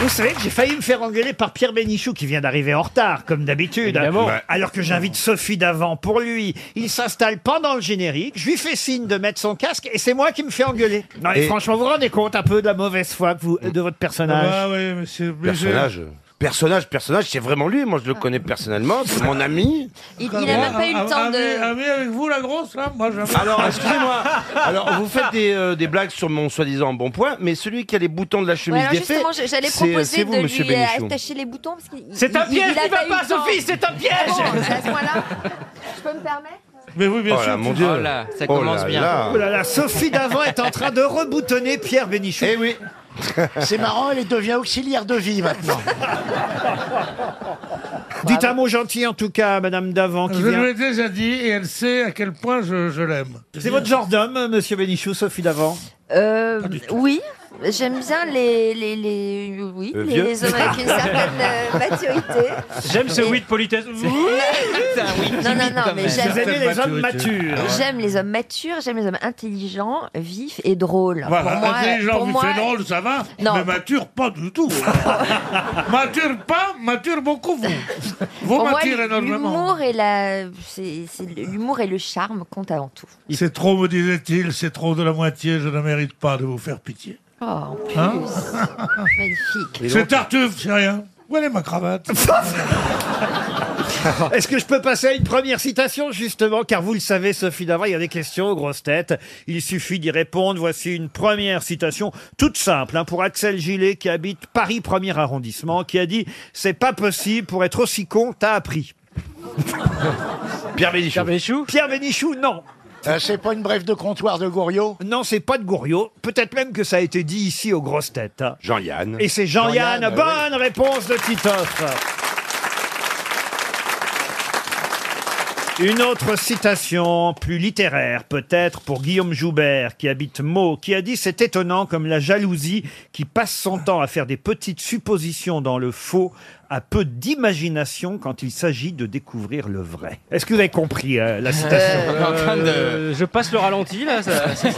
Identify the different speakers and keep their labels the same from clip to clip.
Speaker 1: Vous savez que j'ai failli me faire engueuler par Pierre Bénichou qui vient d'arriver en retard, comme d'habitude.
Speaker 2: Évidemment. Ouais.
Speaker 1: Alors que j'invite Sophie d'avant pour lui. Il s'installe pendant le générique, je lui fais signe de mettre son casque et c'est moi qui me fais engueuler. Non, mais
Speaker 2: Et-
Speaker 1: franchement, vous vous rendez compte un peu de la mauvaise foi que vous, euh, de votre personnage
Speaker 3: bah,
Speaker 4: Ah ouais, mais c'est mais c'est-
Speaker 2: Personnage. Personnage, personnage, c'est vraiment lui. Moi, je le connais personnellement. C'est mon ami.
Speaker 5: Il, il a même pas eu
Speaker 4: Ah,
Speaker 5: le temps
Speaker 4: ah, mais-
Speaker 5: de.
Speaker 4: ah, mais avec vous, la grosse, là Moi, j'avais-
Speaker 2: Alors, excusez-moi. Alors, vous faites des, euh, des blagues sur mon soi-disant bon point, mais celui qui a les boutons de la
Speaker 5: Ouais,
Speaker 2: chemise
Speaker 5: alors
Speaker 2: défaits,
Speaker 5: justement, je- j'allais
Speaker 2: c'est-
Speaker 5: proposer
Speaker 2: c'est vous,
Speaker 5: de
Speaker 2: monsieur
Speaker 5: lui euh,
Speaker 2: Bénichou.
Speaker 5: attacher les boutons parce qu'il.
Speaker 3: C'est un
Speaker 5: il- il-
Speaker 3: piège
Speaker 5: il a
Speaker 3: qui va
Speaker 5: eu
Speaker 3: pas,
Speaker 5: le temps.
Speaker 3: Sophie, c'est un
Speaker 5: Ah
Speaker 3: piège
Speaker 5: bon, à ce point-là, je peux me permettre
Speaker 4: Mais oui, bien
Speaker 2: Oh là,
Speaker 4: sûr.
Speaker 2: mon
Speaker 4: tu-
Speaker 2: Dieu.
Speaker 6: Oh là, ça commence
Speaker 2: là
Speaker 6: bien.
Speaker 2: là.
Speaker 1: Oh là là, Sophie d'avant est en train de reboutonner Pierre Bénichou.
Speaker 2: Eh oui.
Speaker 7: C'est marrant, elle devient auxiliaire de vie maintenant.
Speaker 1: Dites un mot gentil en tout cas à Madame d'avant qui
Speaker 4: Je lui
Speaker 1: vient.
Speaker 4: ai déjà dit et elle sait à quel point je, je l'aime.
Speaker 1: C'est votre genre d'homme, Monsieur Bénichou, Sophie d'avant
Speaker 5: Euh, oui, j'aime bien les, les, les, oui,
Speaker 2: Le
Speaker 5: les,
Speaker 2: vieux.
Speaker 5: les hommes avec une certaine euh, maturité.
Speaker 3: J'aime ce oui de politesse.
Speaker 5: Ah Non,
Speaker 3: Euh,
Speaker 5: non, non, mais
Speaker 1: Vous
Speaker 5: j'aime.
Speaker 1: aimez les hommes
Speaker 4: Maturité.
Speaker 1: matures.
Speaker 5: J'aime les hommes matures, j'aime les hommes intelligents, vifs et drôles.
Speaker 4: Voilà,
Speaker 5: pour moi,
Speaker 4: intelligent,
Speaker 5: pour
Speaker 4: vous
Speaker 5: moi,
Speaker 4: fait drôle, ça va.
Speaker 5: Non.
Speaker 4: Mais mature, pas du tout. mature pas, mature beaucoup, vous. Vous
Speaker 5: pour moi,
Speaker 4: m'attirez énormément.
Speaker 5: l'humour et la, c'est, c'est- l'humour et le charme comptent avant tout.
Speaker 4: C'est trop, me disait-il, c'est trop de la moitié, je ne mérite pas de vous faire pitié.
Speaker 5: Oh, en plus,
Speaker 4: Hein
Speaker 2: Ben,
Speaker 5: magnifique.
Speaker 4: C'est Tartuffe, c'est rien. Où elle est ma cravate
Speaker 1: Est-ce que je peux passer à une première citation, justement Car vous le savez, Sophie Davant, il y a des questions aux grosses têtes. Il suffit d'y répondre. Voici une première citation, toute simple, hein, pour Axel Gillet, qui habite Paris 1er arrondissement, qui a dit « C'est pas possible, pour être aussi con, t'as appris
Speaker 2: Pierre Bénichou.
Speaker 3: Bénichou ».
Speaker 1: Pierre Bénichou, non.
Speaker 7: Euh, c'est pas une brève de comptoir de Gouriot
Speaker 1: Non, c'est pas de Gouriot. Peut-être même que ça a été dit ici aux grosses têtes. hein.
Speaker 2: Jean-Yann.
Speaker 1: Et c'est Jean-Yann.
Speaker 7: Jean-Yann,
Speaker 1: Bonne réponse de Titoff. Une autre citation, plus littéraire peut-être, pour Guillaume Joubert, qui habite Meaux, qui a dit « C'est étonnant comme la jalousie qui passe son temps à faire des petites suppositions dans le faux, a peu d'imagination quand il s'agit de découvrir le vrai. » Est-ce que vous avez compris euh, la citation
Speaker 5: Euh,
Speaker 6: en train de...
Speaker 3: Je passe le ralenti là. ça- ça-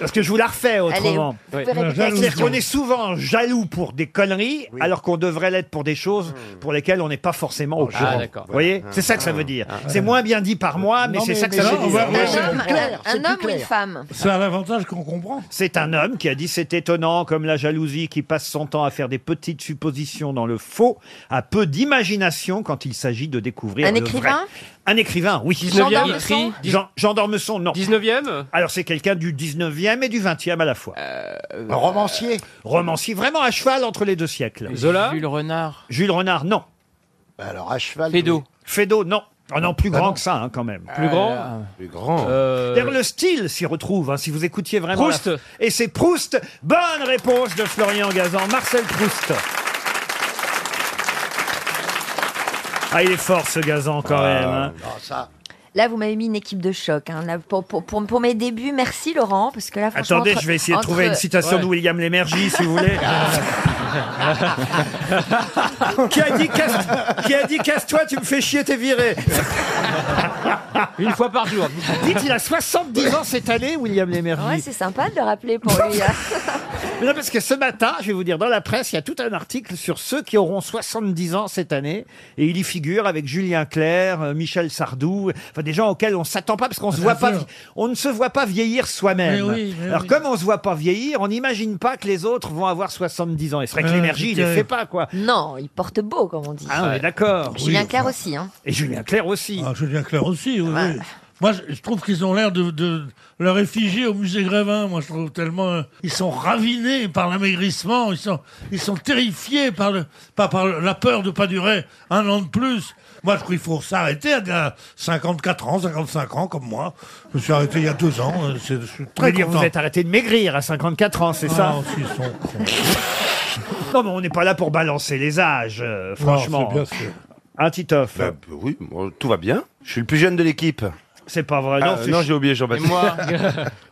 Speaker 1: Parce que je vous la refais
Speaker 5: allez,
Speaker 1: autrement.
Speaker 5: vous pouvez
Speaker 4: Oui.
Speaker 5: répéter.
Speaker 4: Jalousie.
Speaker 1: C'est-à-dire qu'on est souvent jaloux pour des conneries, alors qu'on devrait l'être pour des choses
Speaker 4: Hmm.
Speaker 1: pour lesquelles on n'est pas forcément au
Speaker 4: Oh,
Speaker 1: courant.
Speaker 4: ah,
Speaker 3: d'accord.
Speaker 1: Vous voyez C'est ça que ça veut dire. C'est moins bien dit par moi, mais
Speaker 7: Non,
Speaker 1: c'est
Speaker 7: mais-
Speaker 1: ça que
Speaker 7: mais
Speaker 1: ça
Speaker 4: non,
Speaker 1: veut
Speaker 4: on
Speaker 1: dire.
Speaker 4: va-
Speaker 5: Un
Speaker 4: Ouais,
Speaker 7: c'est
Speaker 5: homme,
Speaker 7: plus clair,
Speaker 5: un
Speaker 7: c'est
Speaker 5: homme
Speaker 7: plus
Speaker 5: ou une
Speaker 7: clair.
Speaker 5: femme
Speaker 4: C'est un avantage qu'on comprend.
Speaker 1: C'est un homme qui a dit c'est étonnant comme la jalousie qui passe son temps à faire des petites suppositions dans le faux, a peu d'imagination quand il s'agit de découvrir
Speaker 5: Un
Speaker 1: le
Speaker 5: écrivain
Speaker 1: vrai. Un écrivain, oui.
Speaker 5: Jean
Speaker 3: 19e,
Speaker 5: d'Ormesson
Speaker 1: Jean, Jean d'Ormesson, non.
Speaker 3: 19e
Speaker 1: Alors c'est quelqu'un du 19e et du 20e à la fois.
Speaker 7: Un romancier
Speaker 1: Romancier vraiment à cheval entre les deux siècles.
Speaker 3: Zola
Speaker 6: Jules Renard.
Speaker 1: Jules Renard, Ah, non.
Speaker 7: Bah Alors, à cheval. Bah
Speaker 6: Pédo.
Speaker 1: Fédo, non. Oh non, plus grand que ça, hein, quand même.
Speaker 7: Euh,
Speaker 3: Plus grand
Speaker 2: Le grand.
Speaker 3: Euh,
Speaker 1: D'ailleurs, le style s'y retrouve, hein, si vous écoutiez vraiment.
Speaker 3: Proust.
Speaker 1: la- Et c'est Proust Bonne réponse de Florian Gazan, Marcel Proust Ah, il est fort ce Gazan quand même. hein.
Speaker 7: Ah, ça.
Speaker 5: Là, vous m'avez mis une équipe de choc. hein. Là, pour, pour, pour, pour mes débuts, merci Laurent, parce que là, franchement,
Speaker 1: Attendez,
Speaker 5: entre-
Speaker 1: je vais essayer de
Speaker 5: entre-
Speaker 1: trouver une citation de
Speaker 3: Ouais.
Speaker 1: William Lémergie, si vous voulez. qui, a dit, casse, qui a dit casse-toi, tu me fais chier, t'es viré.
Speaker 3: Une fois par jour.
Speaker 1: Dites, il a 70 ans cette année, William Lémergie.
Speaker 5: Ouais, c'est sympa de le rappeler pour lui. hein.
Speaker 1: Mais non, parce que ce matin, je vais vous dire, dans la presse, il y a tout un article sur ceux qui auront 70 ans cette année. Et il y figure avec Julien Clerc, euh, Michel Sardou, enfin des gens auxquels on s'attend pas parce qu'on se voit pas,
Speaker 4: Ah, sûr.
Speaker 1: on ne se voit pas vieillir soi-même.
Speaker 4: Mais oui, mais
Speaker 1: Alors
Speaker 4: oui.
Speaker 1: comme on se voit pas vieillir, on n'imagine pas que les autres vont avoir 70 ans. Et c'est vrai que
Speaker 4: Ah,
Speaker 1: l'énergie,
Speaker 4: c'est
Speaker 1: il les fait
Speaker 4: terrible.
Speaker 1: pas, quoi.
Speaker 5: non, il porte beau, comme on dit.
Speaker 1: Ah, on est d'accord.
Speaker 5: Julien
Speaker 4: oui,
Speaker 5: Clerc
Speaker 4: enfin.
Speaker 5: aussi. Hein.
Speaker 1: Et Julien Clerc aussi.
Speaker 4: Ah, Julien Clerc aussi, oui. oui. Moi, je, je trouve qu'ils ont l'air de, de leur réfugier au musée Grévin. Moi, je trouve tellement. euh, ils sont ravinés par l'amaigrissement. Ils sont, ils sont terrifiés par, le, par, par la peur de ne pas durer un an de plus. Moi, je crois qu'il faut s'arrêter à 54 ans, 55 ans, comme moi. Je me suis arrêté il y a deux ans. euh, c'est- Je suis
Speaker 1: Vous voulez
Speaker 4: très
Speaker 1: dire que
Speaker 4: content.
Speaker 1: vous êtes arrêté de maigrir à 54 ans, c'est
Speaker 4: Ah,
Speaker 1: ça
Speaker 4: non, s'ils sont cons.
Speaker 1: Non, mais on n'est pas là pour balancer les âges, euh, franchement.
Speaker 4: Non, c'est bien sûr.
Speaker 1: Un Titoff,
Speaker 2: Bah, oui, moi, tout va bien. Je suis le plus jeune de l'équipe.
Speaker 1: c'est pas vrai.
Speaker 2: Ah,
Speaker 1: non,
Speaker 2: euh,
Speaker 1: c'est
Speaker 2: non, j'ai oublié
Speaker 6: Et
Speaker 2: Jean-Baptiste.
Speaker 6: moi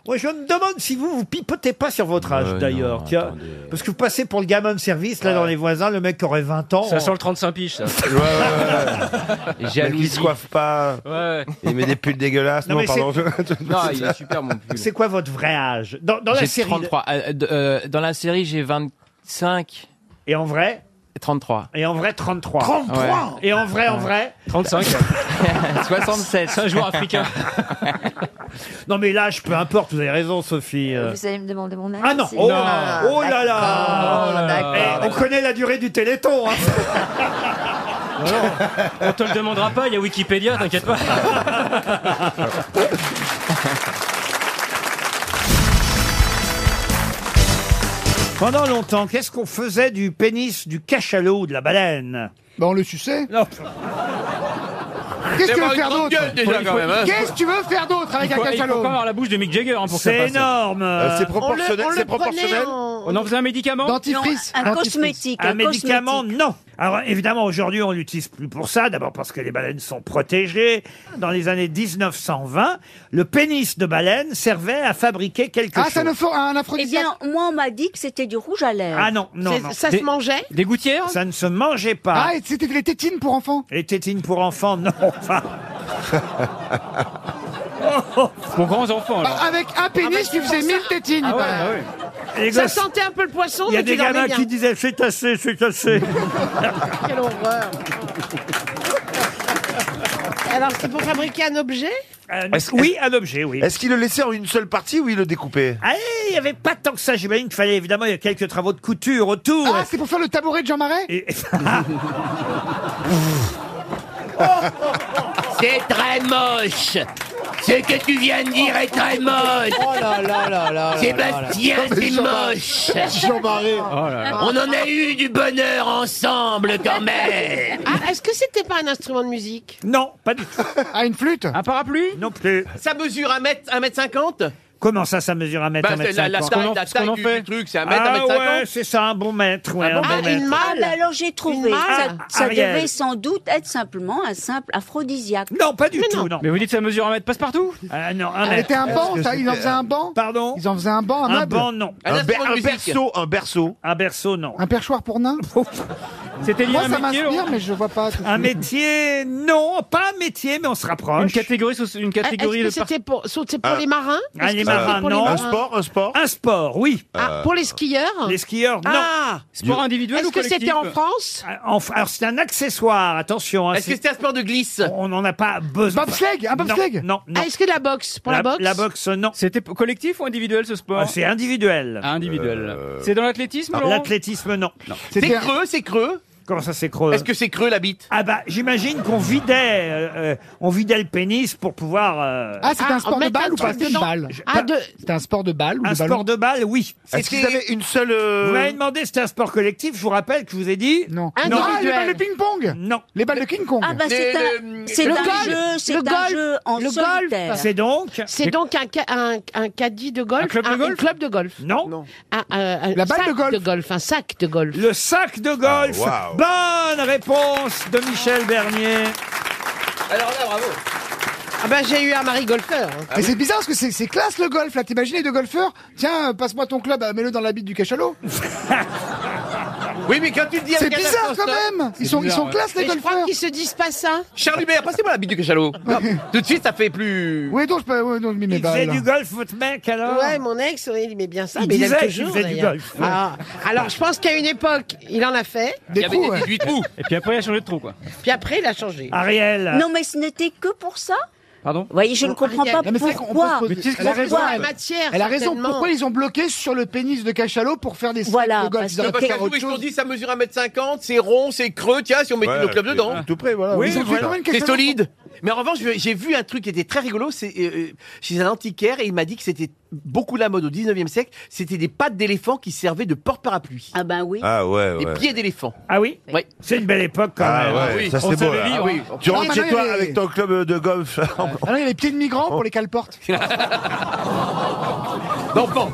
Speaker 1: Ouais, je me demande si vous vous pipotez pas sur votre âge
Speaker 6: Ouais,
Speaker 1: d'ailleurs,
Speaker 6: non,
Speaker 1: tiens.
Speaker 6: attendez.
Speaker 1: Parce que vous passez pour le gamin de service là dans les voisins, le mec qui aurait 20 ans.
Speaker 3: Ça sent le 35 piges ça.
Speaker 2: Ouais, ouais, ouais. Le mec, il se
Speaker 6: Jalousie.
Speaker 2: coiffe pas.
Speaker 3: Ouais.
Speaker 2: Il met des pulls dégueulasses.
Speaker 1: Non,
Speaker 2: Non,
Speaker 1: mais
Speaker 2: pardon.
Speaker 6: Non, il est super mon pull.
Speaker 1: C'est quoi votre vrai âge dans, dans la
Speaker 6: J'ai
Speaker 1: série de-
Speaker 6: 33. Euh, euh, dans la série, j'ai 25.
Speaker 1: Et en vrai
Speaker 8: 33.
Speaker 1: Et en vrai, 33.
Speaker 8: 33
Speaker 1: Et en vrai, en vrai
Speaker 4: 35.
Speaker 8: 67.
Speaker 4: C'est un joueur africain.
Speaker 1: Non mais l'âge, peu importe, vous avez raison Sophie. euh.
Speaker 5: Vous allez me demander mon âge
Speaker 1: Ah non
Speaker 5: aussi
Speaker 1: Oh,
Speaker 5: Ah,
Speaker 1: oh là là
Speaker 6: Oh
Speaker 5: d'accord, d'accord.
Speaker 1: Eh, On connaît la durée du téléthon hein.
Speaker 4: On te le demandera pas, il y a
Speaker 1: Ah,
Speaker 4: Wikipédia, t'inquiète pas.
Speaker 1: Pendant longtemps, qu'est-ce qu'on faisait du pénis du cachalot ou de la baleine
Speaker 2: Bah on le suçait.
Speaker 1: Non.
Speaker 2: Qu'est-ce que tu veux faire
Speaker 8: grande
Speaker 2: d'autre
Speaker 8: gueule déjà quand même. hein.
Speaker 2: Qu'est-ce que tu veux faire d'autre avec un
Speaker 4: Il faut- il faut pas
Speaker 2: cachalot
Speaker 4: avoir la bouche de Mick Jagger hein, pour que ça
Speaker 1: C'est
Speaker 4: passe.
Speaker 1: énorme
Speaker 9: Euh, c'est
Speaker 10: On le,
Speaker 9: proportionnel,
Speaker 10: on le
Speaker 9: c'est
Speaker 10: prenait
Speaker 9: proportionnel.
Speaker 10: en...
Speaker 4: On en faisait un médicament
Speaker 10: non,
Speaker 2: Dentifrice.
Speaker 10: un
Speaker 2: dentifrice.
Speaker 10: cosmétique.
Speaker 1: Un
Speaker 10: cosmétique.
Speaker 1: médicament, non. Alors évidemment, aujourd'hui, on l'utilise plus pour ça. D'abord parce que les baleines sont protégées. Dans les années 1920, le pénis de baleine servait à fabriquer quelque
Speaker 2: Ah,
Speaker 1: chose.
Speaker 2: ça ne faut un
Speaker 10: Eh
Speaker 2: aphrodisiaque.
Speaker 10: bien, moi, on m'a dit que c'était du rouge à lèvres.
Speaker 1: Ah non, non, non.
Speaker 10: Ça se mangeait
Speaker 4: Des gouttières
Speaker 1: Ça ne se mangeait pas.
Speaker 2: Ah, et c'était les tétines pour enfants.
Speaker 1: Et tétines pour enfants, non. Enfin,
Speaker 4: Pour grands enfants
Speaker 2: Bah,
Speaker 4: alors. Ah bah
Speaker 2: avec un pénis, tu faisais mille tétines.
Speaker 1: Ah
Speaker 2: il paraît.
Speaker 1: les
Speaker 10: Ah, Bah, Ça
Speaker 1: gosses-
Speaker 10: sentait un peu le poisson,
Speaker 1: il y a
Speaker 10: mais
Speaker 1: des
Speaker 10: tu dormais
Speaker 1: gamins
Speaker 10: bien.
Speaker 1: qui disaient c'est assez, c'est assez.
Speaker 10: Quelle horreur Alors, c'est pour fabriquer un objet
Speaker 1: Euh,
Speaker 9: Est-ce-
Speaker 1: oui, un objet, oui.
Speaker 9: Est-ce qu'il le laissait en une seule partie ou il le découpait
Speaker 1: Ah, il n'y avait pas tant que ça. J'imagine qu'il fallait évidemment il y a quelques travaux de couture autour.
Speaker 2: Ah, c'est pour faire le tabouret de Jean Marais
Speaker 1: Et- et- Oh,
Speaker 3: C'est très moche. Ce que tu viens de dire est très moche.
Speaker 11: Oh là là là là.
Speaker 3: Sébastien, c'est moche. Oh
Speaker 11: Jean Marais.
Speaker 3: On en a eu du bonheur ensemble quand même.
Speaker 10: Ah, est-ce que c'était pas un instrument de musique
Speaker 1: non, pas du tout.
Speaker 2: Ah, une flûte
Speaker 4: Un parapluie
Speaker 1: Non plus.
Speaker 8: Ça mesure 1 mètre, 1 mètre 50
Speaker 1: Comment ça, ça mesure 1 mètre,
Speaker 8: Bah,
Speaker 1: 1
Speaker 8: c'est
Speaker 1: mètre
Speaker 8: la, la
Speaker 1: 50?
Speaker 8: taille,
Speaker 4: qu'on en-
Speaker 8: la
Speaker 4: ce qu'on
Speaker 8: taille
Speaker 4: en
Speaker 8: du,
Speaker 4: fait.
Speaker 8: du truc, c'est 1 mètre, 1
Speaker 1: Ah
Speaker 8: mètre 50
Speaker 1: ouais, c'est ça, un bon mètre. Ouais, un bon
Speaker 10: Ah,
Speaker 1: mètre.
Speaker 10: une
Speaker 12: Ah, bah
Speaker 10: malle
Speaker 12: alors j'ai trouvé.
Speaker 10: malle. Ah,
Speaker 12: ça ça
Speaker 1: ben, Ariel.
Speaker 12: devait sans doute être simplement un simple aphrodisiaque.
Speaker 1: Non, pas du tout,
Speaker 10: non.
Speaker 1: non.
Speaker 4: Mais vous dites que ça mesure un mètre passe-partout
Speaker 1: Ah non, un
Speaker 2: Elle
Speaker 1: mètre.
Speaker 2: était un banc, ça Ils en faisaient un banc
Speaker 1: Pardon
Speaker 2: Ils en faisaient un banc, un
Speaker 1: Un
Speaker 2: meuble
Speaker 1: banc, non.
Speaker 8: Un
Speaker 9: un, ber-
Speaker 8: instrument de
Speaker 9: un
Speaker 8: musique.
Speaker 9: berceau, un berceau.
Speaker 1: Un berceau, non.
Speaker 2: Un perchoir pour nain
Speaker 4: C'était lié à
Speaker 2: Moi,
Speaker 4: un
Speaker 2: ça
Speaker 4: métier Laurent
Speaker 2: m'inspire, mais je vois pas. tout de
Speaker 1: Un
Speaker 2: suite.
Speaker 1: métier, non, pas un métier, mais on se
Speaker 4: Une
Speaker 1: rapproche.
Speaker 4: catégorie, sous-
Speaker 10: Euh,
Speaker 4: une
Speaker 10: Est-ce
Speaker 4: catégorie
Speaker 10: que
Speaker 4: de par-
Speaker 10: c'était pour, c'était pour
Speaker 9: Ah.
Speaker 10: les marins
Speaker 1: Ah,
Speaker 10: Est-ce
Speaker 1: les
Speaker 10: que c'était
Speaker 1: marins,
Speaker 10: pour les
Speaker 1: non.
Speaker 9: Un
Speaker 1: Ah.
Speaker 9: sport, un sport. Euh.
Speaker 1: Un sport, oui.
Speaker 10: Ah, pour les skieurs
Speaker 1: Les skieurs, non.
Speaker 10: Ah
Speaker 4: sport individuel
Speaker 10: Est-ce
Speaker 4: ou
Speaker 10: que
Speaker 4: collectif euh,
Speaker 10: c'était en France
Speaker 1: Ah, enfin, alors c'est un accessoire, attention. hein,
Speaker 8: Est-ce que
Speaker 1: c'est-
Speaker 8: c'était un sport de glisse
Speaker 1: on n'en a pas besoin.
Speaker 2: Bobsleigh, un bobsleigh
Speaker 1: Non, non. non.
Speaker 10: Ah, Est-ce que la boxe Pour la, boxe
Speaker 1: La boxe, non.
Speaker 4: C'était p- collectif ou individuel ce sport
Speaker 1: Ah, c'est individuel.
Speaker 4: Ah, Individuel. C'est dans l'athlétisme Laurent
Speaker 1: L'athlétisme, non.
Speaker 8: C'est
Speaker 2: C'était un-
Speaker 8: creux, c'est creux.
Speaker 1: Comment ça c'est creux
Speaker 8: Est-ce que c'est creux la bite
Speaker 1: Ah bah j'imagine qu'on vidait, euh, euh, on vidait le pénis pour pouvoir. euh,
Speaker 2: Ah, c'était
Speaker 10: Ah,
Speaker 2: un sport de
Speaker 10: mettre
Speaker 2: balle
Speaker 10: un
Speaker 2: ou pas
Speaker 10: truc
Speaker 2: C'était une
Speaker 10: dedans.
Speaker 2: balle.
Speaker 10: Ah, de...
Speaker 2: C'était un sport de balle ou
Speaker 1: un
Speaker 2: de ballon
Speaker 1: sport de balle, oui.
Speaker 9: Est-ce qu'ils
Speaker 8: C'était-
Speaker 9: avaient une seule. euh,
Speaker 1: Vous m'avez demandé si c'était un sport collectif. Je vous rappelle que je vous ai dit.
Speaker 2: Non.
Speaker 10: Individuel.
Speaker 2: Ah, les balles de ping-pong
Speaker 1: Non.
Speaker 2: Les balles de King Kong
Speaker 12: Ah bah c'est
Speaker 8: le-
Speaker 12: un, c'est
Speaker 10: le
Speaker 12: un
Speaker 10: golf,
Speaker 12: jeu, c'est
Speaker 10: le
Speaker 12: un
Speaker 10: golf,
Speaker 12: jeu en
Speaker 10: le golf.
Speaker 12: solitaire.
Speaker 1: C'est donc.
Speaker 10: C'est donc un, ca- un, un caddie de golf Ah,
Speaker 4: Un club de golf
Speaker 10: club de golf.
Speaker 1: Non.
Speaker 10: Un- un- un
Speaker 2: La balle
Speaker 10: sac
Speaker 2: de golf.
Speaker 10: Un sac de golf.
Speaker 1: Le sac de golf.
Speaker 9: Ah, waouh.
Speaker 1: Bonne réponse de Michel Bernier.
Speaker 8: Alors là, bravo.
Speaker 10: Ah ben, j'ai eu un mari golfeur.
Speaker 8: Ah
Speaker 10: hein.
Speaker 2: Mais c'est bizarre parce que c'est c'est classe le golf là, t'imagines les deux golfeurs Tiens, euh, passe-moi ton club, euh, mets-le dans la bite du cachalot.
Speaker 8: Oui, mais quand tu dis à
Speaker 2: C'est
Speaker 8: quelqu'un
Speaker 2: bizarre
Speaker 8: d'instant-
Speaker 2: quand même Ils sont, ils sont classe les
Speaker 10: Et je crois
Speaker 2: golfeurs
Speaker 10: qu'ils se disent pas ça.
Speaker 8: Charles Hubert, passez-moi la bite du cachalot. Non, Tout de suite, ça fait plus.
Speaker 2: Oui, donc je peux. Ouais, bah, donc je mets mes
Speaker 1: Il faisait
Speaker 2: balles.
Speaker 1: du golf, votre mec alors.
Speaker 10: Ouais, mon ex, il aimait bien ça.
Speaker 1: Il
Speaker 10: mais il aime
Speaker 1: disait qu'il
Speaker 10: toujours,
Speaker 1: faisait du
Speaker 10: d'ailleurs.
Speaker 1: golf.
Speaker 10: Ah, alors, je pense qu'à une époque, il en a fait.
Speaker 8: Il
Speaker 2: Des
Speaker 8: y avait
Speaker 2: trous,
Speaker 8: des
Speaker 2: ouais.
Speaker 8: 18 trous.
Speaker 4: Et puis après il a changé de trou quoi.
Speaker 10: Puis après, il a changé.
Speaker 1: Ariel.
Speaker 12: Non mais ce n'était que pour ça.
Speaker 4: Pardon
Speaker 12: Vous voyez, je ne comprends pas
Speaker 2: Non, mais c'est vrai qu'on peut se
Speaker 12: pourquoi.
Speaker 2: poser-
Speaker 4: Mais qu'est-ce
Speaker 2: Elle a
Speaker 4: qu'on-
Speaker 2: raison.
Speaker 10: La
Speaker 2: elle-
Speaker 10: matière.
Speaker 2: Elle a raison.
Speaker 10: certainement.
Speaker 2: Pourquoi ils ont bloqué sur le pénis de cachalot pour faire des sacs
Speaker 12: Voilà,
Speaker 2: de golf
Speaker 12: parce
Speaker 2: Ils auraient
Speaker 12: que-
Speaker 2: pu
Speaker 8: Parce
Speaker 2: faire
Speaker 8: qu'à
Speaker 2: autre
Speaker 8: tous, ils se sont
Speaker 2: chose.
Speaker 8: dit, ça mesure 1m50, c'est rond, c'est creux, tiens, si on met
Speaker 9: Ouais,
Speaker 8: le club
Speaker 9: c'est-
Speaker 8: dedans.
Speaker 9: Tout près, voilà.
Speaker 1: Oui,
Speaker 2: Ils ont tué
Speaker 1: voilà.
Speaker 2: combien de
Speaker 8: C'est
Speaker 2: cachalots
Speaker 8: solide. Mais en revanche, j'ai vu un truc qui était très rigolo. C'est euh, chez un antiquaire et il m'a dit que c'était beaucoup la mode au 19e siècle. C'était des pattes d'éléphant qui servaient de porte-parapluie.
Speaker 12: Ah ben oui.
Speaker 9: Ah ouais,
Speaker 8: Des pieds d'éléphant.
Speaker 1: Ah oui.
Speaker 8: Oui.
Speaker 1: C'est une belle époque quand
Speaker 9: Ah
Speaker 1: même. hein.
Speaker 9: ouais, ça c'est beau. là.
Speaker 8: oui.
Speaker 9: Tu
Speaker 2: Ah,
Speaker 9: rentres chez
Speaker 2: maintenant,
Speaker 9: toi
Speaker 2: il y a les-
Speaker 9: avec ton club de golf.
Speaker 2: Ah non, il y a les pieds de migrants pour les caleportes.
Speaker 8: D'enfant.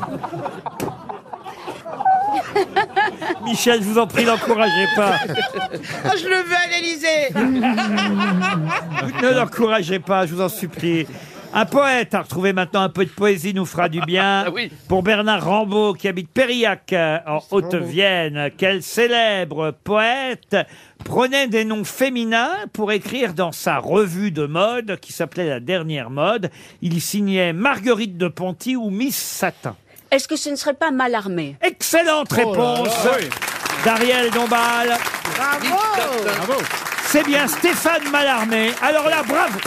Speaker 1: Michel, je vous en prie, n'encouragez pas.
Speaker 10: Oh, je le veux à l'Elysée.
Speaker 1: Ne l'encouragez pas, je vous en supplie. Un poète à retrouver maintenant un peu de poésie nous fera du bien.
Speaker 8: Ah oui.
Speaker 1: Pour Bernard Rambaud qui habite Périac euh, en Haute-Vienne, quel célèbre poète prenait des noms féminins pour écrire dans sa revue de mode qui s'appelait La Dernière Mode. Il y signait Marguerite de Ponty ou Miss Satin.
Speaker 8: Oh
Speaker 2: Oh
Speaker 12: Est-ce que ce ne serait pas mal armé
Speaker 1: Excellente réponse d'Ariel Dombal.
Speaker 3: Bravo
Speaker 1: C'est bien Stéphane Mallarmé. Alors là, bravo.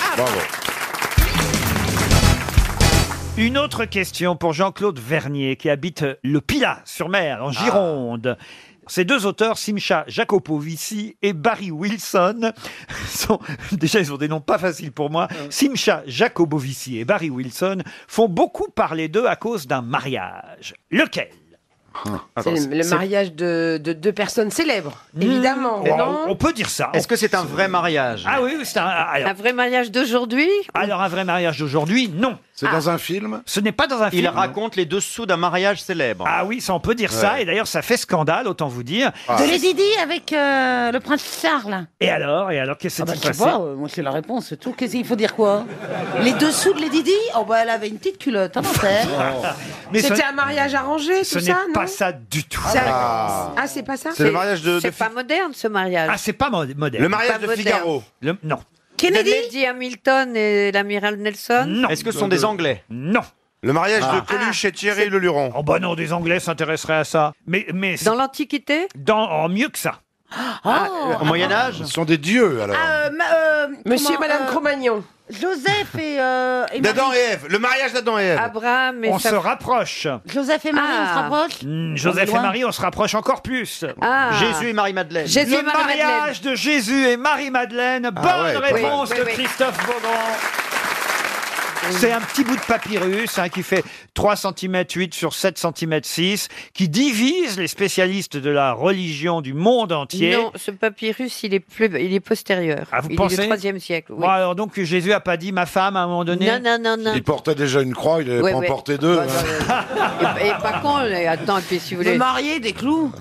Speaker 1: Une autre question pour Jean-Claude Vernier qui habite le Pilat sur mer en Gironde. Ces deux auteurs, Simcha Jacopovici et Barry Wilson, sont, déjà ils ont des noms pas faciles pour moi, Simcha Jacopovici et Barry Wilson font beaucoup parler d'eux à cause d'un mariage. Lequel Ah,
Speaker 3: C'est le- le, mariage de, de deux personnes célèbres, Mmh.
Speaker 1: Mmh.
Speaker 3: évidemment.
Speaker 1: Wow,
Speaker 3: non
Speaker 1: on peut dire ça.
Speaker 7: Est-ce que c'est un vrai mariage
Speaker 1: Ah oui, oui, c'est un. alors-
Speaker 3: Un vrai mariage d'aujourd'hui
Speaker 1: Alors, un vrai mariage d'aujourd'hui, non.
Speaker 7: C'est dans un film
Speaker 1: Ce n'est pas dans un
Speaker 7: Il
Speaker 1: film.
Speaker 7: raconte les dessous d'un mariage célèbre.
Speaker 1: Ah oui, ça on peut dire
Speaker 7: Ouais.
Speaker 1: ça,
Speaker 7: Ah.
Speaker 1: et d'ailleurs ça fait scandale, autant vous dire.
Speaker 10: De Lady Di avec euh, le prince Charles.
Speaker 1: Et alors, et alors, qu'est-ce
Speaker 10: Ah
Speaker 1: qui
Speaker 10: bah,
Speaker 1: s'est
Speaker 10: je sais
Speaker 1: passé
Speaker 10: pas, euh, moi c'est la réponse, c'est tout. Qu'est-ce qu'il faut dire quoi Les dessous de Lady Di Oh bah elle avait une petite culotte, hein, non, c'est elle.
Speaker 1: Oh. Mais
Speaker 3: C'était
Speaker 1: ce-
Speaker 3: un mariage arrangé, tout
Speaker 1: Ce n'est
Speaker 3: ça, non
Speaker 1: pas ça du tout.
Speaker 3: C'est- Ah, c'est pas ça
Speaker 1: C'est le mariage de-
Speaker 2: C'est
Speaker 1: de
Speaker 2: pas moderne ce mariage.
Speaker 1: Ah, c'est pas mo- moderne.
Speaker 2: Le mariage Pas de moderne. Figaro.
Speaker 1: Le- Non.
Speaker 2: Kennedy Lady Hamilton et l'amiral Nelson
Speaker 1: Non. Non.
Speaker 13: Le mariage
Speaker 1: Ah.
Speaker 13: de Coluche et Thierry Leluron.
Speaker 1: Oh bah non, des Anglais s'intéresseraient à ça. Mais, mais dans
Speaker 2: l'Antiquité Ah.
Speaker 1: Dans oh, mieux que ça.
Speaker 3: Ah,
Speaker 1: Ah, euh,
Speaker 7: Au Moyen Âge
Speaker 13: Ce sont des dieux alors.
Speaker 10: Ah, euh, ma- euh,
Speaker 3: Monsieur et
Speaker 10: comment,
Speaker 3: Madame
Speaker 10: euh,
Speaker 3: Cro-Magnon.
Speaker 10: Joseph et, euh, et
Speaker 13: D'Adam
Speaker 10: Marie.
Speaker 13: et Ève. Le mariage d'Adam et Ève.
Speaker 2: Abraham
Speaker 1: on se rapproche.
Speaker 10: Joseph et Marie, on se
Speaker 2: Ah.
Speaker 10: rapproche
Speaker 1: Hmm,
Speaker 10: On
Speaker 1: Joseph
Speaker 10: est
Speaker 1: et
Speaker 10: loin.
Speaker 1: Marie, on se rapproche encore plus.
Speaker 2: Ah.
Speaker 7: Jésus et Marie-Madeleine.
Speaker 2: Jésus
Speaker 1: le
Speaker 2: et Marie-Madeleine.
Speaker 1: mariage de Jésus et Marie-Madeleine.
Speaker 7: Ah ouais,
Speaker 1: Bonne
Speaker 7: pas mal.
Speaker 1: réponse
Speaker 2: Oui,
Speaker 1: de
Speaker 2: oui, oui.
Speaker 1: Christophe Beaugrand. C'est un petit bout de papyrus hein, qui fait 3 cm 8 sur 7 cm 6 qui divise les spécialistes de la religion du monde entier.
Speaker 2: Non, ce papyrus, il est, plus, il est postérieur.
Speaker 1: Ah, vous
Speaker 2: il
Speaker 1: pensez
Speaker 2: est du 3e siècle. oui.
Speaker 1: Bon, alors donc Jésus a pas dit ma femme à un moment donné
Speaker 2: Non, non, non, non.
Speaker 13: Il portait déjà une croix, il allait
Speaker 2: Ouais,
Speaker 13: pas en
Speaker 2: ouais.
Speaker 13: porter deux.
Speaker 2: Bah,
Speaker 13: hein.
Speaker 2: Et, et pas con, les- attends, et puis si vous voulez.
Speaker 10: Le marié des clous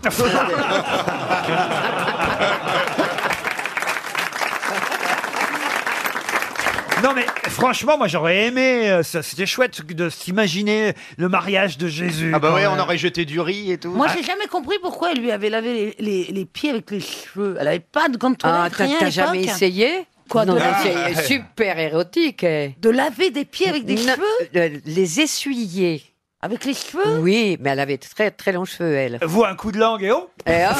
Speaker 1: Non mais franchement, moi j'aurais aimé. euh, ça, C'était chouette de s'imaginer le mariage de Jésus.
Speaker 7: Ah bah
Speaker 1: quand
Speaker 7: ouais, on
Speaker 1: même.
Speaker 7: aurait jeté du riz et tout.
Speaker 2: Ah.
Speaker 10: Moi, j'ai jamais compris pourquoi elle lui avait lavé les, les- les pieds avec les cheveux. Elle avait pas de gants de
Speaker 2: Ah,
Speaker 10: toilette,
Speaker 2: t'as
Speaker 10: rien à
Speaker 2: t'as jamais
Speaker 10: l'époque.
Speaker 2: essayé
Speaker 10: Quoi, de
Speaker 2: Non,
Speaker 10: laver-
Speaker 2: c'est super érotique. eh.
Speaker 10: De laver des pieds avec des
Speaker 2: Non,
Speaker 10: cheveux
Speaker 2: euh, Les essuyer.
Speaker 10: Avec les cheveux
Speaker 2: Oui, mais elle avait très très longs cheveux, elle.
Speaker 1: Ah,
Speaker 14: Euh,
Speaker 1: Vous, un coup de langue et oh
Speaker 2: Et hop,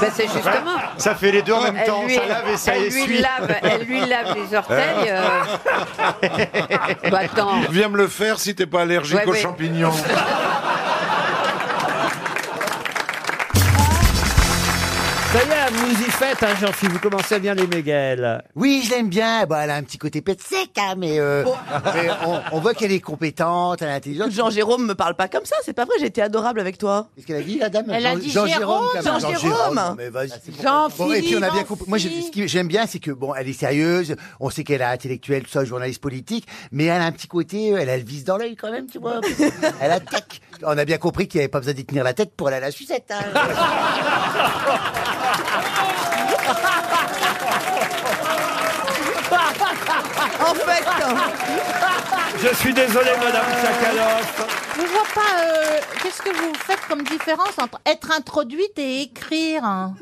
Speaker 2: ben c'est justement.
Speaker 7: Ça fait les deux en même
Speaker 2: Elle
Speaker 7: temps,
Speaker 2: lui-
Speaker 7: ça lave et ça
Speaker 2: elle lui
Speaker 7: essuie.
Speaker 2: lave- elle lui lave les orteils.
Speaker 7: euh.
Speaker 2: euh. Bah, attends.
Speaker 13: Viens me le faire si t'es pas allergique
Speaker 2: Ouais,
Speaker 13: aux
Speaker 2: ouais.
Speaker 13: champignons.
Speaker 1: Ça y est, vous y faites, hein, Jean-Philippe. Vous commencez à bien l'aimer, Gaëlle.
Speaker 15: Oui, je l'aime bien. Bah, elle a un petit côté pète sec, hein, mais, euh,
Speaker 16: Oh.
Speaker 15: mais on, on voit qu'elle est compétente, elle est intelligente.
Speaker 16: Jean-Jérôme me parle pas comme ça, c'est pas vrai, j'étais adorable avec toi.
Speaker 15: Qu'est-ce qu'elle a dit, la dame
Speaker 16: Elle a dit Jérôme,
Speaker 15: quand même.
Speaker 16: Jean-Jérôme.
Speaker 15: non, mais vas-y. Bon, et puis on a bien compris. Moi, j'ai- ce que j'aime bien, c'est que bon, elle est sérieuse. On sait qu'elle est intellectuelle, tout ça, journaliste politique, mais elle a un petit côté, euh, elle a le vice dans l'œil quand même, tu vois. elle attaque. On a bien compris qu'il n'y avait pas besoin d'y tenir la tête pour aller à la sucette. hein.
Speaker 16: En fait,
Speaker 1: Je suis désolé, Madame Sakaloff.
Speaker 14: Je vois pas, euh, qu'est-ce que vous faites comme différence entre être introduite et écrire hein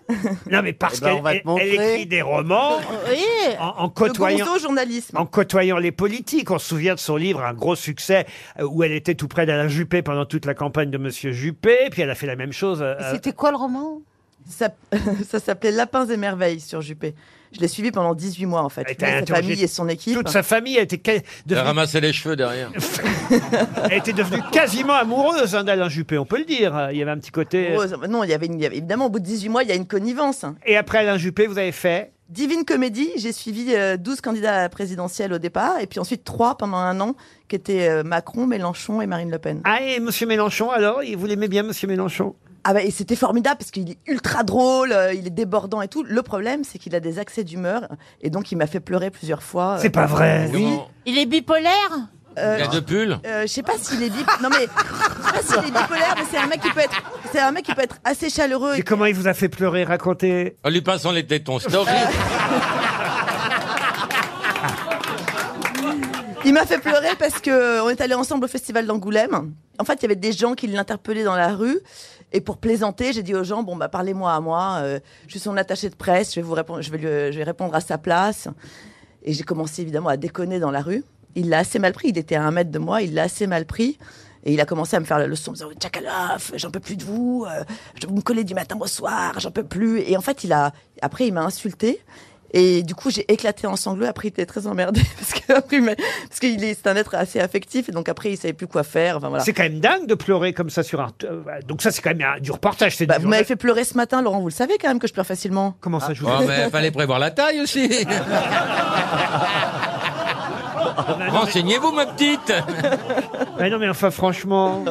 Speaker 1: Non, mais parce
Speaker 14: Eh ben, on
Speaker 1: qu'elle
Speaker 14: va te
Speaker 1: elle- elle écrit des romans
Speaker 14: Oui
Speaker 1: en, en côtoyant.
Speaker 14: gonzo journalisme.
Speaker 1: En côtoyant les politiques, on se souvient de son livre, un gros succès, euh, où elle était tout près d'Alain Juppé pendant toute la campagne de Monsieur Juppé, puis elle a fait la même chose. euh,
Speaker 14: C'était quoi le roman
Speaker 16: ça, ça s'appelait Lapins et Merveilles sur Juppé. Je l'ai suivi pendant 18 mois en fait.
Speaker 1: Elle était
Speaker 16: Sa
Speaker 1: interrogée-
Speaker 16: famille et son équipe.
Speaker 1: Toute sa famille a été ca-
Speaker 8: Elle a
Speaker 2: Ah.
Speaker 1: devenue,
Speaker 8: ramassé les cheveux derrière.
Speaker 1: a été devenue quasiment amoureuse hein, d'Alain Juppé, on peut le dire. Il y avait un petit côté. euh,
Speaker 16: Heureuse. Non, il y avait une- il y avait- évidemment au bout de 18 mois, il y a une connivence.
Speaker 1: Et après Alain Juppé, vous avez fait
Speaker 16: Divine Comédie, j'ai suivi euh, 12 candidats à la présidentielle au départ, et puis ensuite 3 pendant un an, qui étaient euh, Macron, Mélenchon et Marine Le Pen.
Speaker 1: Ah, et Monsieur Mélenchon, alors Il- Vous l'aimez bien, Monsieur Mélenchon
Speaker 16: Ah bah, et c'était formidable parce qu'il est ultra drôle, euh, il est débordant et tout. Le problème, c'est qu'il a des accès d'humeur et donc il m'a fait pleurer plusieurs fois. euh,
Speaker 1: C'est pas vrai.
Speaker 16: Oui.
Speaker 8: Comment
Speaker 16: Il est bipolaire.
Speaker 8: Il a deux pulls
Speaker 16: Euh, je sais pas s'il est bip. Non mais je sais pas s'il est bipolaire, mais c'est un mec qui peut être, c'est un mec qui peut être assez chaleureux.
Speaker 1: Et comment il vous a fait pleurer Racontez.
Speaker 8: En lui passant les tétons, c'est horrible.
Speaker 16: Il m'a fait pleurer parce que on est allé ensemble au festival d'Angoulême. En fait, il y avait des gens qui l'interpellaient dans la rue. Et pour plaisanter, j'ai dit aux gens bon bah parlez-moi à moi. euh, je suis son attaché de presse. Je vais vous répondre. Je vais, lui- je vais répondre à sa place. Et j'ai commencé évidemment à déconner dans la rue. Il l'a assez mal pris. Il était à un mètre de moi. Il l'a assez mal pris.
Speaker 13: Et il a commencé à me faire la leçon en me disant Tchakalov, j'en peux plus de vous, euh, je- vous me collez du matin au soir, j'en peux plus. Et en fait, il a, après, il m'a insulté. Et du coup, j'ai éclaté en sanglots. Après, il était très emmerdé parce que après, il m'a- parce qu'il est, c'est un être assez affectif. Et donc après, il savait plus quoi faire. Enfin voilà.
Speaker 1: C'est quand même dingue de pleurer comme ça sur un. euh, Donc ça, c'est quand même un- du reportage. c'est
Speaker 13: Bah,
Speaker 1: du
Speaker 13: vous m'avez
Speaker 1: journal-
Speaker 13: fait pleurer ce matin, Laurent. Vous le savez quand même que je pleure facilement.
Speaker 1: Comment Ah,
Speaker 2: Ah.
Speaker 1: ça, je
Speaker 16: Oh, mais fallait prévoir la taille aussi. Renseignez-vous, ma petite.
Speaker 1: Mais non, mais enfin, franchement.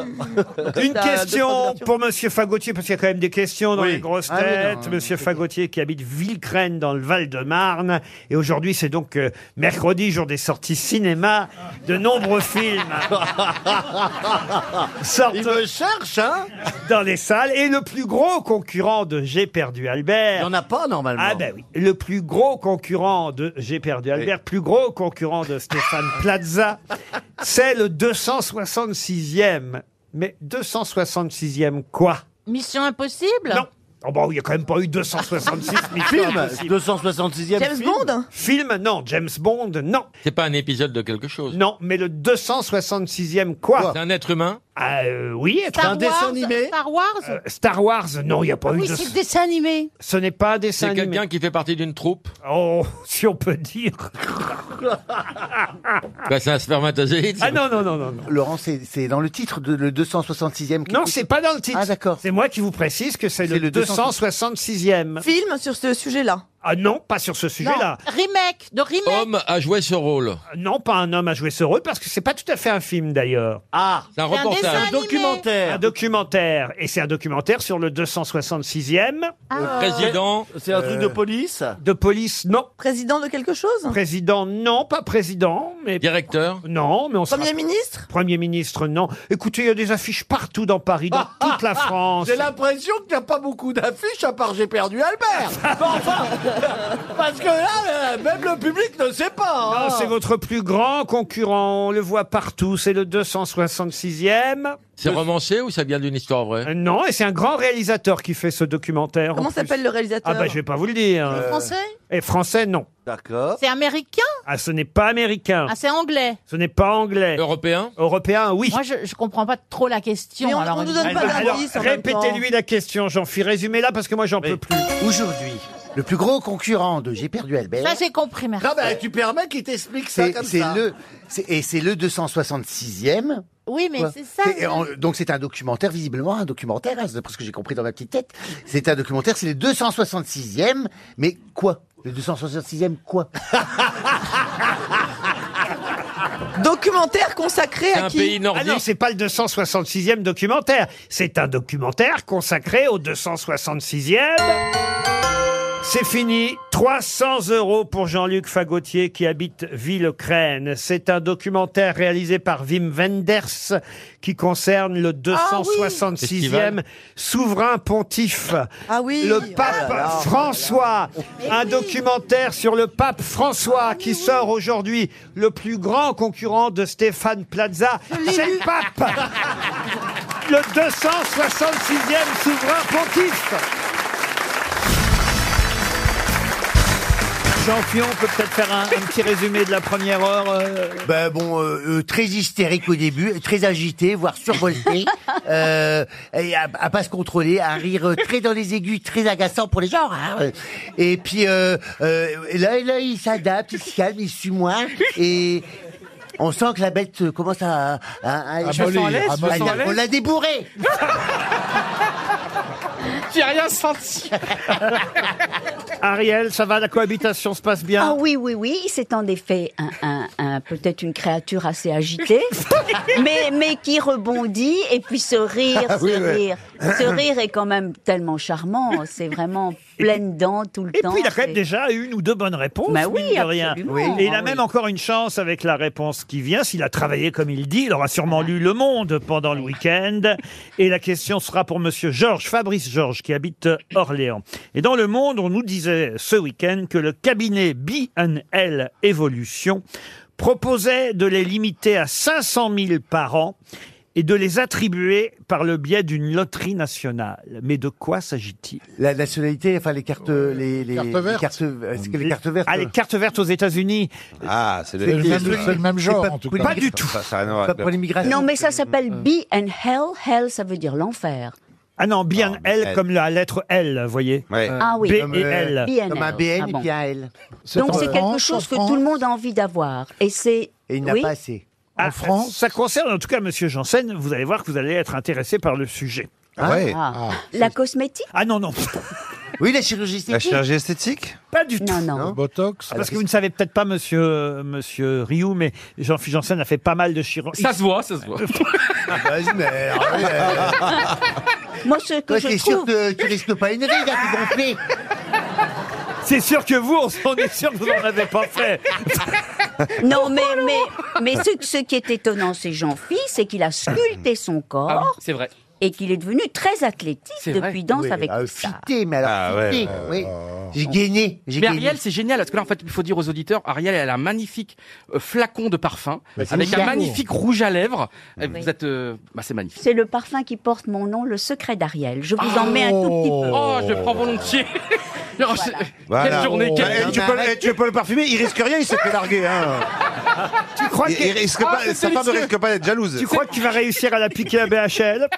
Speaker 16: T'as deux,
Speaker 1: Une
Speaker 16: trois
Speaker 1: question pour Monsieur Fagotier, parce qu'il y a quand même des questions dans
Speaker 16: Oui.
Speaker 1: les grosses
Speaker 16: Ah oui,
Speaker 1: têtes.
Speaker 16: non,
Speaker 1: Monsieur Fagotier qui habite Villecrène dans le Val-de-Marne. Et aujourd'hui, c'est donc euh, mercredi, jour des sorties cinéma. De nombreux films sortent. hein. Dans les salles. Et le plus gros concurrent de J'ai perdu Albert. Il n'y en a pas normalement. Ah ben oui. Le plus gros concurrent de J'ai perdu Albert, plus gros concurrent de Stéphane Plaza, c'est le 266e. Mais 266e quoi
Speaker 17: Mission impossible
Speaker 1: Non. Oh bah, il n'y a quand même pas eu 266
Speaker 16: Film,
Speaker 1: 266e
Speaker 16: James film.
Speaker 1: Bond Film, non. James Bond, non.
Speaker 16: C'est pas un épisode de quelque chose.
Speaker 1: Non, mais le 266e quoi
Speaker 16: C'est un être humain
Speaker 1: Ah euh, oui, être-
Speaker 17: Star Wars, Star Wars
Speaker 1: Euh, Star Wars, non, il n'y a
Speaker 10: Ah
Speaker 1: pas eu
Speaker 17: Oui,
Speaker 1: de...
Speaker 17: c'est le dessin animé.
Speaker 1: Ce n'est pas un dessin
Speaker 16: C'est
Speaker 1: animé.
Speaker 16: quelqu'un qui fait partie d'une troupe
Speaker 1: Oh, si on peut dire.
Speaker 16: Bah, c'est un spermatozoïde.
Speaker 1: Ah non, non, non, non. non.
Speaker 15: Laurent, c'est c'est dans le titre de le 266e.
Speaker 1: Non, c'est pas dans le titre.
Speaker 15: Ah d'accord.
Speaker 1: C'est moi qui vous précise que c'est le,
Speaker 15: le
Speaker 1: 266e.
Speaker 13: Film sur ce sujet-là.
Speaker 1: Ah non, pas sur ce sujet-là. Euh,
Speaker 17: Non, Remake, de remake.
Speaker 16: Homme a joué ce rôle.
Speaker 1: Non, pas un homme à jouer ce rôle parce que c'est pas tout à fait un film d'ailleurs.
Speaker 16: Ah, c'est un
Speaker 1: C'est un
Speaker 16: reportage.
Speaker 1: dessin animé.
Speaker 16: documentaire.
Speaker 1: Un documentaire. Et c'est un documentaire sur le 266e.
Speaker 16: Le président. Euh,
Speaker 1: C'est un truc de police De police, non.
Speaker 13: Président de quelque chose
Speaker 1: Président, non, pas président. Mais...
Speaker 16: Directeur
Speaker 1: Non, mais on
Speaker 13: Premier ministre
Speaker 1: Premier ministre, non. Écoutez, il y a des affiches partout dans Paris, dans toute la France.
Speaker 3: J'ai l'impression qu'il n'y a pas beaucoup d'affiches à part j'ai perdu Albert. Bon, enfin, parce que là, euh, même le public ne sait pas.
Speaker 13: Oh.
Speaker 1: Non,
Speaker 3: hein.
Speaker 1: c'est votre plus grand concurrent, on le voit partout, c'est le 266e.
Speaker 16: C'est romancé ou ça vient d'une histoire vraie
Speaker 1: Euh, Non, et c'est un grand réalisateur qui fait ce documentaire. en
Speaker 13: Comment
Speaker 1: plus.
Speaker 13: s'appelle le réalisateur
Speaker 1: Ah bah je vais pas vous le dire. Euh,
Speaker 17: Français
Speaker 1: Et français, non. D'accord.
Speaker 17: C'est américain
Speaker 1: Ah, ce n'est pas américain.
Speaker 17: Ah, c'est anglais.
Speaker 1: Ce n'est pas anglais.
Speaker 16: Européen
Speaker 1: Européen, oui.
Speaker 10: Ah,
Speaker 1: Ah, bah,
Speaker 17: Moi, je, je comprends pas trop la question.
Speaker 13: Mais on-
Speaker 17: alors,
Speaker 13: on nous donne pas
Speaker 1: Alors,
Speaker 13: d'indice en même temps.
Speaker 1: répétez-lui la question, j'en suis résumé là parce que moi j'en peux plus.
Speaker 15: Aujourd'hui, le plus gros concurrent de J'ai perdu Albert.
Speaker 17: Ça, j'ai compris, merci.
Speaker 3: Non, mais tu permets qu'il t'explique ça
Speaker 15: C'est
Speaker 3: comme
Speaker 15: c'est
Speaker 3: ça.
Speaker 15: le c'est- et c'est le 266e.
Speaker 17: Oui, mais
Speaker 15: Quoi.
Speaker 17: c'est ça.
Speaker 15: Et en- donc c'est un documentaire, visiblement un documentaire, hein, d'après ce que j'ai compris dans ma petite tête. C'est un documentaire, c'est le 266e, mais quoi Le 266e quoi
Speaker 13: Documentaire consacré à qui
Speaker 1: Ah non, c'est pas le 266e documentaire. C'est un documentaire consacré au 266e. C'est fini. 300 euros pour Jean-Luc Fagotier qui habite Villecrène. C'est un documentaire réalisé par Wim Wenders qui concerne
Speaker 13: Ah
Speaker 1: le 266e
Speaker 16: Festival.
Speaker 1: souverain pontife.
Speaker 13: Ah oui.
Speaker 1: Le pape François. Un documentaire sur le pape François qui sort aujourd'hui. Le plus grand concurrent de Stéphane Plaza, c'est le pape. Le 266e souverain pontife. Champion, on peut peut-être faire un, un petit résumé de la première heure. euh,
Speaker 15: Ben bon, euh, euh, très hystérique au début, très agité, voire survolté, euh, et à, à pas se contrôler, à rire euh, très dans les aigus, très agaçant pour les gens. hein. Et puis euh, euh, là, là, il s'adapte, il se calme, il suit moins, et on sent que la bête commence à, à, à-
Speaker 1: Ah,
Speaker 3: À mollir, à
Speaker 15: à-
Speaker 3: mollir.
Speaker 15: on l'a débourré.
Speaker 3: J'ai rien senti.
Speaker 1: Ariel, ça va, la cohabitation se passe bien
Speaker 12: Ah oui, oui, oui, c'est en effet un, un- un- peut-être une créature assez agitée, mais, mais qui rebondit, et puis ce rire,
Speaker 15: Ah
Speaker 12: ce
Speaker 15: oui, ouais.
Speaker 12: rire, ce rire est quand même tellement charmant, c'est vraiment pleine dent tout le
Speaker 1: Et
Speaker 12: temps.
Speaker 1: puis il a quand même
Speaker 12: c'est-
Speaker 1: déjà une ou deux bonnes réponses,
Speaker 12: Bah oui,
Speaker 1: mine de rien.
Speaker 12: absolument.
Speaker 1: Et il a
Speaker 12: Ah
Speaker 1: même encore une chance avec la réponse qui vient. S'il a travaillé comme il dit, il aura sûrement lu Le Monde pendant le week-end. Et la question sera pour Monsieur Georges, Fabrice Georges, qui habite Orléans. Et dans Le Monde, on nous disait ce week-end que le cabinet B&L Evolution proposait de les limiter à 500 000 par an et de les attribuer par le biais d'une loterie nationale. Mais de quoi s'agit-il
Speaker 15: La nationalité, enfin les cartes, les, les,
Speaker 1: Cartes
Speaker 15: les
Speaker 1: vertes.
Speaker 15: cartes, euh, est-ce que les cartes vertes
Speaker 1: Ah, les cartes vertes aux États-Unis.
Speaker 18: Ah, c'est
Speaker 15: le- C'est le même- c'est le même genre, en tout cas.
Speaker 1: Pas du tout.
Speaker 18: Ça, ça a rien à voir avec la-
Speaker 12: Non, mais ça s'appelle Be and Hell. Hell, ça veut dire l'enfer.
Speaker 1: Ah non, bien L
Speaker 12: L.
Speaker 1: comme la lettre L, vous voyez
Speaker 12: Ah oui.
Speaker 1: Euh, B et
Speaker 15: euh,
Speaker 1: L.
Speaker 12: Comme un BN et puis un
Speaker 15: L.
Speaker 12: Donc Ah c'est quelque chose que tout le monde a envie d'avoir. Et c'est.
Speaker 15: Et il
Speaker 12: oui.
Speaker 15: assez.
Speaker 1: en France Ah, Ça concerne en tout cas Monsieur Janssen, vous allez voir que vous allez être intéressé par le sujet.
Speaker 12: Ah ouais. Ah. La cosmétique
Speaker 1: Ah non, non.
Speaker 15: oui, la chirurgie esthétique.
Speaker 1: La chirurgie
Speaker 18: esthétique
Speaker 1: Pas du
Speaker 12: tout. Non, non.
Speaker 1: Botox Parce que vous ne savez peut-être pas, monsieur, euh, monsieur Rioux, mais Jean-Philippe Janssen a fait pas mal de chirurgie. Ah,
Speaker 19: Ça se voit, ça se voit.
Speaker 18: Ah, bah,
Speaker 15: Vas-y, mais.
Speaker 12: Moi, ce que
Speaker 15: Toi,
Speaker 12: je
Speaker 15: t'es
Speaker 12: trouve...
Speaker 15: Euh. sûr que tu risques pas une ride à te gonfler
Speaker 1: C'est sûr que vous, on s- on est sûr que vous n'en avez pas fait.
Speaker 19: Ah
Speaker 12: Non, mais, mais, mais ce, ce qui est étonnant, c'est Jean-Phi, c'est qu'il a sculpté son corps.
Speaker 19: Ah oui, c'est vrai.
Speaker 12: Et qu'il est devenu très athlétique
Speaker 19: C'est vrai.
Speaker 12: depuis Danse
Speaker 19: Oui,
Speaker 12: avec
Speaker 19: ah,
Speaker 12: les
Speaker 19: fit.
Speaker 12: stars.
Speaker 15: mais alors,
Speaker 18: Ah,
Speaker 19: ouais,
Speaker 15: oui. J'ai gagné. j'ai
Speaker 19: Mais
Speaker 15: gagné.
Speaker 19: Ariel, c'est génial parce que là, en fait, il faut dire aux auditeurs, Ariel, elle a un magnifique euh, flacon de parfum
Speaker 15: Bah, c'est
Speaker 19: avec un
Speaker 15: Giacomo.
Speaker 19: magnifique rouge à lèvres. Euh,
Speaker 12: Oui.
Speaker 19: Vous êtes, euh, bah, c'est magnifique.
Speaker 12: C'est le parfum qui porte mon nom, le secret d'Ariel. Je vous en mets un tout petit peu.
Speaker 19: Oh, je le prends volontiers. Non, c'est- Quelle journée, quelle
Speaker 18: Eh, tu, peux, eh, tu peux le parfumer, il risque rien, il s'est fait larguer. Hein.
Speaker 1: Tu crois
Speaker 18: il,
Speaker 1: que-
Speaker 18: il risque
Speaker 1: Ah,
Speaker 18: pas,
Speaker 1: c'est
Speaker 18: Sa femme ne
Speaker 1: délicieux.
Speaker 18: risque pas d'être jalouse.
Speaker 1: Tu crois que tu vas réussir à la piquer à BHL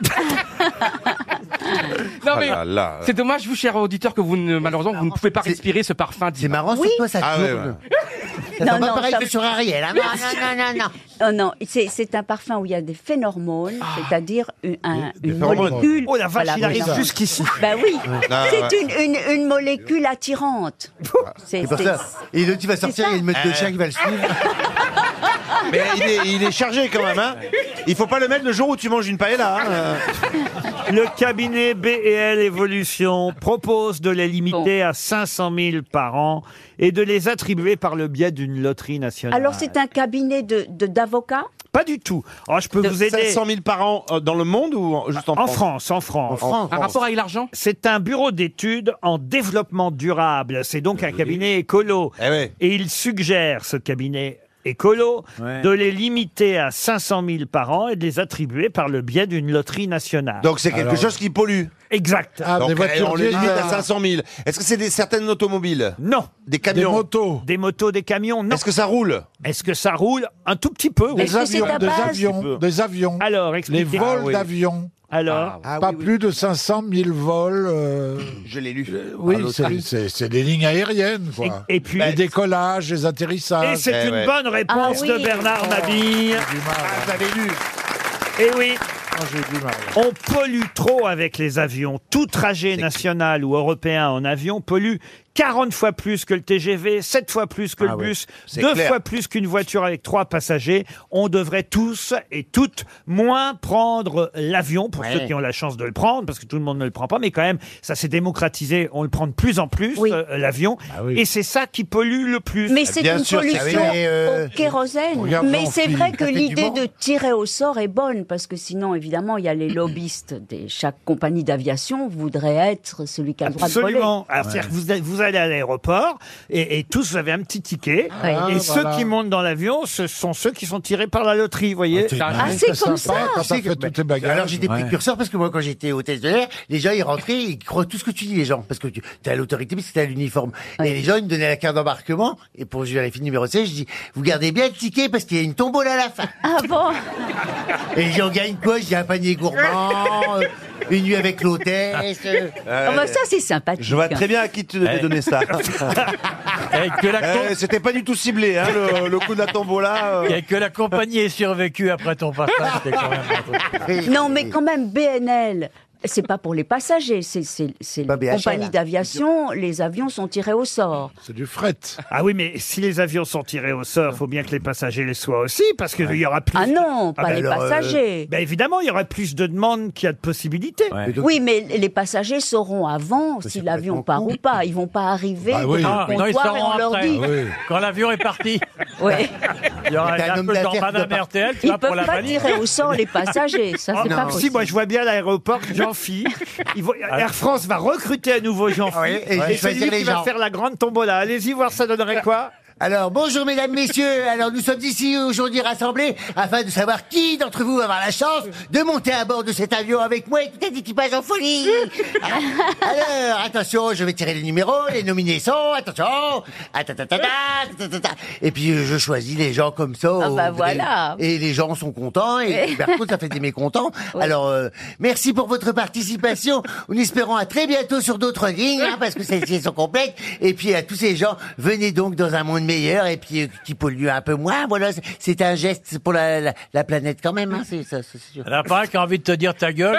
Speaker 19: Non, mais
Speaker 18: Ah là là.
Speaker 19: c'est dommage, vous, chers auditeurs, que vous ne, malheureusement, vous ne pouvez pas respirer ce parfum. C'est
Speaker 15: marrant,
Speaker 12: sur Oui. toi, ça
Speaker 18: Ah ouais,
Speaker 12: tourne.
Speaker 18: ouais.
Speaker 15: Ça sent pas pareil
Speaker 12: ça-
Speaker 15: que sur Ariel, hein. Non, non, non, non, non.
Speaker 12: Oh non, c'est- c'est un parfum où il y a des phénormones, c'est-à-dire une, un-
Speaker 15: Des- des
Speaker 12: une
Speaker 15: phéromones.
Speaker 12: molécule.
Speaker 1: Oh la vache,
Speaker 12: Voilà,
Speaker 1: il arrive
Speaker 12: voilà.
Speaker 1: jusqu'ici.
Speaker 12: Bah oui,
Speaker 15: Ah, ouais.
Speaker 12: c'est une, une- une molécule attirante. C'est
Speaker 15: C'est pour ça. Et l'autre, il va sortir, il y a une meute de
Speaker 18: Euh.
Speaker 15: chien qui va le suivre.
Speaker 18: Mais il est, il est chargé quand même. Hein. Il faut pas le mettre le jour où tu manges une paella. Hein.
Speaker 1: Le cabinet BL Évolution propose de les limiter à 500 000 par an et de les attribuer par le biais d'une loterie nationale.
Speaker 12: Alors c'est un cabinet de de- d'avocats
Speaker 1: Pas du tout. Alors, je peux vous aider.
Speaker 18: 500 000 par an euh, dans le monde ou en- juste en,
Speaker 1: En France, en France.
Speaker 18: France. Un rapport
Speaker 19: avec l'argent
Speaker 1: C'est un bureau d'études en développement durable. C'est donc un cabinet écolo.
Speaker 18: Eh
Speaker 1: Et il suggère, ce cabinet écolo,
Speaker 18: Ouais.
Speaker 1: de les limiter à 500 000 par an et de les attribuer par le biais d'une loterie nationale.
Speaker 18: Donc c'est quelque chose qui pollue.
Speaker 1: Exact.
Speaker 20: Ah,
Speaker 18: Donc, eh, on les limite à 500 000. Est-ce que c'est des certaines automobiles
Speaker 1: Non.
Speaker 18: Des camions. Des
Speaker 1: motos. Des motos, des camions, non. Est-ce que
Speaker 18: ça roule
Speaker 1: Est-ce que ça roule Un tout petit peu, oui.
Speaker 12: Des Est-ce que c'est avions, à des base avions,
Speaker 1: des avions. Alors,
Speaker 20: Les
Speaker 18: Ah
Speaker 1: expliquez.
Speaker 20: vols d'avions.
Speaker 1: Alors
Speaker 20: Pas plus de 500 000 vols. euh,
Speaker 18: Je l'ai lu.
Speaker 20: Oui,
Speaker 18: À l'autre.
Speaker 20: c'est- c'est c'est des lignes aériennes, quoi.
Speaker 1: Et, puis
Speaker 20: les décollages, les atterrissages.
Speaker 1: Et c'est une bonne réponse
Speaker 20: Ah oui.
Speaker 1: de Bernard
Speaker 20: Oh,
Speaker 1: Mabille.
Speaker 18: Ah, je l'avais lu.
Speaker 1: Et oui.
Speaker 20: Oh, j'ai du mal.
Speaker 1: On pollue trop avec les avions. Tout trajet national ou européen en avion pollue 40 fois plus que le TGV, 7 fois plus que
Speaker 18: Ah
Speaker 1: le
Speaker 18: ouais,
Speaker 1: bus,
Speaker 18: c'est
Speaker 1: 2
Speaker 18: clair.
Speaker 1: fois plus qu'une voiture avec 3 passagers. On devrait tous et toutes moins prendre l'avion pour
Speaker 18: Ouais.
Speaker 1: ceux qui ont la chance de le prendre, parce que tout le monde ne le prend pas, mais quand même, ça s'est démocratisé. On le prend de plus en plus, euh, l'avion.
Speaker 18: Bah
Speaker 1: Et c'est ça qui pollue le plus.
Speaker 12: Mais c'est une pollution
Speaker 18: euh,
Speaker 12: au kérosène.
Speaker 1: euh, regarde
Speaker 12: mais
Speaker 1: dans
Speaker 12: c'est
Speaker 1: le
Speaker 12: vrai
Speaker 1: film,
Speaker 12: que
Speaker 1: ça fait du
Speaker 12: l'idée
Speaker 1: vent.
Speaker 12: de tirer au sort est bonne, parce que sinon, évidemment, il y a les lobbyistes. Des, chaque compagnie d'aviation voudrait être celui qui a le droit de voler.
Speaker 1: Absolument. Ah, Alors, c'est-à-dire que vous, allez- vous allez à l'aéroport et, et tous vous avez un petit ticket.
Speaker 12: Ouais. Ah,
Speaker 1: et
Speaker 20: voilà.
Speaker 1: ceux qui montent dans l'avion, ce sont ceux qui sont tirés par la loterie, vous voyez.
Speaker 12: Ah,
Speaker 15: Ah, Tu sais que- Alors j'étais
Speaker 1: Ouais.
Speaker 15: précurseur parce que moi quand j'étais hôtesse de l'air, les gens ils rentraient, ils croient tout ce que tu dis les gens parce que tu as l'autorité parce que tu as l'uniforme. Et les gens ils me donnaient la carte d'embarquement et pour je vérifie le numéro 16, je dis vous gardez bien le ticket parce qu'il y a une tombola à la fin.
Speaker 12: Ah bon
Speaker 15: Et les gens gagnent quoi J'ai un panier gourmand, euh, une nuit avec l'hôtesse. euh.
Speaker 12: Ah bah, ça, c'est sympathique.
Speaker 18: Je vois très bien à qui tu devais
Speaker 15: Eh.
Speaker 18: donner ça.
Speaker 21: que la
Speaker 18: Eh, C'était pas du tout ciblé, hein, le, le coup de la tombola. euh.
Speaker 21: Il n'y a que la compagnie ait survécu après ton partage. c'est quand même un truc.
Speaker 12: Non, mais quand même, BNL. C'est pas pour les passagers, c'est c'est c'est les
Speaker 1: BHL,
Speaker 12: compagnies
Speaker 1: hein.
Speaker 12: d'aviation. Les avions sont tirés au sort.
Speaker 1: C'est du fret. Ah oui, mais si les avions sont tirés au sort, faut bien que les passagers les soient aussi, parce qu'il y aura plus.
Speaker 12: Ah non, pas
Speaker 1: bah
Speaker 12: les
Speaker 1: alors, euh,
Speaker 12: passagers.
Speaker 1: bah évidemment, il y aura plus de demandes qu'il y a de possibilités.
Speaker 12: Oui, mais les passagers sauront avant si l'avion part ou pas. Ils vont pas arriver
Speaker 2: Bah
Speaker 21: Ah
Speaker 12: au
Speaker 21: oui. Ah, non, ils
Speaker 12: comptoir et
Speaker 21: sauront
Speaker 12: on leur
Speaker 21: après.
Speaker 12: dit.
Speaker 21: Quand l'avion est parti.
Speaker 12: Ouais.
Speaker 21: Il y aura
Speaker 1: T'as un
Speaker 21: un
Speaker 1: homme
Speaker 21: peu
Speaker 1: d'affaires
Speaker 21: genre
Speaker 1: qui doit
Speaker 21: Madame
Speaker 1: partir.
Speaker 21: RTL, tu
Speaker 12: Ils
Speaker 21: vas pour
Speaker 12: peuvent
Speaker 21: la
Speaker 12: pas
Speaker 21: valise.
Speaker 12: tirer au sort les passagers, ça, c'est
Speaker 1: Oh,
Speaker 12: pas
Speaker 1: non, Si
Speaker 12: possible.
Speaker 1: moi je vois bien à l'aéroport Jean-Phi, ils vont- Air France va recruter à nouveau Jean-Phi
Speaker 15: Ah oui, et
Speaker 1: et,
Speaker 15: il va
Speaker 1: c'est
Speaker 15: dire
Speaker 1: lui
Speaker 15: les
Speaker 1: qui va
Speaker 15: gens.
Speaker 1: faire la grande tombola. Allez-y voir ça donnerait quoi
Speaker 15: Alors, bonjour mesdames, messieurs. Alors, nous sommes ici aujourd'hui rassemblés afin de savoir qui d'entre vous va avoir la chance de monter à bord de cet avion avec moi et tout un équipage en folie. Alors, attention, je vais tirer les numéros, les nominés sont, attention. Atatatata, tatatata. Et puis, euh, je choisis les gens comme ça.
Speaker 12: Ah, bah,
Speaker 15: au-
Speaker 12: voilà.
Speaker 15: Et les gens sont contents et par contre, ça fait des mécontents. Alors, euh, merci pour votre participation. Nous espérons à très bientôt sur d'autres lignes hein, parce que celles-ci sont complètes. Et puis, à tous ces gens, venez donc dans un monde meilleur et puis euh, qui pollue un peu moins. Voilà, c'est- c'est un geste pour la, la, la planète quand même. Hein, c'est ça, c'est sûr.
Speaker 21: Il y en a pas un qui a envie de te dire ta gueule.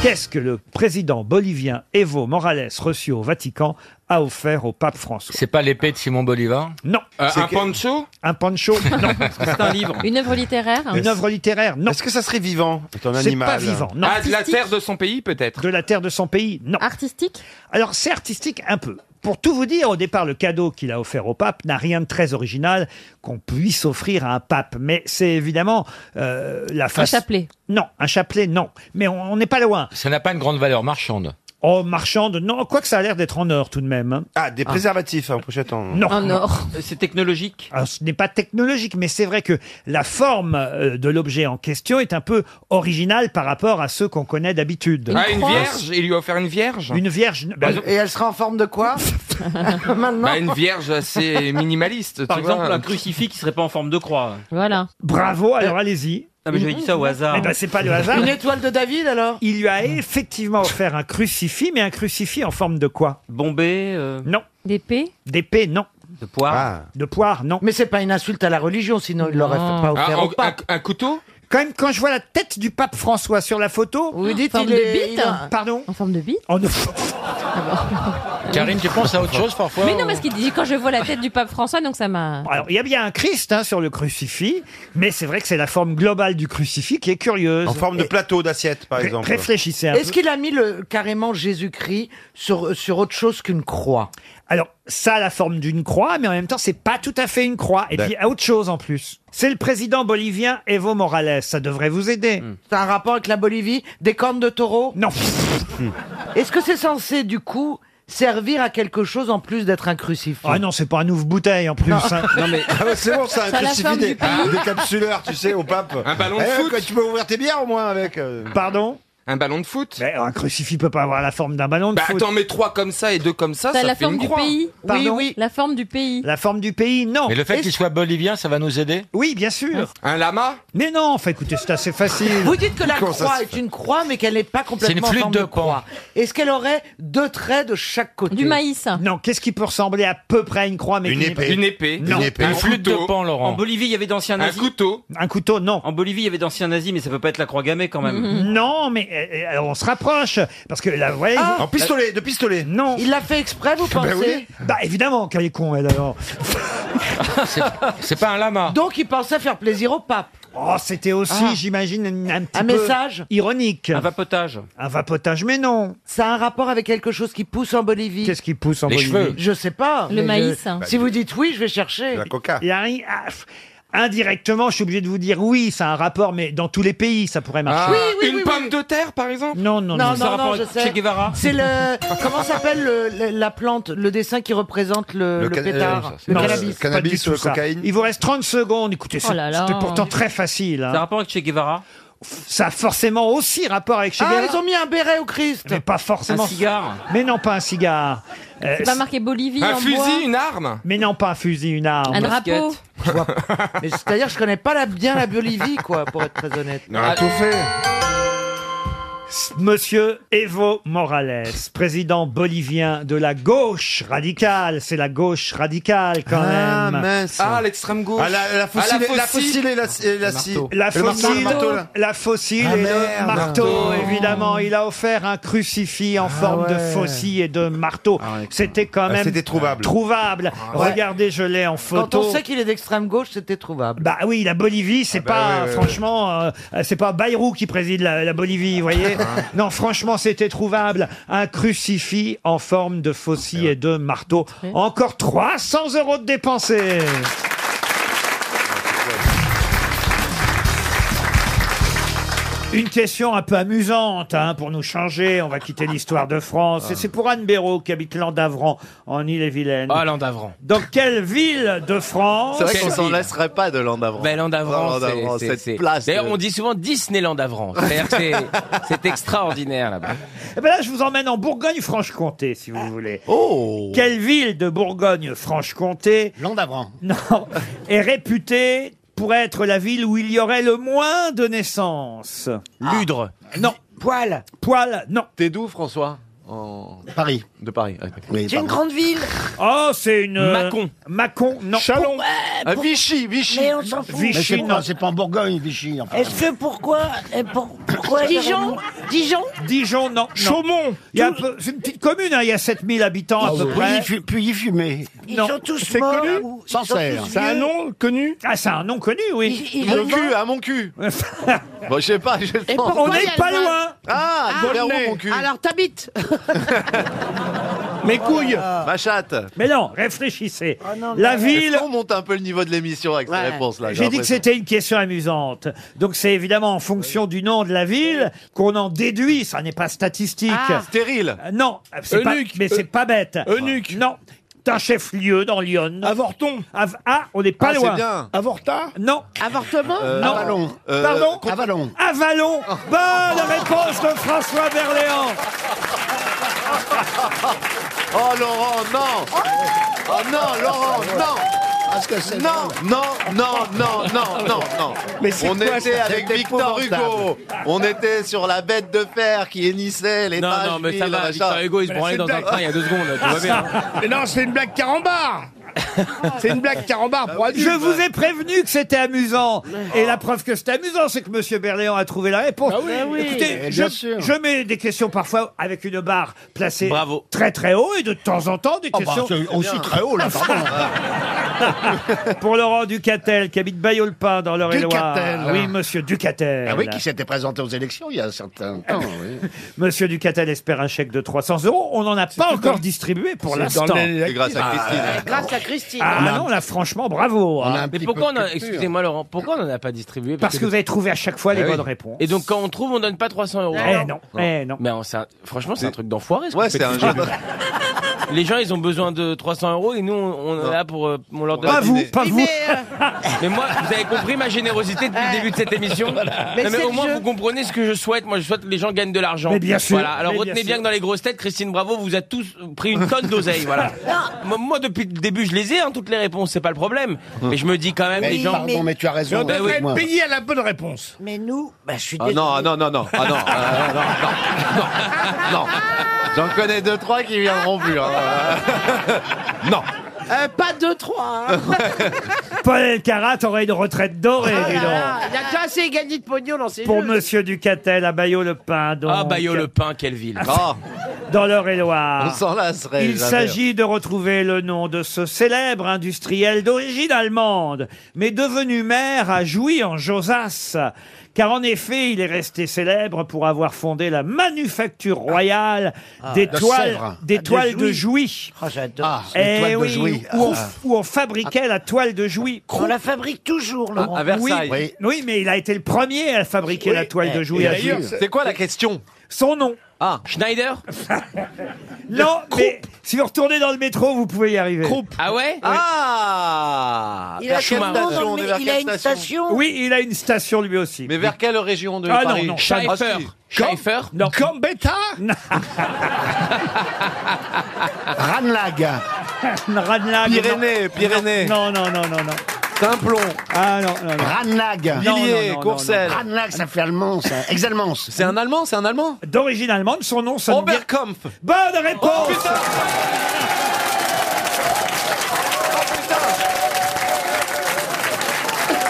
Speaker 1: Qu'est-ce que le président bolivien Evo Morales, reçu au Vatican, a offert au pape François
Speaker 16: C'est pas l'épée de Simon Bolivar
Speaker 1: Non.
Speaker 16: Euh,
Speaker 1: C'est
Speaker 16: un
Speaker 1: que-
Speaker 16: pancho
Speaker 1: Un pancho Non.
Speaker 16: C'est un livre.
Speaker 5: Une œuvre littéraire
Speaker 1: Une œuvre littéraire Non.
Speaker 18: Est-ce que ça serait vivant C'est un
Speaker 1: C'est
Speaker 18: animal.
Speaker 1: pas vivant. Non.
Speaker 19: Ah, de la terre de son pays, peut-être.
Speaker 1: De la terre de son pays, non.
Speaker 5: Artistique
Speaker 1: Alors c'est artistique un peu. Pour tout vous dire, au départ, le cadeau qu'il a offert au pape n'a rien de très original qu'on puisse offrir à un pape. Mais c'est évidemment euh, la façon...
Speaker 5: chapelet.
Speaker 1: Non, un chapelet, non. Mais on on n'est pas loin.
Speaker 16: Ça n'a pas une grande valeur marchande.
Speaker 1: Oh, marchande, non. Quoique ça a l'air d'être en or tout de même. hein.
Speaker 18: Ah, des préservatifs en pochette en...
Speaker 1: Ah, Non. En
Speaker 5: or.
Speaker 19: C'est technologique.
Speaker 1: Alors, ce n'est pas technologique, mais c'est vrai que la forme euh, de l'objet en question est un peu originale par rapport à ceux qu'on connaît d'habitude.
Speaker 19: ah, une vierge Il lui a offert une vierge
Speaker 1: Une vierge. n- bah,
Speaker 2: euh,
Speaker 22: Et elle sera en forme de quoi Maintenant
Speaker 19: Bah, une vierge assez minimaliste.
Speaker 8: Par
Speaker 19: tu
Speaker 8: exemple,
Speaker 19: vois.
Speaker 8: un crucifix qui serait pas en forme de croix.
Speaker 5: Voilà.
Speaker 1: Bravo, alors allez-y.
Speaker 8: Ah, mais j'avais dit ça au hasard.
Speaker 2: bah,
Speaker 1: Eh ben, c'est pas le hasard.
Speaker 22: Une étoile de David alors
Speaker 1: Il lui a effectivement offert un crucifix, mais un crucifix en forme de quoi
Speaker 8: Bombé,
Speaker 1: Non.
Speaker 5: D'épée
Speaker 1: D'épée, non.
Speaker 8: de poire.
Speaker 18: Ah.
Speaker 1: De poire, non.
Speaker 22: Mais c'est pas une insulte à la religion, sinon il l'aurait
Speaker 1: Non.
Speaker 22: pas offert
Speaker 1: Ah,
Speaker 22: au
Speaker 1: en-
Speaker 22: pape.
Speaker 19: Un couteau
Speaker 1: Quand même, quand je vois la tête du pape François sur la photo.
Speaker 22: Vous dites
Speaker 5: forme
Speaker 22: il
Speaker 5: de
Speaker 22: est-
Speaker 5: bite
Speaker 22: il a-
Speaker 1: Pardon
Speaker 5: En forme de bite
Speaker 1: Oh, non.
Speaker 17: Ah
Speaker 16: Karine, tu penses à autre chose parfois
Speaker 5: Mais non,
Speaker 16: ou-
Speaker 5: parce qu'il dit quand je vois la tête du pape François, donc ça m'a.
Speaker 1: Alors, il y a bien un Christ hein, sur le crucifix, mais c'est vrai que c'est la forme globale du crucifix qui est curieuse.
Speaker 18: En forme de plateau d'assiette, par
Speaker 1: Ré-
Speaker 18: exemple.
Speaker 1: Réfléchissez un peu.
Speaker 22: Est-ce qu'il a mis le, carrément Jésus-Christ sur, sur autre chose qu'une croix
Speaker 1: Alors, ça a la forme d'une croix, mais en même temps, c'est pas tout à fait une croix. Et puis, il y a autre chose en plus. C'est le président bolivien Evo Morales. Ça devrait vous aider.
Speaker 19: Hmm.
Speaker 22: Ça a un rapport avec la Bolivie Des cornes de taureau
Speaker 1: Non.
Speaker 22: Est-ce que c'est censé, du coup, servir à quelque chose en plus d'être un crucifix
Speaker 1: Ah non, c'est pas un ouvre-bouteille en plus. hein.
Speaker 18: Ah ouais, c'est bon, ça
Speaker 22: Ça a la
Speaker 18: intensifie
Speaker 22: forme
Speaker 18: des,
Speaker 22: du pays.
Speaker 18: des capsuleurs, tu sais, au pape.
Speaker 19: Un ballon de
Speaker 18: Eh,
Speaker 19: foot.
Speaker 18: quoi, Tu peux ouvrir tes bières au moins avec. euh.
Speaker 1: Pardon
Speaker 19: Un ballon de foot
Speaker 1: Mais un crucifix peut pas avoir la forme d'un ballon de
Speaker 19: Bah,
Speaker 1: foot.
Speaker 19: attends, mais trois comme ça et deux comme ça,
Speaker 5: Ça
Speaker 19: ça,
Speaker 5: a la
Speaker 19: fait une
Speaker 5: forme du
Speaker 19: croix.
Speaker 5: pays
Speaker 1: Pardon
Speaker 5: oui. La forme du pays.
Speaker 1: La forme du pays, non.
Speaker 16: Mais le fait qu'il soit bolivien, ça va nous aider
Speaker 1: Oui, bien sûr.
Speaker 22: Hein
Speaker 19: Un lama
Speaker 1: Mais non, enfin, écoutez, c'est assez facile.
Speaker 22: Vous dites que la
Speaker 1: Comment ça
Speaker 22: croix
Speaker 1: se
Speaker 22: est une croix, mais qu'elle n'est pas complètement
Speaker 1: flûte
Speaker 22: en forme
Speaker 1: de
Speaker 22: de, croix. Est-ce qu'elle aurait deux traits de chaque côté
Speaker 1: Non, qu'est-ce qui peut ressembler à peu près à une croix mais
Speaker 18: Une
Speaker 1: qui n'est
Speaker 18: épée.
Speaker 1: pas-
Speaker 18: Une
Speaker 19: épée.
Speaker 1: Non.
Speaker 18: Une épée. Une flûte de pan, Laurent.
Speaker 8: En Bolivie, il y avait d'anciens nazis.
Speaker 19: couteau.
Speaker 1: Un couteau, non.
Speaker 8: En Bolivie, il y avait d'anciens nazis, mais ça peut pas être la croix gammée quand même.
Speaker 1: Mhm. Non, mais euh, euh, alors on se rapproche parce que là, vous voyez,
Speaker 22: Ah,
Speaker 1: vous-
Speaker 22: En pistolet,
Speaker 18: de pistolet.
Speaker 1: Non.
Speaker 22: Il l'a fait exprès, vous
Speaker 1: Bah,
Speaker 22: pensez
Speaker 1: évidemment, qu'elle est con elle alors.
Speaker 16: C'est pas un lama.
Speaker 22: Donc il pensait faire plaisir au pape. Ah.
Speaker 1: Oh, c'était aussi, j'imagine, un, un petit
Speaker 22: Un
Speaker 1: peu
Speaker 22: message
Speaker 1: ironique. Un,
Speaker 8: vapotage.
Speaker 1: vapotage, mais non.
Speaker 22: Ça a un rapport avec quelque chose qui pousse en Bolivie
Speaker 1: Qu'est-ce qui pousse en
Speaker 16: Les
Speaker 1: Bolivie
Speaker 16: cheveux.
Speaker 22: Je sais pas.
Speaker 5: Le
Speaker 22: mais
Speaker 5: maïs,
Speaker 22: je-
Speaker 5: hein.
Speaker 22: Si vous dites oui, je vais chercher.
Speaker 18: La coca.
Speaker 1: Il y a rien- ah, pff, Indirectement, je suis obligé de vous dire oui, ça a un rapport, mais dans tous les pays, ça pourrait marcher.
Speaker 22: Ah.
Speaker 19: une pomme de terre, par exemple
Speaker 1: Non, non,
Speaker 22: Non,
Speaker 1: non.
Speaker 22: non, non, je
Speaker 8: avec Che
Speaker 22: sais.
Speaker 8: Guevara
Speaker 22: C'est le. Comment s'appelle le- le- la plante, le dessin qui représente le, le
Speaker 18: can-
Speaker 22: pétard
Speaker 18: euh,
Speaker 22: Le
Speaker 1: Non,
Speaker 22: cannabis.
Speaker 1: c'est pas
Speaker 18: cannabis
Speaker 1: du tout
Speaker 18: ou la
Speaker 1: ça.
Speaker 18: cocaïne
Speaker 1: Il vous reste 30 secondes. Écoutez,
Speaker 5: Oh là
Speaker 1: c'est-
Speaker 5: là.
Speaker 1: c'était pourtant très facile. hein.
Speaker 8: Ça a rapport avec Che Guevara
Speaker 1: Ça a forcément aussi rapport avec chez
Speaker 22: Ah, ils ont mis un béret au Christ
Speaker 1: Mais pas forcément.
Speaker 8: Un cigare
Speaker 1: Mais non, pas un cigare. Euh,
Speaker 5: C'est pas marqué Bolivie
Speaker 19: Un
Speaker 5: en
Speaker 19: fusil,
Speaker 5: bois.
Speaker 19: une arme
Speaker 1: Mais non, pas un fusil, une arme.
Speaker 5: Un drapeau.
Speaker 22: Mais c'est-à-dire, je connais pas la, bien la Bolivie, quoi, pour être très honnête.
Speaker 18: Non, a tout fait.
Speaker 1: Monsieur Evo Morales, président bolivien de la gauche radicale. C'est la gauche radicale quand
Speaker 18: Ah,
Speaker 1: même.
Speaker 18: mince.
Speaker 19: Ah, l'extrême gauche.
Speaker 18: Ah, la, la fossile,
Speaker 19: Ah,
Speaker 18: la fossile et la, et euh, la scie.
Speaker 1: La
Speaker 18: Le marteau, le
Speaker 1: fossile,
Speaker 18: marteau, là.
Speaker 1: la fossile
Speaker 18: Ah,
Speaker 1: et le
Speaker 18: merde.
Speaker 1: marteau,
Speaker 18: Marteau.
Speaker 1: évidemment. Il a offert un crucifix en forme de
Speaker 18: Ah, ouais.
Speaker 1: faucille et de marteau. C'était quand
Speaker 18: Ah,
Speaker 1: même
Speaker 18: c'était trouvable.
Speaker 1: trouvable.
Speaker 22: Ouais.
Speaker 1: Regardez, je l'ai en
Speaker 22: Quand
Speaker 1: photo.
Speaker 22: on sait qu'il est d'extrême gauche, c'était trouvable.
Speaker 1: Bah oui, la Bolivie, c'est
Speaker 18: bah
Speaker 1: pas
Speaker 18: ouais, ouais,
Speaker 1: Ah, franchement, euh, c'est pas Bayrou qui préside la, la Bolivie, vous voyez.
Speaker 18: Ah.
Speaker 1: non, franchement, c'était trouvable. Un crucifix en forme de faucille et de marteau. Encore 300 euros de dépensés. Une question un peu amusante hein, pour nous changer. On va quitter l'histoire de France. Et c'est pour Anne Béraud qui habite Landavran en Ille-et-Vilaine.
Speaker 8: Ah, Landavran.
Speaker 1: Dans quelle ville de France
Speaker 8: Oh,
Speaker 2: C'est vrai qu'on s'en lasserait pas de Landavran.
Speaker 8: Ben, Landavran,
Speaker 2: Oh, Landavran,
Speaker 8: c'est-
Speaker 2: cette
Speaker 8: c'est-
Speaker 2: place.
Speaker 8: D'ailleurs,
Speaker 2: de-
Speaker 8: on dit souvent Disneyland Avran. C'est-à-dire que c'est- c'est
Speaker 1: Ah.
Speaker 8: extraordinaire là-bas.
Speaker 1: Eh ben là, je vous emmène en Bourgogne-Franche-Comté, si vous voulez. Oh Quelle ville de Bourgogne-Franche-Comté Landavran. Non. Est réputée pour être la ville où il y aurait le moins de naissances Ludre. Non. Poil. Poil, non. T'es d'où, François
Speaker 3: Paris. De Paris.
Speaker 15: Eh,
Speaker 1: C'est une grande ville. Oh, c'est une. euh,
Speaker 3: Mâcon.
Speaker 1: Mâcon, non.
Speaker 3: Chalon.
Speaker 1: Pour-
Speaker 3: Ah, Vichy, Vichy. Mais on s'en
Speaker 1: fout. Vichy, non.
Speaker 3: C'est pas en Bourgogne, Vichy. Enfin.
Speaker 1: Est-ce que pourquoi, euh, pourquoi
Speaker 3: Dijon
Speaker 1: Dijon Dijon, non. Chaumont il y a un peu- C'est une petite commune, hein, il y a 7000 habitants
Speaker 15: Ah
Speaker 1: à peu près.
Speaker 3: Ah, Puis y fumer.
Speaker 1: Ils sont tous C'est connu
Speaker 3: Sancerre. C'est un nom connu
Speaker 1: Ah, c'est un nom connu, oui.
Speaker 3: Ils- ils Mon le cul, vendent
Speaker 1: à mon cul.
Speaker 2: Bon, je sais pas. Je
Speaker 1: Et
Speaker 2: pense.
Speaker 1: pourquoi On n'est il y a pas le vin loin.
Speaker 2: Ah,
Speaker 1: Ah,
Speaker 2: il faut vers
Speaker 1: Volnay.
Speaker 2: où, mon cul
Speaker 1: Alors,
Speaker 2: t'habites
Speaker 1: Mes couilles
Speaker 2: Ma chatte
Speaker 1: Mais non, réfléchissez. La ville-
Speaker 2: On monte un peu le niveau de l'émission avec ces réponses-là.
Speaker 1: J'ai dit que c'était une question amusante. Donc c'est évidemment en fonction du nom de la ville qu'on en déduit. Ça n'est pas statistique.
Speaker 2: Ah. Stérile.
Speaker 1: Euh, Non, c'est pas-
Speaker 2: Eunuque.
Speaker 1: mais c'est pas bête. Euh, Eunuque. Non. C'est un chef-lieu dans Lyon. Avorton. ah, on n'est pas
Speaker 3: Ah, c'est
Speaker 1: loin.
Speaker 3: bien.
Speaker 1: Avorta Non.
Speaker 3: Avortement
Speaker 1: non.
Speaker 3: Avalon. Euh,
Speaker 1: Pardon
Speaker 3: Avalon.
Speaker 1: Avalon. Bonne réponse de François Berléand.
Speaker 2: Oh Laurent, non Oh non, Laurent, non non, non, non, non, non, non, non.
Speaker 3: Mais c'est
Speaker 2: on
Speaker 3: quoi,
Speaker 2: était
Speaker 3: ça
Speaker 2: avec
Speaker 3: C'est
Speaker 2: Victor Hugo.
Speaker 3: épouvantable.
Speaker 2: On était sur la bête de fer qui hennissait les
Speaker 8: Non,
Speaker 2: taches
Speaker 8: non, mais ça
Speaker 2: files,
Speaker 8: va,
Speaker 2: machin.
Speaker 8: Victor Hugo, il se Mais branlait c'est dans un dingue. train il y a deux secondes, tu vois bien.
Speaker 3: Mais non, c'est une blague carambar. C'est une blague carambar pour adultes.
Speaker 1: Je vous ai prévenu que c'était amusant. Et la preuve que c'est amusant, c'est que Monsieur Berléand a trouvé la réponse. Bah
Speaker 3: Ah oui. Ah oui.
Speaker 1: Écoutez,
Speaker 3: Eh
Speaker 1: je,
Speaker 3: bien sûr.
Speaker 1: je mets des questions parfois avec une barre placée
Speaker 3: Bravo.
Speaker 1: très très haut et de temps en temps des
Speaker 3: Oh bah,
Speaker 1: questions Eh
Speaker 3: c'est aussi Bien. très haut, là, pardon.
Speaker 1: Pour Laurent Ducatel qui habite Bayeulpin dans l'Eure-et-Loire. Ah
Speaker 3: Ducatel.
Speaker 1: Oui, Monsieur Ducatel. Ah
Speaker 3: Ah oui, qui s'était présenté aux élections il y a un certain temps. Oui.
Speaker 1: Monsieur Ducatel espère un chèque de 300 euros. On n'en a pas encore distribué pour
Speaker 3: C'est
Speaker 1: l'instant.
Speaker 3: dans les- Ah, C'est
Speaker 2: grâce à Christine.
Speaker 23: Grâce à Christine.
Speaker 1: Ah non, là franchement, bravo. hein.
Speaker 8: Mais pourquoi on a- excusez-moi Laurent, pourquoi on n'en a pas distribué
Speaker 1: Parce que vous avez trouvé à chaque
Speaker 3: Eh
Speaker 1: fois les bonnes réponses.
Speaker 8: Eh Et donc quand on trouve, on donne pas 300 euros.
Speaker 1: Eh non, eh non.
Speaker 8: Mais on- c'est un- franchement, c'est un truc d'enfoiré. ce
Speaker 2: Ouais,
Speaker 8: qu'on fait
Speaker 2: c'est un
Speaker 8: tout ça.
Speaker 2: jeu
Speaker 8: Les gens, ils ont besoin de 300 euros et nous, on, on est là pour, euh, on leur donne.
Speaker 1: Pas vous, pas vous.
Speaker 8: Mais moi, vous avez compris ma générosité depuis le début de cette émission.
Speaker 1: euh, Voilà.
Speaker 8: Non,
Speaker 1: Mais
Speaker 8: Mais,
Speaker 1: c'est
Speaker 8: au
Speaker 1: le
Speaker 8: moins,
Speaker 1: jeu.
Speaker 8: vous comprenez ce que je souhaite. Moi, je souhaite que les gens gagnent de l'argent.
Speaker 1: Mais bien sûr.
Speaker 8: Voilà. Alors
Speaker 1: Mais bien
Speaker 8: retenez bien, que
Speaker 1: sûr.
Speaker 8: dans les grosses têtes, Christine Bravo vous a tous pris une tonne d'oseille. Voilà. Moi, moi, depuis le début, je les ai, hein, toutes les réponses, c'est pas le problème. Mais je me dis quand même,
Speaker 3: Mais
Speaker 8: les gens.
Speaker 3: Eh pardon, mais, tu as raison. Eh
Speaker 8: Bah oui.
Speaker 3: à la bonne réponse.
Speaker 23: Mais nous, bah, je suis
Speaker 2: Ah non, ah non, non, non, ah non, ah non, non, non, non. J'en connais deux, trois qui viendront plus. hein. Non.
Speaker 23: Euh, pas deux, trois. hein.
Speaker 1: Paul Elkarat aurait une retraite dorée,
Speaker 23: Ah
Speaker 1: dis
Speaker 23: là
Speaker 1: donc.
Speaker 23: là, Il y a déjà assez gagné de pognon dans ces
Speaker 1: Pour
Speaker 23: jeux.
Speaker 1: Monsieur Ducatel à Bayeux-le-Pin, donc.
Speaker 8: Ah,
Speaker 24: bah,
Speaker 22: euh,
Speaker 8: Bayeux le pain, quelle ville.
Speaker 1: Ah. Dans l'Eure-et-Loire.
Speaker 2: On s'en lasserait
Speaker 1: Il
Speaker 2: jamais.
Speaker 1: s'agit de retrouver le nom de ce célèbre industriel d'origine allemande, mais devenu maire à Jouy en Josas. Car en effet, il est resté célèbre pour avoir fondé la manufacture royale
Speaker 3: Ah,
Speaker 1: des
Speaker 3: de
Speaker 1: toiles,
Speaker 3: Sèvres.
Speaker 1: des
Speaker 3: De
Speaker 1: toiles de
Speaker 3: Jouy.
Speaker 1: Jouy.
Speaker 23: Oh, j'adore.
Speaker 1: Eh
Speaker 3: toile de
Speaker 1: oui,
Speaker 3: Jouy.
Speaker 1: Où, on,
Speaker 3: Ah.
Speaker 1: où on fabriquait la toile de Jouy.
Speaker 23: On la fabrique toujours, Laurent.
Speaker 1: Oui, oui, mais il a été le premier à fabriquer la toile de Jouy. à Jouy.
Speaker 2: C'est quoi la question
Speaker 1: Son nom.
Speaker 8: Ah, Schneider
Speaker 1: Non, mais si vous retournez dans le métro, vous pouvez y arriver.
Speaker 8: Ah ouais
Speaker 2: Ah
Speaker 23: Il a,
Speaker 2: Vers quelle
Speaker 23: quel nom dans le
Speaker 2: station On
Speaker 23: mé-
Speaker 2: est vers
Speaker 23: il
Speaker 2: quelle
Speaker 23: a une station.
Speaker 1: Oui, il a une station lui aussi.
Speaker 2: Mais vers quelle région de
Speaker 1: Ah non,
Speaker 2: Paris
Speaker 1: non,
Speaker 8: Schaeffer.
Speaker 2: Ah, si.
Speaker 8: Schaeffer
Speaker 1: Non.
Speaker 3: Gambetta Ranlag.
Speaker 1: Ranelagh,
Speaker 2: Pyrénées,
Speaker 1: non.
Speaker 2: Pyrénées.
Speaker 1: Non, non, non, non, non.
Speaker 2: Simplon.
Speaker 1: Ah non, non, non.
Speaker 3: Ranlag.
Speaker 1: Non, non,
Speaker 2: Villiers,
Speaker 1: non, non,
Speaker 2: Eh, Courcelles.
Speaker 3: Ranlag, ça fait allemand, ça. Exalmans.
Speaker 2: C'est un Allemand, c'est un Allemand
Speaker 1: D'origine allemande, son nom sonne bien.
Speaker 2: Oberkampf.
Speaker 1: Bonne
Speaker 2: Oh,
Speaker 1: réponse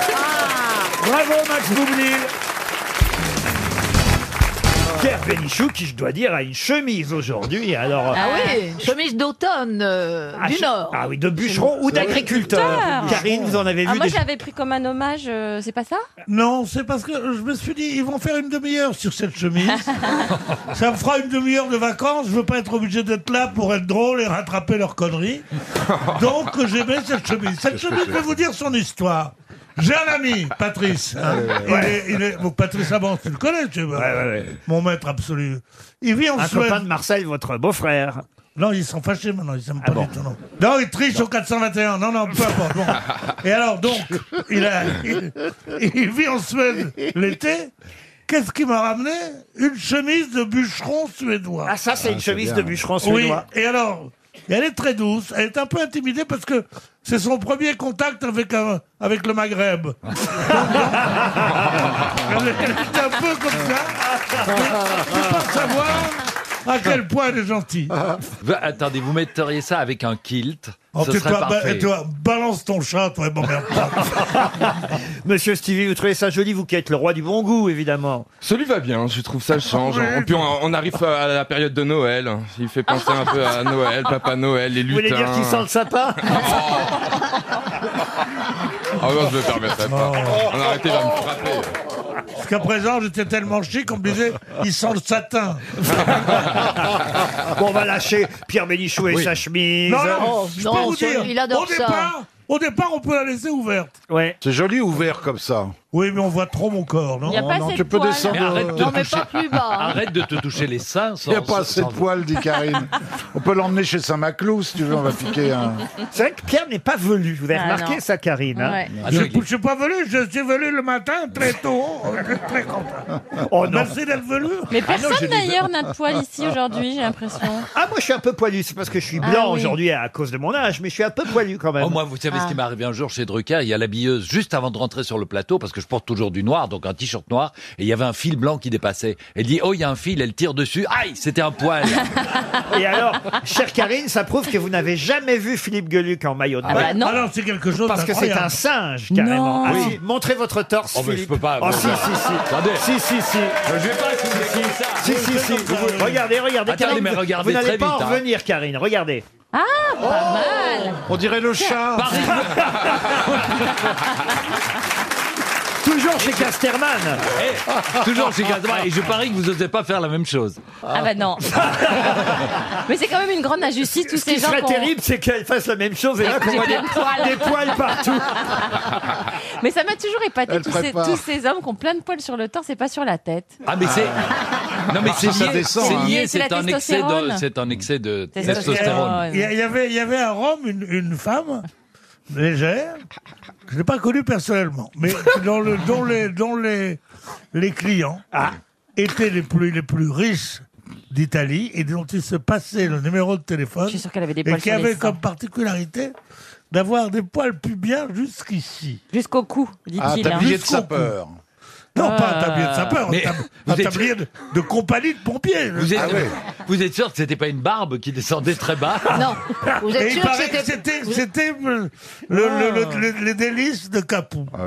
Speaker 1: Bravo Max Boublil Pierre Bénichou, qui je dois dire a une chemise aujourd'hui, alors...
Speaker 25: Ah oui, chemise d'automne euh,
Speaker 1: Ah,
Speaker 25: du
Speaker 1: che-
Speaker 25: Nord.
Speaker 1: Ah oui, de bûcheron ou d'agriculteur.
Speaker 25: Putain.
Speaker 1: Karine, vous en avez vu
Speaker 25: Ah,
Speaker 1: des
Speaker 25: moi,
Speaker 1: des...
Speaker 25: j'avais pris comme un hommage, euh, c'est pas ça
Speaker 4: Non, c'est parce que je me suis dit, ils vont faire une demi-heure sur cette chemise. Ça me fera une demi-heure de vacances. Je veux pas être obligé d'être là pour être drôle et rattraper leurs conneries. Donc, j'aimais cette chemise. Cette chemise, je vais vous dire son histoire. J'ai un ami, Patrice. hein. Il
Speaker 1: Ouais.
Speaker 4: est- il est- bon, Patrice Abance, tu le connais, tu vois. Mon maître absolu. Il vit en
Speaker 1: Un
Speaker 4: Suède.
Speaker 1: copain de Marcel, votre beau-frère. Ah
Speaker 4: Non, ils sont fâchés maintenant, ils s'aiment pas du tout. Non. Non, il triche au 421. Non, non, peu importe. Bon. Et alors, donc, il, a, il, il vit en Suède l'été. Qu'est-ce qu'il m'a ramené Une chemise de bûcheron suédois. Ah,
Speaker 1: ça, c'est Ah, une c'est chemise bien. de bûcheron suédois.
Speaker 4: Oui. Et alors, elle est très douce. Elle est un peu intimidée parce que c'est son premier contact avec, un- avec le Maghreb. Donc, elle est un peu comme ça. Mais Je peux pas savoir à quel point elle est gentille.
Speaker 2: Va- Attendez, vous metteriez ça avec un kilt.
Speaker 4: Oh,
Speaker 2: ce
Speaker 4: tais-toi,
Speaker 2: serait
Speaker 4: ba-
Speaker 2: parfait.
Speaker 4: tais-toi, balance ton chat, toi, et m'emmerde pas.
Speaker 1: Monsieur Stevie, vous trouvez ça joli, vous qui êtes le roi du bon goût, évidemment.
Speaker 6: Celui va bien, je trouve ça change. hein. Et puis on, on arrive à la période de Noël. Il fait penser un peu à Noël, Papa Noël, les
Speaker 1: Vous
Speaker 6: lutins.
Speaker 1: voulez dire qu'il sent le sapin
Speaker 6: Oh non, je me permettrai pas.
Speaker 4: Oh.
Speaker 6: On a arrêté de me frapper.
Speaker 4: Jusqu'à présent, j'étais tellement chic qu'on me disait, il sent le satin.
Speaker 1: Bon, on va lâcher Pierre Bénichou et sa chemise.
Speaker 4: Non,
Speaker 3: Oh,
Speaker 4: non, je peux vous dire, au
Speaker 1: ça.
Speaker 4: départ, au départ, on peut la laisser ouverte.
Speaker 1: Ouais.
Speaker 3: C'est joli ouvert comme ça.
Speaker 4: Oui, mais on voit trop mon corps, non
Speaker 3: Il y a
Speaker 1: Oh,
Speaker 3: pas assez de poils.
Speaker 2: Mais arrête de, toucher...
Speaker 3: hein.
Speaker 2: arrête de te toucher les seins.
Speaker 3: Il n'y a pas assez de poils, dit Karine. on peut l'emmener chez Saint-Maclou si tu veux, on va piquer un.
Speaker 1: C'est vrai que Pierre n'est pas velu, vous avez
Speaker 4: Ah,
Speaker 1: remarqué
Speaker 4: non.
Speaker 1: ça, Karine hein
Speaker 2: Ah,
Speaker 4: Ouais. je ne suis pas venu, je suis venu le matin très tôt. Je suis très content.
Speaker 1: Oh non.
Speaker 4: Merci d'être venu.
Speaker 16: Ah,
Speaker 17: Mais personne d'ailleurs n'a de poils ici aujourd'hui, j'ai l'impression.
Speaker 1: Ah, moi je suis un peu poilu, c'est parce que je suis blanc
Speaker 17: Ah oui.
Speaker 1: aujourd'hui à cause de mon âge, mais je suis un peu poilu quand même.
Speaker 2: Oh, moi, vous savez ce
Speaker 1: Ah.
Speaker 2: qui m'est arrivé un jour chez Drucker, il y a l'habilleuse juste avant de rentrer sur le plateau, parce que je porte toujours du noir, donc un t-shirt noir, et il y avait un fil blanc qui dépassait. Elle dit, oh, il y a un fil, elle tire dessus, aïe, c'était un poil.
Speaker 1: Et alors, chère Karine, ça prouve que vous n'avez jamais vu Philippe Gueluc en maillot de
Speaker 2: Ah
Speaker 1: bain.
Speaker 2: bah non.
Speaker 4: Alors, c'est quelque chose
Speaker 1: Parce que c'est
Speaker 4: d'incroyable.
Speaker 1: un singe,
Speaker 4: Non.
Speaker 1: carrément. Ah,
Speaker 4: Oui.
Speaker 1: si, Montrez votre torse,
Speaker 2: Oh, mais
Speaker 1: Philippe.
Speaker 2: je peux pas,
Speaker 1: Oh,
Speaker 2: moi,
Speaker 1: si,
Speaker 2: ça.
Speaker 1: si, si.
Speaker 2: Attendez.
Speaker 1: Si, si, si.
Speaker 2: Je vais pas vous laisser ça.
Speaker 1: Si, si, si. Vous- vous- Regardez, regardez.
Speaker 2: Ah, Attendez,
Speaker 1: Karine,
Speaker 2: mais
Speaker 1: vous-
Speaker 2: regardez
Speaker 1: Vous n'allez
Speaker 2: très
Speaker 1: pas
Speaker 2: vite,
Speaker 1: en
Speaker 2: hein.
Speaker 1: revenir, Karine. Regardez.
Speaker 17: Ah, pas mal
Speaker 1: On dirait le chat. Toujours chez Casterman.
Speaker 2: Eh, toujours chez Gazma, et je parie que vous n'osez pas faire la même chose.
Speaker 17: Ah bah non Mais c'est quand même une grande injustice, tous
Speaker 1: Ce qui
Speaker 17: ces gens
Speaker 1: serait
Speaker 17: qui ont-
Speaker 1: terrible, c'est qu'elle fasse la même chose et là qu'on voit des, des poils partout.
Speaker 17: Mais ça m'a toujours épaté,
Speaker 1: Elle
Speaker 17: tous ces,
Speaker 1: prépare.
Speaker 17: tous ces hommes qui ont plein de poils sur le torse et pas sur la tête.
Speaker 2: Ah, mais c'est. Non, mais
Speaker 3: Ah,
Speaker 2: c'est
Speaker 3: ça
Speaker 2: lié,
Speaker 3: descend,
Speaker 2: c'est
Speaker 3: hein.
Speaker 2: lié,
Speaker 17: C'est
Speaker 2: c'est
Speaker 17: la
Speaker 2: un excès de,
Speaker 17: testostérone.
Speaker 2: c'est un excès de
Speaker 4: Il y a-
Speaker 2: testostérone.
Speaker 4: Il y, a- il y avait, il y avait à Rome une, une femme légère, que je n'ai pas connue personnellement, mais dont, le- dont les, dont les, les clients étaient les plus, les plus riches d'Italie et dont il se passait le numéro de téléphone. Je suis
Speaker 17: sûr qu'elle avait
Speaker 4: des
Speaker 17: poils
Speaker 4: Et qui
Speaker 17: sur les
Speaker 4: avait
Speaker 17: seins.
Speaker 4: comme particularité d'avoir des poils pubiens jusqu'ici.
Speaker 17: Jusqu'au cou, dit-il. hein.
Speaker 4: Jusqu'au cou. Non, pas
Speaker 2: Euh.
Speaker 4: un tablier de sapeur,
Speaker 2: Mais
Speaker 4: un, tab-
Speaker 2: vous
Speaker 4: un
Speaker 2: êtes-
Speaker 4: tablier de, de compagnie de pompiers.
Speaker 2: Vous êtes,
Speaker 4: Ah ouais.
Speaker 2: vous êtes sûr que c'était pas une barbe qui descendait très bas
Speaker 17: Non.
Speaker 7: Vous êtes
Speaker 4: Et il
Speaker 7: sûr que
Speaker 4: paraît que
Speaker 7: c'était-
Speaker 4: c'était c'était le- le- le- le- les délices de Capou.
Speaker 2: Ah.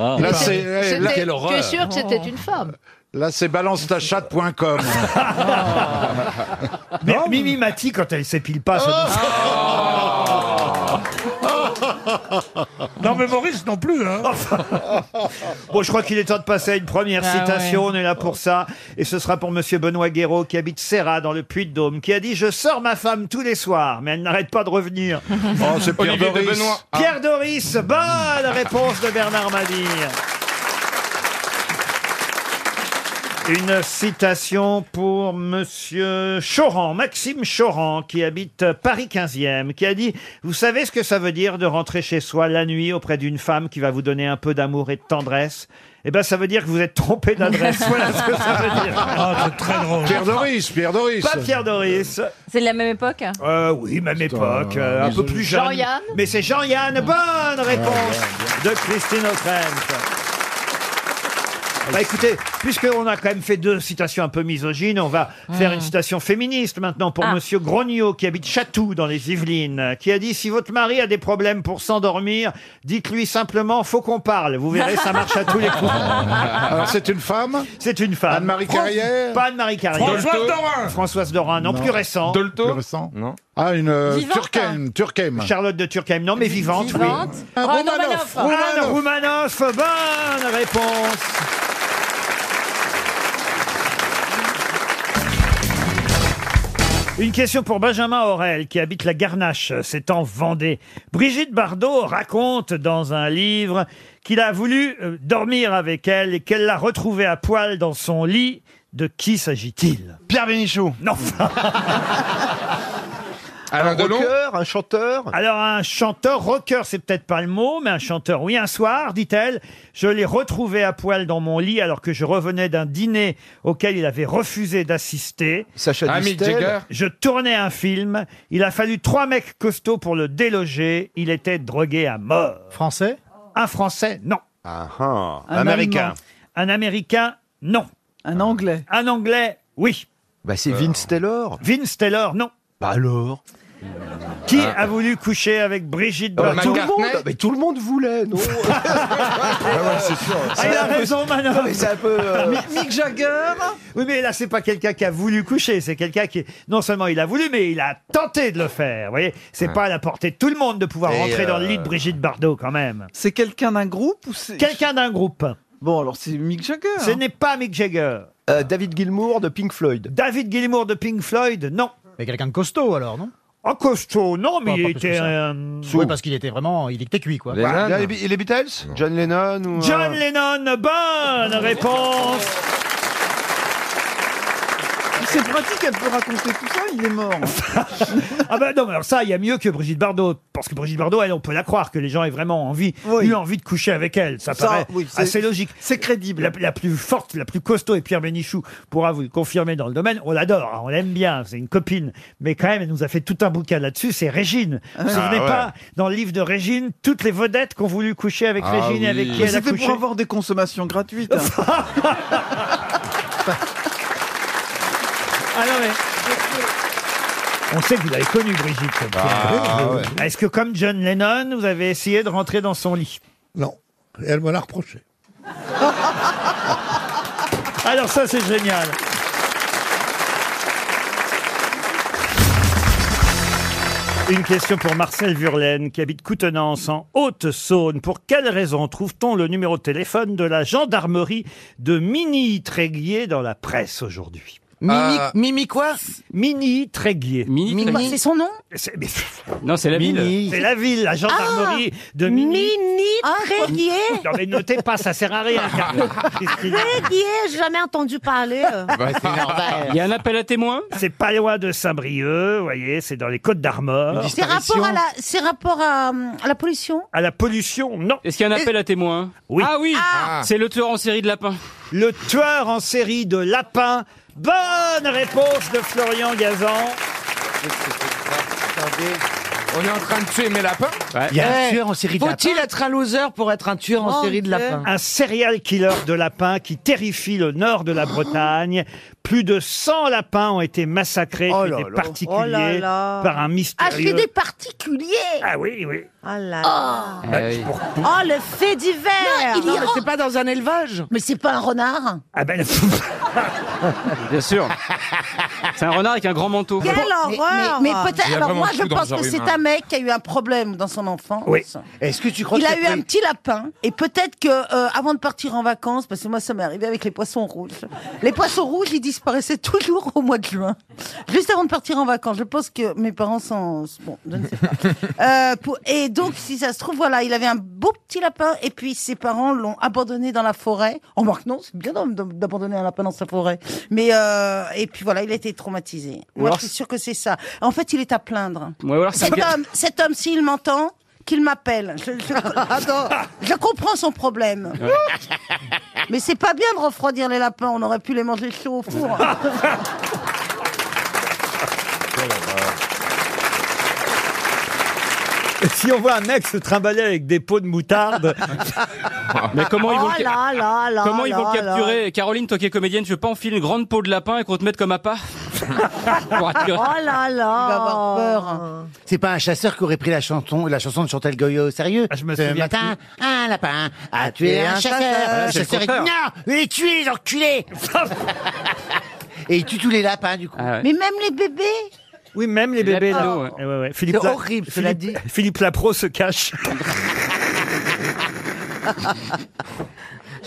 Speaker 3: Là,
Speaker 4: Il paraît-
Speaker 3: c'est- eh, là- Oh.
Speaker 7: C'était- Tu es sûr que c'était une femme
Speaker 3: Là, c'est balancetachat.com.
Speaker 1: Mais Mimi Mati, quand elle s'épile pas, ça nous- Ah.
Speaker 4: Non, mais Maurice non plus. Hein.
Speaker 1: Bon, je crois qu'il est temps de passer à une première
Speaker 4: Ah
Speaker 1: citation.
Speaker 4: ouais.
Speaker 1: On est là pour ça. Et ce sera pour monsieur Benoît Guéraud, qui habite Serra, dans le Puy-de-Dôme, qui a dit Je sors ma femme tous les soirs, mais elle n'arrête pas de revenir.
Speaker 3: Oh, c'est Pierre
Speaker 6: Olivier de
Speaker 3: Doris.
Speaker 6: Benoît. Ah.
Speaker 1: Pierre Doris,
Speaker 3: ah,
Speaker 1: bonne réponse de Bernard Mabille. Une citation pour Monsieur Choran, Maxime Choran, qui habite Paris 15e, qui a dit Vous savez ce que ça veut dire de rentrer chez soi la nuit auprès d'une femme qui va vous donner un peu d'amour et de tendresse Eh ben, ça veut dire que vous êtes trompé d'adresse. voilà ce que ça veut dire.
Speaker 4: Ah, c'est très drôle.
Speaker 3: Pierre Doris, Pierre Doris.
Speaker 1: Pas Pierre Doris.
Speaker 17: C'est de la même époque
Speaker 1: Euh, oui, même époque, euh, un peu plus jeune.
Speaker 17: Jean-Yann
Speaker 1: Mais c'est Jean-Yann, bonne réponse de Christine O'Krent. Bah écoutez, puisqu'on a quand même fait deux citations un peu misogynes, on va faire une citation féministe maintenant pour Monsieur Grognot qui habite Chatou dans les Yvelines, qui a dit si votre mari a des problèmes pour s'endormir, dites-lui simplement faut qu'on parle. Vous verrez, ça marche à tous les coups.
Speaker 3: Alors, c'est une femme
Speaker 1: C'est une femme.
Speaker 3: Anne-Marie Carrière
Speaker 1: Pas Anne-Marie Carrière.
Speaker 3: Françoise Dorin
Speaker 1: Françoise Dorin, non, plus récent.
Speaker 3: Plus récent Non. Ah, une euh,
Speaker 1: Vivante,
Speaker 3: Turkheim. Turkheim.
Speaker 1: Charlotte de Turckheim, non mais vivante,
Speaker 3: Vivante.
Speaker 1: oui.
Speaker 3: Ah, Anne Romanoff.
Speaker 1: Anne
Speaker 3: Romanoff.
Speaker 1: Romanoff, bonne réponse. Une question pour Benjamin Aurel, qui habite la Garnache, c'est en Vendée. Brigitte Bardot raconte dans un livre qu'il a voulu euh, dormir avec elle et qu'elle l'a retrouvée à poil dans son lit. De qui s'agit-il Pierre Bénichou. Non.
Speaker 6: Alain Delon
Speaker 1: un chanteur Alors un chanteur, rocker c'est peut-être pas le mot, mais un chanteur, oui. Un soir, dit-elle, je l'ai retrouvé à poil dans mon lit alors que je revenais d'un dîner auquel il avait refusé d'assister. Sacha
Speaker 6: Ah, Mick Distel Jagger
Speaker 1: Je tournais un film, il a fallu trois mecs costauds pour le déloger, il était drogué à mort. Français Un Français, non. ah.
Speaker 18: Un Américain. Allemand.
Speaker 1: Un Américain, non. Un Anglais Un Anglais, oui. Bah c'est Vince Taylor Vince Taylor, non. Bah alors Qui a voulu coucher avec Brigitte
Speaker 2: Oh,
Speaker 1: Bardot
Speaker 2: tout le monde, mais tout le monde voulait, non
Speaker 1: Ah, il a raison, Manon.
Speaker 2: Non, mais c'est un peu. euh,
Speaker 1: Mick Jagger Oui, mais là, c'est pas quelqu'un qui a voulu coucher, c'est quelqu'un qui, non seulement il a voulu, mais il a tenté de le faire. Vous voyez, c'est pas à la portée de tout le monde de pouvoir
Speaker 7: Et,
Speaker 1: rentrer dans le lit de
Speaker 7: euh,
Speaker 1: Brigitte Bardot, quand même.
Speaker 7: C'est quelqu'un d'un groupe ou c'est...
Speaker 1: Quelqu'un d'un groupe.
Speaker 7: Bon, alors c'est Mick Jagger.
Speaker 1: Ce n'est pas Mick Jagger. Euh, David Gilmour de Pink Floyd. David Gilmour de Pink Floyd, non. Mais quelqu'un de costaud, alors, non En costaud, non, mais
Speaker 17: Pas-
Speaker 1: il
Speaker 17: pas plus que
Speaker 1: était.
Speaker 17: ça.
Speaker 1: euh,
Speaker 17: Oui, parce qu'il était vraiment, il était cuit, quoi.
Speaker 18: Bah, les, les Beatles John Lennon ou,
Speaker 1: John
Speaker 18: euh,
Speaker 1: Lennon, bonne réponse
Speaker 7: C'est pratique, elle peut raconter tout ça, il est mort.
Speaker 1: Ah ben non, mais alors ça, il y a mieux que Brigitte Bardot, parce que Brigitte Bardot, elle, on peut la croire que les gens aient vraiment envie, eu envie de coucher avec elle. Ça,
Speaker 7: Ça,
Speaker 1: paraît
Speaker 7: oui, c'est-
Speaker 1: assez logique.
Speaker 7: C'est crédible.
Speaker 1: La, la plus forte, la plus costaud, et Pierre Bénichou pourra vous le confirmer dans le domaine. On l'adore, hein, on l'aime bien, c'est une copine, mais quand même, elle nous a fait tout un bouquin là-dessus. C'est Régine. Vous vous
Speaker 7: Ah
Speaker 1: souvenez
Speaker 7: ouais.
Speaker 1: pas dans le livre de Régine toutes les vedettes qui ont voulu coucher avec
Speaker 7: Ah
Speaker 1: Régine et avec qui
Speaker 7: Mais
Speaker 1: elle a
Speaker 7: C'était
Speaker 1: couché.
Speaker 7: pour avoir des consommations gratuites. hein.
Speaker 1: Ah non, mais. On sait que vous l'avez connue, Brigitte.
Speaker 7: Ah, ouais.
Speaker 1: Est-ce que, comme John Lennon, vous avez essayé de rentrer dans son lit
Speaker 4: Non. Et elle me l'a reproché.
Speaker 1: Alors ça, c'est génial. Une question pour Marcel Vurlaine, qui habite Coutenance, en Haute-Saône. Pour quelle raison trouve-t-on le numéro de téléphone de la gendarmerie de Mini Tréguier dans la presse aujourd'hui
Speaker 7: Mimi- Euh,
Speaker 1: quoi Mini Tréguier.
Speaker 7: Mini Tréguier. Quoi, c'est son nom
Speaker 1: Non, c'est
Speaker 7: la ville.
Speaker 1: C'est la ville, la gendarmerie de Mini.
Speaker 10: Ah, Tréguier Ah.
Speaker 1: Non, mais notez pas, ça sert à rien. car- Christine.
Speaker 10: Tréguier, j'ai jamais entendu parler. euh.
Speaker 2: Bah,
Speaker 1: Il y a un appel à témoins C'est pas loin de Saint-Brieuc, vous voyez, c'est dans les Côtes d'Armor.
Speaker 10: C'est rapport, à la, c'est rapport à, euh, à la pollution
Speaker 1: À la pollution, non.
Speaker 19: Est-ce qu'il y a un appel à témoins
Speaker 1: Oui.
Speaker 19: Ah oui
Speaker 1: Ah.
Speaker 19: C'est le tueur en série de lapin.
Speaker 1: Le tueur en série de lapins. Bonne réponse de Florian Gazan.
Speaker 6: On est en train de tuer mes lapins
Speaker 22: Ouais. Eh, Faut-il être un loser pour être un tueur en série de lapins
Speaker 1: Un serial killer de lapins qui terrifie le nord de la
Speaker 10: Oh.
Speaker 1: Bretagne. Plus de 100 lapins ont été massacrés par des particuliers
Speaker 10: Oh là là.
Speaker 1: par un
Speaker 10: Ah, chez
Speaker 1: mystérieux.
Speaker 10: des particuliers
Speaker 1: Ah oui, oui.
Speaker 10: Oh là
Speaker 1: Ah.
Speaker 10: là
Speaker 22: Eh
Speaker 1: Bah, pour-
Speaker 10: Oh, le fait divers
Speaker 22: il y Non, mais
Speaker 10: c'est pas dans un élevage Mais c'est pas un renard
Speaker 1: Ah ben,
Speaker 19: Bien sûr. C'est un renard avec un grand manteau.
Speaker 10: Quelle
Speaker 23: mais-
Speaker 10: horreur
Speaker 23: mais peut-être-
Speaker 19: Il y a
Speaker 10: Alors
Speaker 19: vraiment
Speaker 10: moi,
Speaker 19: tout
Speaker 10: je
Speaker 19: dans
Speaker 10: pense
Speaker 19: le genre
Speaker 10: que c'est
Speaker 19: humain.
Speaker 10: un hein. mec qui a eu un problème dans son enfance.
Speaker 22: Est-ce que tu
Speaker 10: Il a eu un petit lapin et peut-être que euh, avant de partir en vacances, parce que moi ça m'est arrivé avec les poissons rouges. Les poissons rouges, ils disparaissaient toujours au mois de juin, juste avant de partir en vacances. Je pense que mes parents sont bon, je ne sais pas. Euh, pour- Et donc si ça se trouve, voilà, il avait un beau petit lapin et puis ses parents l'ont abandonné dans la forêt. En remarque non, c'est bien d'ab- d'abandonner un lapin dans sa forêt. Mais euh, et puis voilà, il a été traumatisé.
Speaker 19: Ou
Speaker 10: Moi,
Speaker 19: alors-
Speaker 10: je suis sûr que c'est ça. En fait, il est à plaindre.
Speaker 19: Ouais, ou alors c'est un
Speaker 10: Cet
Speaker 19: gars-
Speaker 10: homme, cet homme, s'il m'entend, qu'il m'appelle. Je, je- je comprends son problème. Mais c'est pas bien de refroidir les lapins, on aurait pu les manger chauds au four.
Speaker 1: Si on voit un mec se trimballer avec des pots de moutarde.
Speaker 19: Mais comment ils vont le-
Speaker 10: Oh là là là
Speaker 19: Comment ils vont
Speaker 10: là
Speaker 19: le
Speaker 10: là.
Speaker 19: capturer Caroline, toi qui es comédienne, tu veux pas enfiler une grande peau de lapin et qu'on te mette comme appât Pour
Speaker 10: Oh
Speaker 19: attirer-
Speaker 10: là là Il va avoir
Speaker 22: C'est pas un chasseur qui aurait pris la chanson, la chanson de Chantal Goya au sérieux.
Speaker 1: Ah, me
Speaker 22: Ce
Speaker 1: souviens
Speaker 22: matin, Ah, un lapin a tué un chasseur.
Speaker 1: Ah,
Speaker 22: Le chasseur est dit, non, il est tué, les enculés. Et il tue tous les lapins, du coup.
Speaker 10: Mais même les bébés
Speaker 1: Oui, même les bébés là.
Speaker 10: Lapin.
Speaker 1: Eh Ouais, ouais, ouais. Philippe
Speaker 10: C'est
Speaker 1: La-
Speaker 10: horrible,
Speaker 1: Philippe,
Speaker 10: cela
Speaker 1: Philippe Lapro se cache.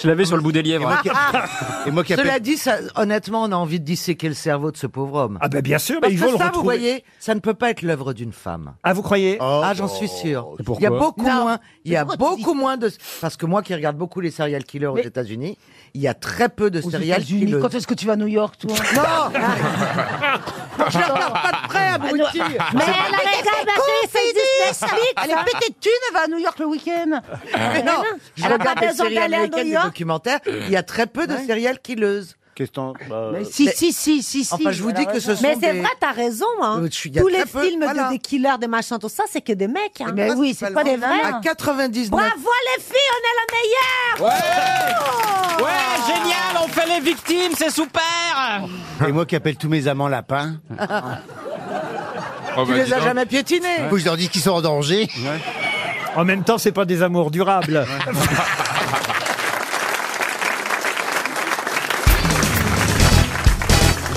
Speaker 26: Je l'avais sur le bout des lièvres. Ah,
Speaker 22: Et moi qui Cela dit, ça- honnêtement, on a envie de disséquer le cerveau de ce pauvre homme.
Speaker 1: Ah ben bien sûr, mais
Speaker 22: Parce
Speaker 1: ils vont
Speaker 22: que
Speaker 1: le
Speaker 22: ça, vous
Speaker 1: retrouver.
Speaker 22: voyez, ça ne peut pas être l'œuvre d'une femme.
Speaker 1: Ah, vous croyez
Speaker 22: Ah, j'en
Speaker 26: Oh,
Speaker 22: suis sûr.
Speaker 1: Et pourquoi
Speaker 22: Il y a beaucoup
Speaker 1: Non.
Speaker 22: moins. Il y a
Speaker 1: Mais pourquoi
Speaker 22: beaucoup moins de. Parce que moi, qui regarde beaucoup les serial killers aux États-Unis, il y a très peu de
Speaker 10: Aux
Speaker 22: serial
Speaker 10: États-Unis,
Speaker 22: killers.
Speaker 10: quand est-ce que tu vas à New York, toi Ah. Non
Speaker 22: Je la regarde pas de près, abruti.
Speaker 10: Mais
Speaker 22: C'est pas-
Speaker 10: elle arrête
Speaker 22: Ah, Mais
Speaker 10: la
Speaker 22: qu'est-ce qu'on
Speaker 10: série
Speaker 22: fait
Speaker 10: Netflix,
Speaker 22: dire, ça
Speaker 10: Elle est pétée de thunes, elle va à New York le week-end
Speaker 22: Mais non, je
Speaker 10: Ah. Elle a
Speaker 22: regarde
Speaker 10: pas
Speaker 22: des
Speaker 10: besoin
Speaker 22: séries
Speaker 10: d'aller à
Speaker 22: américaines,
Speaker 10: New
Speaker 22: des
Speaker 10: York
Speaker 22: documentaires. Il y a très peu de
Speaker 10: Ouais.
Speaker 22: serial killers.
Speaker 2: Question.
Speaker 26: bah,
Speaker 22: Mais-
Speaker 10: si, si, si, si, si.
Speaker 22: Enfin, je vous dis que ce sont
Speaker 27: Mais c'est
Speaker 22: des-
Speaker 27: vrai, t'as raison. Hein.
Speaker 22: Euh, je suis- il y a
Speaker 27: Tous
Speaker 22: très
Speaker 27: les
Speaker 22: peu-
Speaker 27: films
Speaker 22: voilà.
Speaker 27: de, des killers, des machins, tout ça, c'est que des mecs. Hein.
Speaker 22: Mais oui,
Speaker 27: c'est pas des vrais.
Speaker 22: À 99.
Speaker 27: Bravo les filles, on est la meilleure Oh.
Speaker 3: Ouais, génial, on fait les victimes, c'est super
Speaker 2: Et moi qui appelle tous mes amants lapins.
Speaker 1: Oh,
Speaker 15: Oh,
Speaker 1: bah,
Speaker 22: tu les as jamais piétinés.
Speaker 2: Faut que je leur dise qu'ils sont en danger.
Speaker 1: En même temps, c'est pas des amours durables.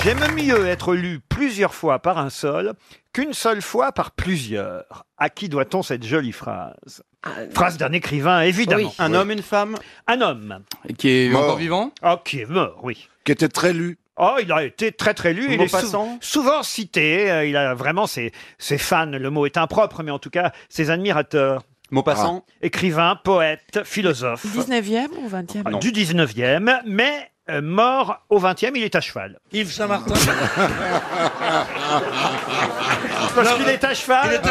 Speaker 1: J'aime mieux être lu plusieurs fois par un seul qu'une seule fois par plusieurs. À qui doit-on cette jolie phrase Phrase d'un écrivain, évidemment.
Speaker 2: Oui. Un homme,
Speaker 1: une femme Un homme.
Speaker 2: Qui est
Speaker 1: Mort. encore vivant Ah, qui est mort, oui.
Speaker 2: Qui était très lu.
Speaker 1: Oh, il a été très très lu. Il est sou-
Speaker 2: Maupassant
Speaker 1: souvent cité. Euh, Il a vraiment ses, ses fans. Le mot est impropre, mais en tout cas, ses admirateurs. Ah.
Speaker 2: Maupassant
Speaker 1: Écrivain, poète, philosophe.
Speaker 28: 19e ou 20e
Speaker 1: Ah, du 19e, mais euh, mort au 20e, il est à cheval.
Speaker 4: Yves Saint-Martin.
Speaker 1: Parce qu'il est à cheval.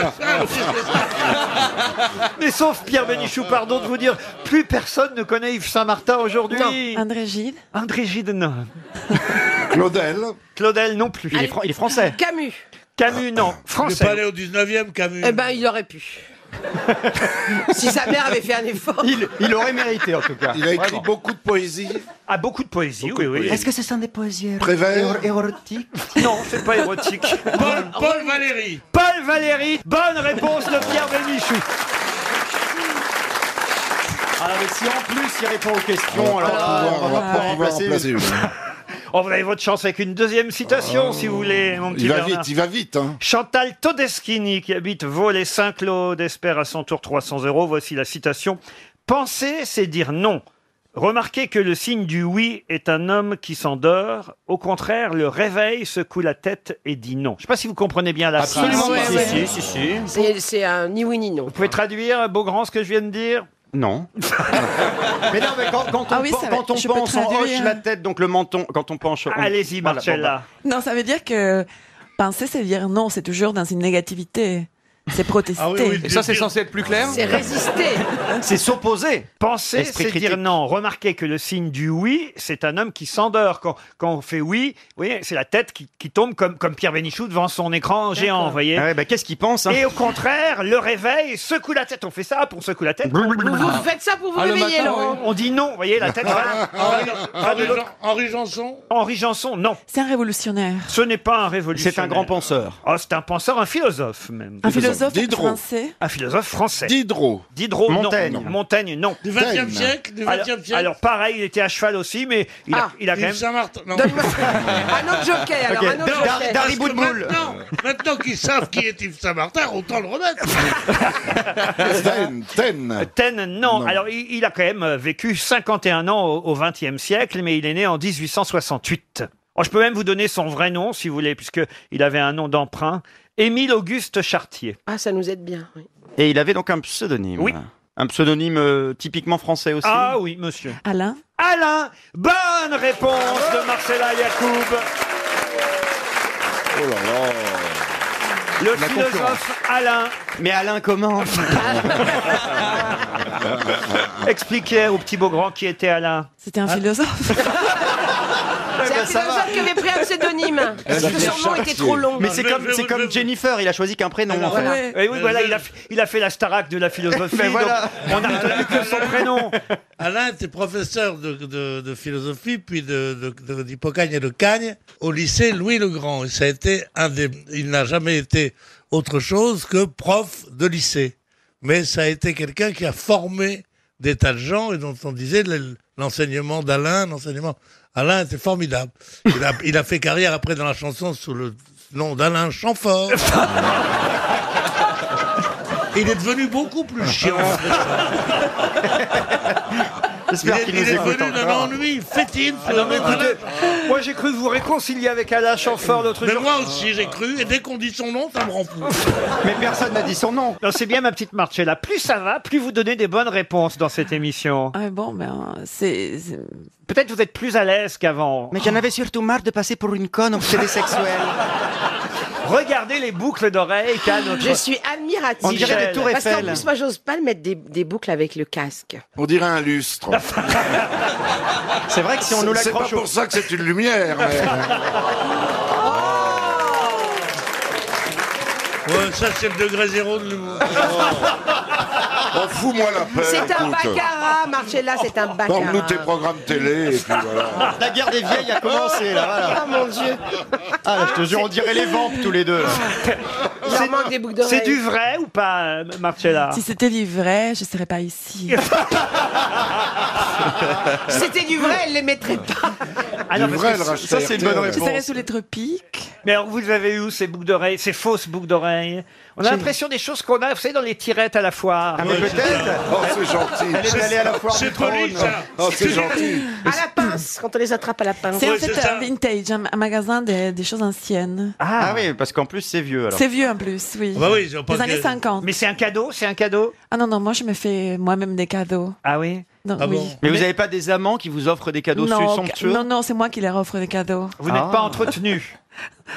Speaker 1: mais sauf Pierre Bénichou, pardon de vous dire, plus personne ne connaît Yves Saint-Martin aujourd'hui.
Speaker 28: André Gide
Speaker 1: André Gide, non.
Speaker 2: Claudel.
Speaker 1: Claudel non plus.
Speaker 2: Il est, fran- il est français.
Speaker 29: Camus.
Speaker 1: Camus, non.
Speaker 4: Il est
Speaker 1: Français.
Speaker 4: pas allé au 19e, Camus.
Speaker 29: Eh ben, il aurait pu. si sa mère avait fait un effort.
Speaker 2: Il, il aurait mérité en tout cas. Il a écrit beaucoup de poésie.
Speaker 1: Ah, beaucoup de poésie, oui, oui.
Speaker 2: poésie.
Speaker 1: Est-ce
Speaker 2: Est-ce
Speaker 1: que
Speaker 2: que
Speaker 1: c'est
Speaker 27: sont des poésiers
Speaker 2: Prévert.
Speaker 27: érotiques
Speaker 1: Non, c'est pas
Speaker 29: Ah,
Speaker 1: érotique.
Speaker 4: Paul, Paul Valéry.
Speaker 1: Paul Valéry, bonne réponse de Pierre Bénichou.
Speaker 2: Ah, mais si en plus il répond aux questions, alors là, on va
Speaker 1: Ah,
Speaker 2: pas remplacer.
Speaker 1: Oh, vous avez votre chance avec une deuxième citation, si vous voulez, mon petit
Speaker 30: Il va
Speaker 1: Bernard.
Speaker 30: vite, il va vite. Hein.
Speaker 1: Chantal Todeschini, qui habite Vaux-les Saint-Claude, espère à son tour 300 euros. Voici la citation. Penser, c'est dire non. Remarquez que le signe du oui est un homme qui s'endort. Au contraire, le réveil secoue la tête et dit non. Je ne sais pas si vous comprenez bien la
Speaker 29: Absolument
Speaker 1: phrase.
Speaker 29: pas. Si, si, si, C'est- C'est un ni oui ni non.
Speaker 1: Vous pouvez traduire, Beaugrand, ce que je viens de dire
Speaker 2: Non. mais non, mais quand, quand on,
Speaker 28: Ah oui,
Speaker 2: pen-
Speaker 28: ça va-
Speaker 2: quand on
Speaker 28: je peux
Speaker 2: pense, on hoche
Speaker 28: traduire.
Speaker 2: la tête, donc le menton, quand on penche. on-
Speaker 1: Allez-y,
Speaker 2: Voilà, bah.
Speaker 1: Marcella.
Speaker 28: Non, ça veut dire que penser, c'est dire non, c'est toujours dans une négativité. C'est protester.
Speaker 4: Ah
Speaker 1: Ah
Speaker 31: Et ça, c'est censé être plus clair
Speaker 2: C'est s'opposer.
Speaker 1: Penser,
Speaker 2: Esprit
Speaker 1: c'est dire
Speaker 2: critique.
Speaker 1: non. Remarquez que le signe du oui, c'est un homme qui s'endort. Quand, quand on fait oui, vous voyez, c'est la tête qui, qui tombe comme, comme Pierre Bénichou devant son écran géant, vous voyez.
Speaker 2: Ah ouais, bah, qu'est-ce qu'il pense hein
Speaker 1: Et au contraire, le réveil secoue la tête. On fait ça pour secouer la tête.
Speaker 22: Vous faites ça pour vous
Speaker 1: Ah, le
Speaker 22: réveiller,
Speaker 1: matin,
Speaker 22: Laurent.
Speaker 1: oui. On dit non, vous voyez, la tête va- va
Speaker 4: Henri,
Speaker 1: de l'autre- va de
Speaker 4: Henri,
Speaker 1: l'autre.
Speaker 4: Jan- Henri Janson.
Speaker 1: Henri Janson, non.
Speaker 28: C'est un révolutionnaire.
Speaker 1: Ce n'est pas un révolutionnaire.
Speaker 2: C'est un grand penseur.
Speaker 1: Oh, c'est un penseur, un philosophe même.
Speaker 28: Un philosophe
Speaker 2: Diderot.
Speaker 28: français.
Speaker 1: Un philosophe français.
Speaker 2: Diderot.
Speaker 1: Diderot, non.
Speaker 2: Montaigne.
Speaker 1: non. Montaigne, non.
Speaker 4: Du 20e siècle, du
Speaker 1: Alors-
Speaker 4: 20e siècle.
Speaker 1: Alors, pareil, il était à cheval aussi, mais il a,
Speaker 4: Ah,
Speaker 1: il a quand
Speaker 4: Yves
Speaker 1: même...
Speaker 4: Saint-Martin. Non.
Speaker 22: Un autre jockey, alors,
Speaker 1: Ok.
Speaker 22: un autre
Speaker 1: Dar-
Speaker 22: jockey.
Speaker 1: Dar-
Speaker 4: Parce que
Speaker 1: Boudboul.
Speaker 4: Maintenant, maintenant qu'ils savent qui est Yves Saint-Martin, autant le remettre.
Speaker 30: Ten, ten.
Speaker 1: Ten, non. Alors, il, il a quand même euh, vécu 51 ans au, au XXe siècle, mais il est né en 1868. Oh, je peux même vous donner son vrai nom, si vous voulez, puisque il avait un nom d'emprunt. Émile Auguste Chartier.
Speaker 29: Ah, ça nous aide bien.
Speaker 24: Eh
Speaker 29: oui.
Speaker 2: Et il avait donc un pseudonyme.
Speaker 1: Oui.
Speaker 2: Un pseudonyme euh, typiquement français aussi.
Speaker 1: Ah oui, monsieur.
Speaker 28: Alain.
Speaker 1: Alain, bonne réponse de Marcella Yacoub.
Speaker 30: Oh là là.
Speaker 1: Le
Speaker 2: La
Speaker 1: philosophe Alain
Speaker 2: Mais Alain comment
Speaker 1: expliquait au petit Beaugrand qui était Alain. Hein
Speaker 28: C'était un philosophe.
Speaker 24: ben,
Speaker 22: C'est un philosophe qui avait pris un
Speaker 1: Euh,
Speaker 22: pseudonyme. Son nom était trop long.
Speaker 10: hein.
Speaker 2: Mais c'est comme, c'est comme Jennifer, il a choisi qu'un prénom. en fait.
Speaker 1: Oui, oui, voilà, il a, il a fait la starac de la philosophie.
Speaker 2: Mais voilà.
Speaker 1: donc On n'a retenu que son prénom.
Speaker 4: Alain était professeur de, de- de philosophie, puis de- de- de- d'Hippocagne et de Cagne, au lycée Louis-le-Grand. Et ça a été un des, il n'a jamais été autre chose que prof de lycée. Mais ça a été quelqu'un qui a formé des tas de gens et dont on disait le- l'enseignement d'Alain, l'enseignement. Alain était formidable. Il a, il a fait carrière après dans la chanson sous le nom d'Alain Chamfort. Il est devenu beaucoup plus chiant. J'espère qu'il nous écoute encore.
Speaker 1: ennui fétide.
Speaker 4: ce malade.
Speaker 1: moi j'ai cru vous réconcilier avec Alain Chanfort l'autre
Speaker 4: Mais
Speaker 1: jour.
Speaker 4: moi aussi, j'ai cru, et dès qu'on dit son nom, ça me rend fou.
Speaker 1: Mais personne n'a dit son nom. Non, c'est bien ma petite Marcella. Plus ça va, plus vous donnez des bonnes réponses dans cette émission.
Speaker 28: Ah bon, ben, c'est. c'est-
Speaker 1: Peut-être vous êtes plus à l'aise qu'avant.
Speaker 24: Mais j'en avais surtout marre de passer pour une conne obsédée sexuelle.
Speaker 1: Regardez les boucles d'oreilles qu'a notre.
Speaker 24: Je suis
Speaker 15: admirative.
Speaker 24: On dirait des tours
Speaker 15: Parce qu'en
Speaker 24: Eiffel.
Speaker 15: plus, moi, j'ose pas le mettre des, des boucles avec le casque.
Speaker 32: On dirait un lustre.
Speaker 24: C'est vrai que si on nous
Speaker 32: C'est pas
Speaker 24: l'accroche au-
Speaker 32: pour ça que c'est une lumière. mais-
Speaker 4: Ouais, ça, c'est le degré zéro de l'humour. Oh.
Speaker 32: On fout moi la paix.
Speaker 15: C'est un
Speaker 32: écoute.
Speaker 15: baccarat, Marcella, c'est un baccarat.
Speaker 32: Donne-nous tes programmes télé et puis voilà.
Speaker 2: La guerre des vieilles a commencé, là, voilà.
Speaker 15: Oh mon dieu.
Speaker 2: Ah, là, je te jure, on dirait les vampes tous les deux. là.
Speaker 15: Il leur manque des boucles d'oreilles.
Speaker 1: C'est du vrai ou pas, euh, Marcella
Speaker 28: Si c'était du vrai, je serais pas ici.
Speaker 15: C'était du vrai, elle les mettrait pas.
Speaker 1: Alors,
Speaker 32: Du
Speaker 1: Ah, parce
Speaker 32: vrai,
Speaker 1: que
Speaker 32: le
Speaker 1: c-
Speaker 32: rachat
Speaker 1: ça, c'est une bonne
Speaker 32: RTL.
Speaker 1: réponse.
Speaker 28: Je serais sous les tropiques.
Speaker 1: Mais alors, vous avez eu ces boucles d'oreilles, ces fausses boucles d'oreilles On a l'impression des choses qu'on a, vous savez, dans les tirettes à la foire.
Speaker 32: Ouais, c'est ça. Oh, c'est gentil.
Speaker 1: Elle est allée à la foire
Speaker 32: C'est
Speaker 1: du trône.
Speaker 32: poli, ça. Oh, c'est gentil.
Speaker 15: À la pince, quand on les attrape à la pince.
Speaker 28: C'est en fait un vintage, un, un magasin de- des choses anciennes.
Speaker 2: Ah oui, parce qu'en plus, c'est vieux, alors.
Speaker 28: C'est vieux en plus, oui.
Speaker 2: Ah bah oui, ils ont pas
Speaker 28: des
Speaker 2: que-
Speaker 28: années 50.
Speaker 1: Mais c'est un cadeau, c'est un cadeau
Speaker 28: Ah non, non, moi je me fais moi-même des cadeaux.
Speaker 1: Ah oui
Speaker 28: Non, oui.
Speaker 2: Mais vous n'avez pas des amants qui vous offrent des cadeaux
Speaker 28: non,
Speaker 2: somptueux Ah.
Speaker 28: non, non, c'est moi qui leur offre des cadeaux.
Speaker 1: Vous
Speaker 15: Ah.
Speaker 1: n'êtes pas entretenu.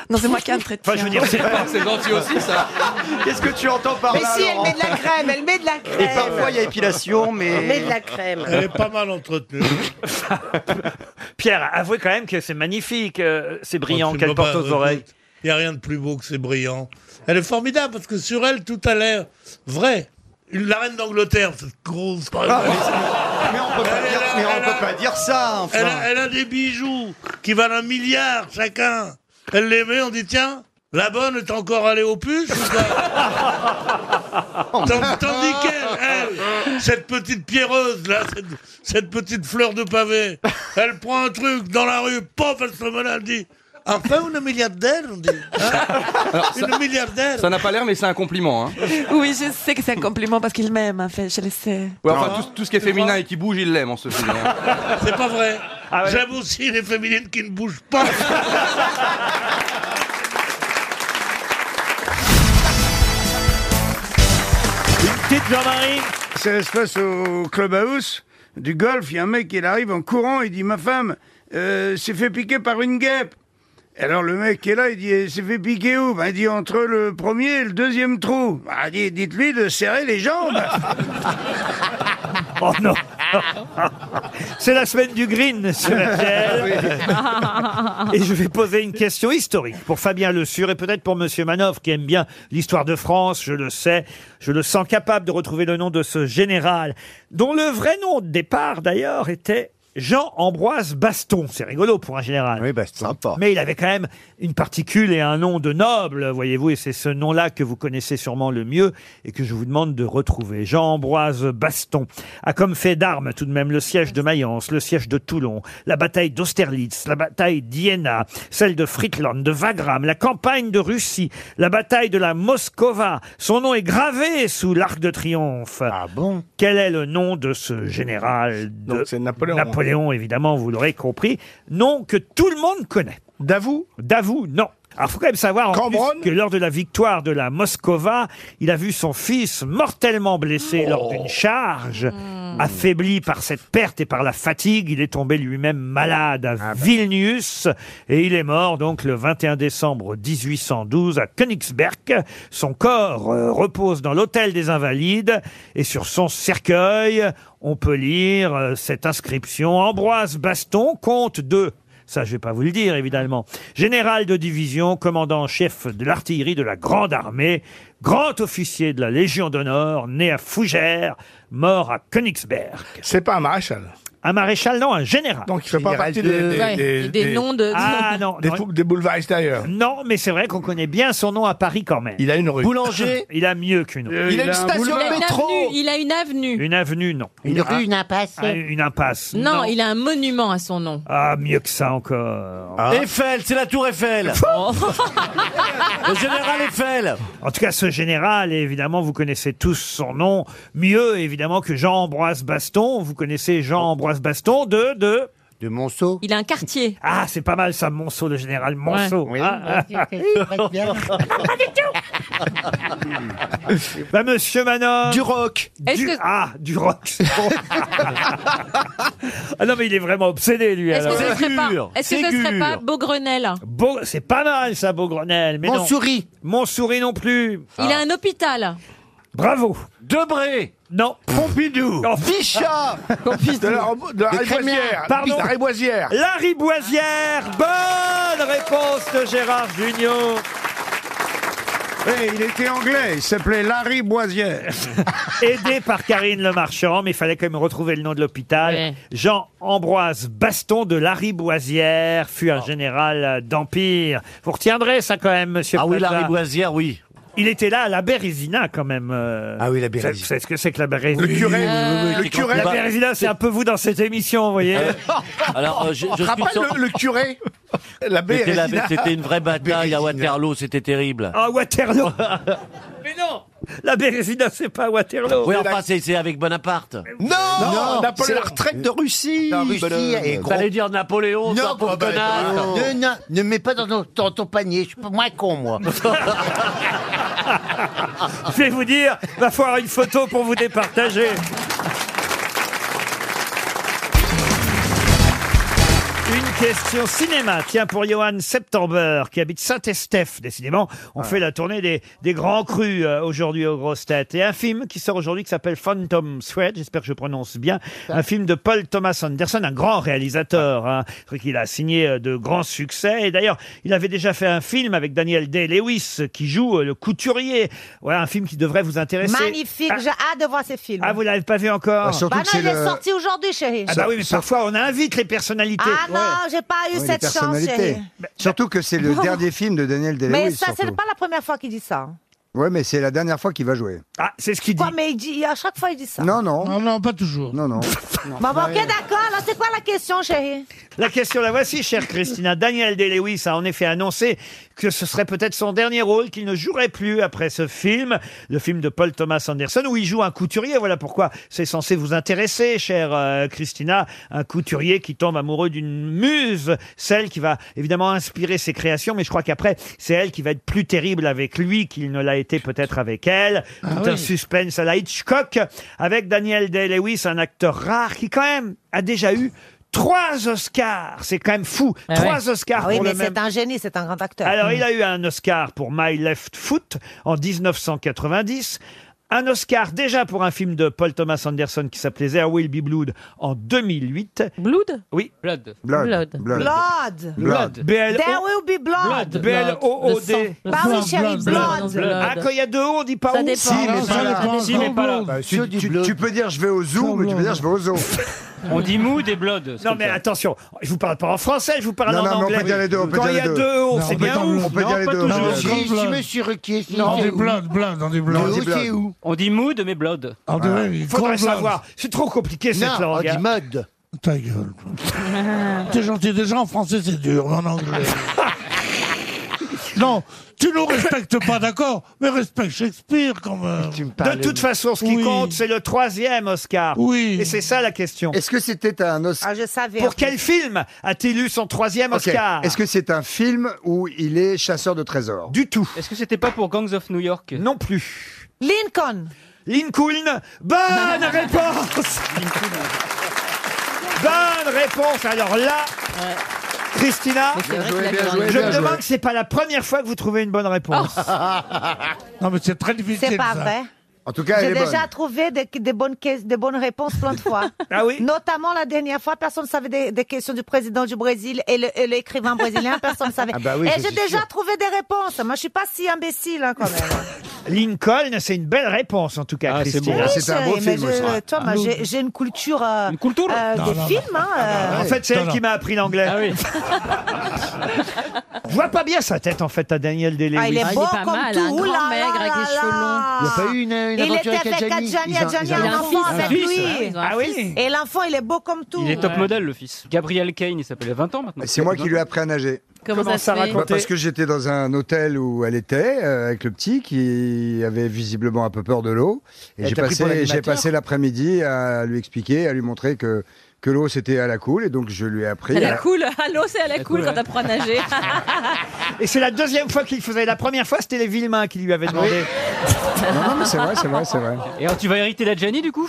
Speaker 28: Non, c'est moi qui entretiens.
Speaker 1: Enfin, je veux dire, c'est pas-
Speaker 2: C'est gentil aussi, ça. Qu'est-ce que tu entends par
Speaker 15: Mais
Speaker 2: là
Speaker 15: si, elle
Speaker 2: Laurent
Speaker 15: met de la crème, elle met de la crème.
Speaker 2: Et parfois, il y a épilation, mais...
Speaker 15: Elle met de la crème.
Speaker 4: Elle est pas mal entretenue.
Speaker 1: Pierre, avouez quand même que c'est magnifique, euh, c'est
Speaker 4: Oh,
Speaker 1: brillant
Speaker 4: tu
Speaker 1: qu'elle
Speaker 4: me vois
Speaker 1: porte
Speaker 4: pas,
Speaker 1: aux oreilles.
Speaker 4: Il n'y a rien de plus beau que c'est brillant. Elle est formidable parce que sur elle, tout a l'air vrai. Une- La reine d'Angleterre, cette grosse. par
Speaker 2: Ah, mais-
Speaker 4: exemple.
Speaker 2: mais on peut pas
Speaker 4: Elle
Speaker 2: dire-
Speaker 4: a-
Speaker 2: mais on
Speaker 4: elle
Speaker 2: peut
Speaker 4: a-
Speaker 2: pas dire ça, enfin.
Speaker 4: Elle a, elle a des bijoux qui valent un milliard chacun. Elle les met, on dit tiens, la bonne est encore allée aux puces ou pas
Speaker 2: Oh,
Speaker 4: Tand- Tandis qu'elle, elle, cette petite pierreuse là, cette, cette petite fleur de pavé, elle prend un truc dans la rue, pof, elle se met là, elle dit. Enfin, une milliardaire, on dit. hein
Speaker 6: Alors,
Speaker 4: une
Speaker 6: ça-
Speaker 4: milliardaire.
Speaker 6: Ça n'a pas l'air, mais c'est un compliment. Hein.
Speaker 28: Oui, je sais que c'est un compliment parce qu'ils m'aiment, en fait, je le sais. Ah,
Speaker 6: Ouais, enfin, tout, tout ce qui est féminin et qui bouge, il l'aime en ce film. hein.
Speaker 4: C'est pas vrai.
Speaker 1: Ah ouais.
Speaker 4: J'aime aussi les féminines qui ne bougent pas.
Speaker 1: Petite Jean-Marie
Speaker 25: Ça se passe au clubhouse du golf. Il y a un mec, il arrive en courant, il dit Ma femme euh, s'est fait piquer par une guêpe. Alors le mec qui est là, il dit Elle s'est fait piquer où ben, Il dit Entre le premier et le deuxième trou. Ah, dit, Dites-lui de serrer les jambes.
Speaker 1: Oh non C'est la semaine du green sur
Speaker 3: Ah
Speaker 1: RTL. Et je vais poser une question historique pour Fabien Le Sur et peut-être pour Monsieur Manoff qui aime bien l'histoire de France, je le sais. Je le sens capable de retrouver le nom de ce général, dont le vrai nom de départ d'ailleurs était Jean-Ambroise Baston. C'est rigolo pour un général. Oui, Baston. Mais il avait quand même une particule et un nom de noble, voyez-vous, et c'est ce nom-là que vous connaissez sûrement le mieux et que je vous demande de retrouver. Jean-Ambroise Baston a comme fait d'armes tout de même le siège de Mayence, le siège de Toulon, la bataille d'Austerlitz, la bataille d'Iéna, celle de Friedland, de Wagram, la campagne de Russie, la bataille de la Moscova. Son nom est gravé sous l'arc de triomphe. Ah bon Quel est le nom de ce général de Napoléon évidemment, vous l'aurez compris. Nom que tout le monde connaît. Davout Davout, non. Alors, faut quand même savoir en plus que lors de la victoire de la Moscova, il a vu son fils mortellement blessé lors d'une charge. Affaibli par cette perte et par la fatigue, il est tombé lui-même malade à Vilnius et il est mort donc le 21 décembre 1812 à Königsberg. Son corps euh, repose dans l'hôtel des Invalides et sur son cercueil, on peut lire euh, cette inscription Ambroise Baston, comte de ça, je vais pas vous le dire, évidemment. Général de division, commandant en chef de l'artillerie de la Grande Armée, grand officier de la Légion d'honneur, né à Fougères, mort à Königsberg. C'est pas un maréchal. Un maréchal, non, un général. Donc il
Speaker 3: fait pas partie des, des- des- des-
Speaker 1: Ah non,
Speaker 3: des,
Speaker 1: non.
Speaker 3: pou- des boulevards extérieurs.
Speaker 1: Non, mais c'est vrai qu'on connaît bien son nom à Paris quand même. Il a une rue.
Speaker 3: Boulanger Euh,
Speaker 1: Il a mieux qu'une rue.
Speaker 3: Il a une station
Speaker 17: Il a une avenue. Il a une avenue.
Speaker 1: Une avenue, non.
Speaker 17: Une rue, une impasse.
Speaker 1: Ah, Une impasse.
Speaker 17: Non, il a un monument à son nom.
Speaker 1: Ah, mieux que ça encore.
Speaker 17: Eiffel,
Speaker 1: c'est la tour Eiffel. Le général Eiffel. En tout cas, ce général, évidemment, vous connaissez tous son nom. Mieux, évidemment, que Jean-Ambroise Baston. Vous connaissez Jean-Ambroise Baston de... de de Monceau.
Speaker 17: Il a un quartier.
Speaker 1: Ah, c'est pas mal ça, Monceau, le général Monceau.
Speaker 17: Ouais.
Speaker 1: Ah, ah, ah. Bah, monsieur Manon. Du rock. Ah, du rock. ah non, mais il est vraiment obsédé, lui.
Speaker 17: Est-ce que
Speaker 1: alors.
Speaker 17: ce serait pas, est-ce que ce
Speaker 1: C'est
Speaker 17: serait
Speaker 1: dur.
Speaker 17: pas Beaugrenelle
Speaker 1: Beau- c'est pas mal ça, Beaugrenelle. Mais
Speaker 17: Montsouris.
Speaker 1: Non. Montsouris non plus. Ah.
Speaker 17: Il a un hôpital.
Speaker 1: Bravo. Debré. Non. Pompidou.
Speaker 3: Bichat. De la, de la Riboisière.
Speaker 1: Pardon.
Speaker 3: La
Speaker 4: Ah,
Speaker 3: Riboisière.
Speaker 1: La Riboisière. Bonne réponse de Gérard Junior.
Speaker 25: Ouais, Eh, il était anglais, il s'appelait Larry Boisière.
Speaker 1: Aidé par Karine Le Marchand, mais il fallait quand même retrouver le nom de l'hôpital. Jean-Ambroise Baston de Lariboisière fut
Speaker 2: Oh.
Speaker 1: un général d'Empire. Vous retiendrez ça quand même, monsieur
Speaker 2: Ah oui,
Speaker 1: Plaza.
Speaker 2: Lariboisière, oui.
Speaker 1: Il était là à la Bérésina quand même. Ah oui, la Bérésina. C'est ce que c'est que la Bérésina.
Speaker 2: Le curé, Oui, oui, oui,
Speaker 1: le
Speaker 2: qui
Speaker 1: curé. La
Speaker 2: continue.
Speaker 1: Bérésina, c'est un peu vous dans cette émission, vous voyez.
Speaker 2: Alors, euh, je, je suis
Speaker 3: Rappelle
Speaker 2: sûr-
Speaker 3: le, le curé. La
Speaker 2: C'était la-
Speaker 3: Bérésina.
Speaker 2: C'était une vraie bataille à Waterloo, c'était terrible.
Speaker 1: Ah, Waterloo Mais non La Bérésina, c'est pas Waterloo.
Speaker 2: Oui, enfin, c'est c'est avec Bonaparte.
Speaker 3: Non,
Speaker 2: Non,
Speaker 3: c'est la retraite de Russie.
Speaker 2: La Russie est gros- T'allais dire Napoléon, toi, pauvre connard.
Speaker 22: oh, bah, Ne, ne, ne mets pas dans ton, dans ton panier, je suis pas moins con, moi.
Speaker 1: Je vais vous dire, va falloir une photo pour vous départager. Une question cinéma, tiens, pour Johan September, qui habite Saint-Estèphe, décidément. On fait la tournée des, des grands crus euh, aujourd'hui aux grosses têtes. Et un film qui sort aujourd'hui qui s'appelle Phantom Thread, j'espère que je prononce bien, un film de Paul Thomas Anderson, un grand réalisateur. Hein. Il a signé euh, de grands succès. Et d'ailleurs, il avait déjà fait un film avec Daniel Day-Lewis, qui joue euh, le couturier. Voilà, un film qui devrait vous intéresser.
Speaker 20: Magnifique, j'ai hâte de voir ces films.
Speaker 1: Ah, vous l'avez pas vu
Speaker 20: bah
Speaker 1: encore
Speaker 20: non, il est sorti aujourd'hui, chérie.
Speaker 1: Ah bah oui, mais parfois on invite les personnalités.
Speaker 20: Ah non, j'ai pas eu
Speaker 21: Oui, les
Speaker 20: cette chance,
Speaker 21: personnalités.
Speaker 20: chérie.
Speaker 21: Surtout que c'est le dernier film de
Speaker 2: Eh
Speaker 21: Daniel
Speaker 20: Mais
Speaker 21: Day-Lewis.
Speaker 20: ça, c'est
Speaker 21: surtout.
Speaker 20: pas la première fois qu'il dit ça.
Speaker 21: Ouais, mais c'est la dernière fois qu'il va jouer.
Speaker 1: Ah, c'est ce qu'il
Speaker 20: Quoi, mais il dit, à chaque fois, il dit ça.
Speaker 21: Non, non.
Speaker 4: Non, non, pas toujours.
Speaker 21: Non, non.
Speaker 20: Bon, bon, ok, d'accord. Là, c'est quoi la question, chérie
Speaker 1: La question la voici, chère Christina. Daniel Day-Lewis a en effet annoncé que ce serait peut-être son dernier rôle, qu'il ne jouerait plus après ce film, le film de Paul Thomas Anderson, où il joue un couturier. Voilà pourquoi c'est censé vous intéresser, chère euh, Christina. Un couturier qui tombe amoureux d'une muse, celle qui va évidemment inspirer ses créations, mais je crois qu'après, c'est elle qui va être plus terrible avec lui qu'il ne l'a été peut-être avec elle. Tout un
Speaker 4: oui.
Speaker 1: suspense à la Hitchcock, avec Daniel Day-Lewis, un acteur rare qui quand même a déjà eu trois Oscars. C'est quand même fou. trois Oscars
Speaker 20: Ah oui,
Speaker 1: pour
Speaker 20: mais
Speaker 1: le même.
Speaker 20: c'est un génie, c'est un grand acteur.
Speaker 1: Alors, il a eu un Oscar pour My Left Foot en 1990. Un Oscar déjà pour un film de Paul Thomas Anderson qui s'appelait There Will Be Blood en 2008. Blood Oui. Blood.
Speaker 20: Blood. Blood.
Speaker 1: B-L-O-
Speaker 20: There will be blood.
Speaker 1: B-L-O-O-D.
Speaker 20: Bah oui, chérie, blood.
Speaker 1: Ah, quand il y a deux O, on dit pas
Speaker 20: Ça
Speaker 1: O.
Speaker 20: dépend. Si, mais
Speaker 1: pas là. Si, mais pas là.
Speaker 21: Bah, tu, tu- tu peux dire je vais au zoo, mais tu peux dire je vais au zoo.
Speaker 1: On dit mood et blood. Non, mais attention, je vous parle pas en français, je vous parle
Speaker 21: Non,
Speaker 1: en
Speaker 21: non, mais on
Speaker 1: anglais.
Speaker 21: peut dire les deux, on peut
Speaker 1: Quand
Speaker 21: dire
Speaker 1: il y a
Speaker 21: les deux.
Speaker 1: deux O,
Speaker 21: Non,
Speaker 1: c'est
Speaker 21: on peut
Speaker 1: bien
Speaker 21: dire
Speaker 1: ouf.
Speaker 21: bleu. On peut dire les deux, on peut dire les deux.
Speaker 1: Si, si, monsieur-
Speaker 21: Monsieur
Speaker 22: Ruquier, si-
Speaker 4: Non,
Speaker 22: c'est
Speaker 4: des
Speaker 22: où
Speaker 4: blindes, blindes, on dit blindes.
Speaker 22: Le haut, c'est où
Speaker 4: On dit mood, mais blood.
Speaker 2: Ah,
Speaker 22: Ah,
Speaker 4: On dit, oui,
Speaker 22: Faudrait
Speaker 4: corn blood.
Speaker 22: savoir.
Speaker 1: C'est trop compliqué
Speaker 22: Non,
Speaker 4: cette
Speaker 22: on
Speaker 4: langue,
Speaker 22: dit
Speaker 4: hein.
Speaker 22: mode.
Speaker 4: Ta gueule. T'es gentil, déjà en français c'est dur, mais en anglais. non, tu nous respectes pas, d'accord, mais respecte Shakespeare quand même.
Speaker 1: De toute façon, ce qui compte, c'est le troisième Oscar.
Speaker 4: Oui.
Speaker 1: Et c'est ça la question.
Speaker 21: Est-ce que c'était un Oscar
Speaker 20: Ah, Je savais.
Speaker 1: Pour quel film a-t-il eu son troisième
Speaker 21: Ok.
Speaker 1: Oscar
Speaker 21: Est-ce que c'est un film où il est chasseur de trésors
Speaker 1: Du tout.
Speaker 20: Est-ce que c'était pas pour Gangs of New York
Speaker 1: Non plus.
Speaker 20: Lincoln.
Speaker 1: Lincoln. Bonne réponse Bonne réponse Alors là, Christina,
Speaker 20: Mais c'est vrai Bien qu'il a joué, bien joué,
Speaker 1: je
Speaker 20: bien
Speaker 1: me
Speaker 20: joué.
Speaker 1: demande que c'est pas la première fois que vous trouvez une bonne réponse.
Speaker 4: non mais c'est très difficile.
Speaker 20: C'est pas vrai.
Speaker 21: En tout
Speaker 20: J'ai déjà trouvé des, des bonnes, ques- des bonnes réponses plein de fois.
Speaker 1: Ah oui
Speaker 20: Notamment la dernière fois, personne ne savait des, des questions du président du Brésil et le- et l'écrivain brésilien, personne ne savait.
Speaker 21: Ah bah oui,
Speaker 20: et
Speaker 21: ça,
Speaker 20: j'ai
Speaker 21: c'est
Speaker 20: déjà
Speaker 21: sûr. Ah,
Speaker 20: trouvé des réponses. Moi, je suis pas si imbécile hein, quand même.
Speaker 1: Lincoln, c'est une belle réponse en tout cas, Christine.
Speaker 21: Ah,
Speaker 10: Oui, chérie, mais je- Toi, moi,
Speaker 1: Ah,
Speaker 10: j'ai j'ai une culture, euh, euh,
Speaker 1: Non,
Speaker 10: des
Speaker 1: non, non.
Speaker 10: films. hein, euh.
Speaker 1: Ah,
Speaker 4: Ah,
Speaker 1: En fait, c'est elle qui m'a appris l'anglais.
Speaker 2: Ah,
Speaker 1: Je vois pas bien sa tête en fait à Daniel Delay.
Speaker 10: Ah, il est beau
Speaker 1: pas
Speaker 10: comme
Speaker 1: mal, hein.
Speaker 10: tout, là,
Speaker 3: maigre avec les cheveux longs.
Speaker 1: Il n'y a pas eu une, une
Speaker 10: Il
Speaker 1: aventure
Speaker 10: était avec
Speaker 1: avec Adjani
Speaker 10: Adjani,
Speaker 1: Ils ont-
Speaker 10: Adjani
Speaker 1: ils
Speaker 10: a
Speaker 1: ont-
Speaker 10: un enfant
Speaker 1: ils ont un
Speaker 10: avec
Speaker 1: fils, hein,
Speaker 10: lui.
Speaker 1: ils ont un Ah oui. fils.
Speaker 10: Et l'enfant, il est beau comme tout.
Speaker 2: Il est top modèle, le fils. Gabriel Kane, il s'appelle, il a 20 ans maintenant.
Speaker 21: Ah,
Speaker 33: euh,
Speaker 21: C'est moi qui lui ai appris à nager.
Speaker 3: Comment Comment ça se ça fait raconter
Speaker 21: Bah, Parce que j'étais dans un hôtel où elle était, euh, avec le petit, qui avait visiblement un peu peur de l'eau. Et
Speaker 33: Elle
Speaker 21: j'ai
Speaker 33: t'a pris pour
Speaker 21: passé, j'ai
Speaker 33: l'animateur
Speaker 21: passé l'après-midi à lui expliquer, à lui montrer que, que l'eau c'était à la cool. Et donc je lui ai appris.
Speaker 3: Elle
Speaker 21: à-
Speaker 3: est cool. Allô, c'est à la cool quand t'apprends à nager.
Speaker 1: Et c'est la deuxième fois qu'il le faisait. La première fois, c'était les Villemains qui lui avaient demandé.
Speaker 21: Non, non, mais c'est vrai, c'est vrai, c'est vrai.
Speaker 2: Et alors, tu vas hériter d'Adjani du coup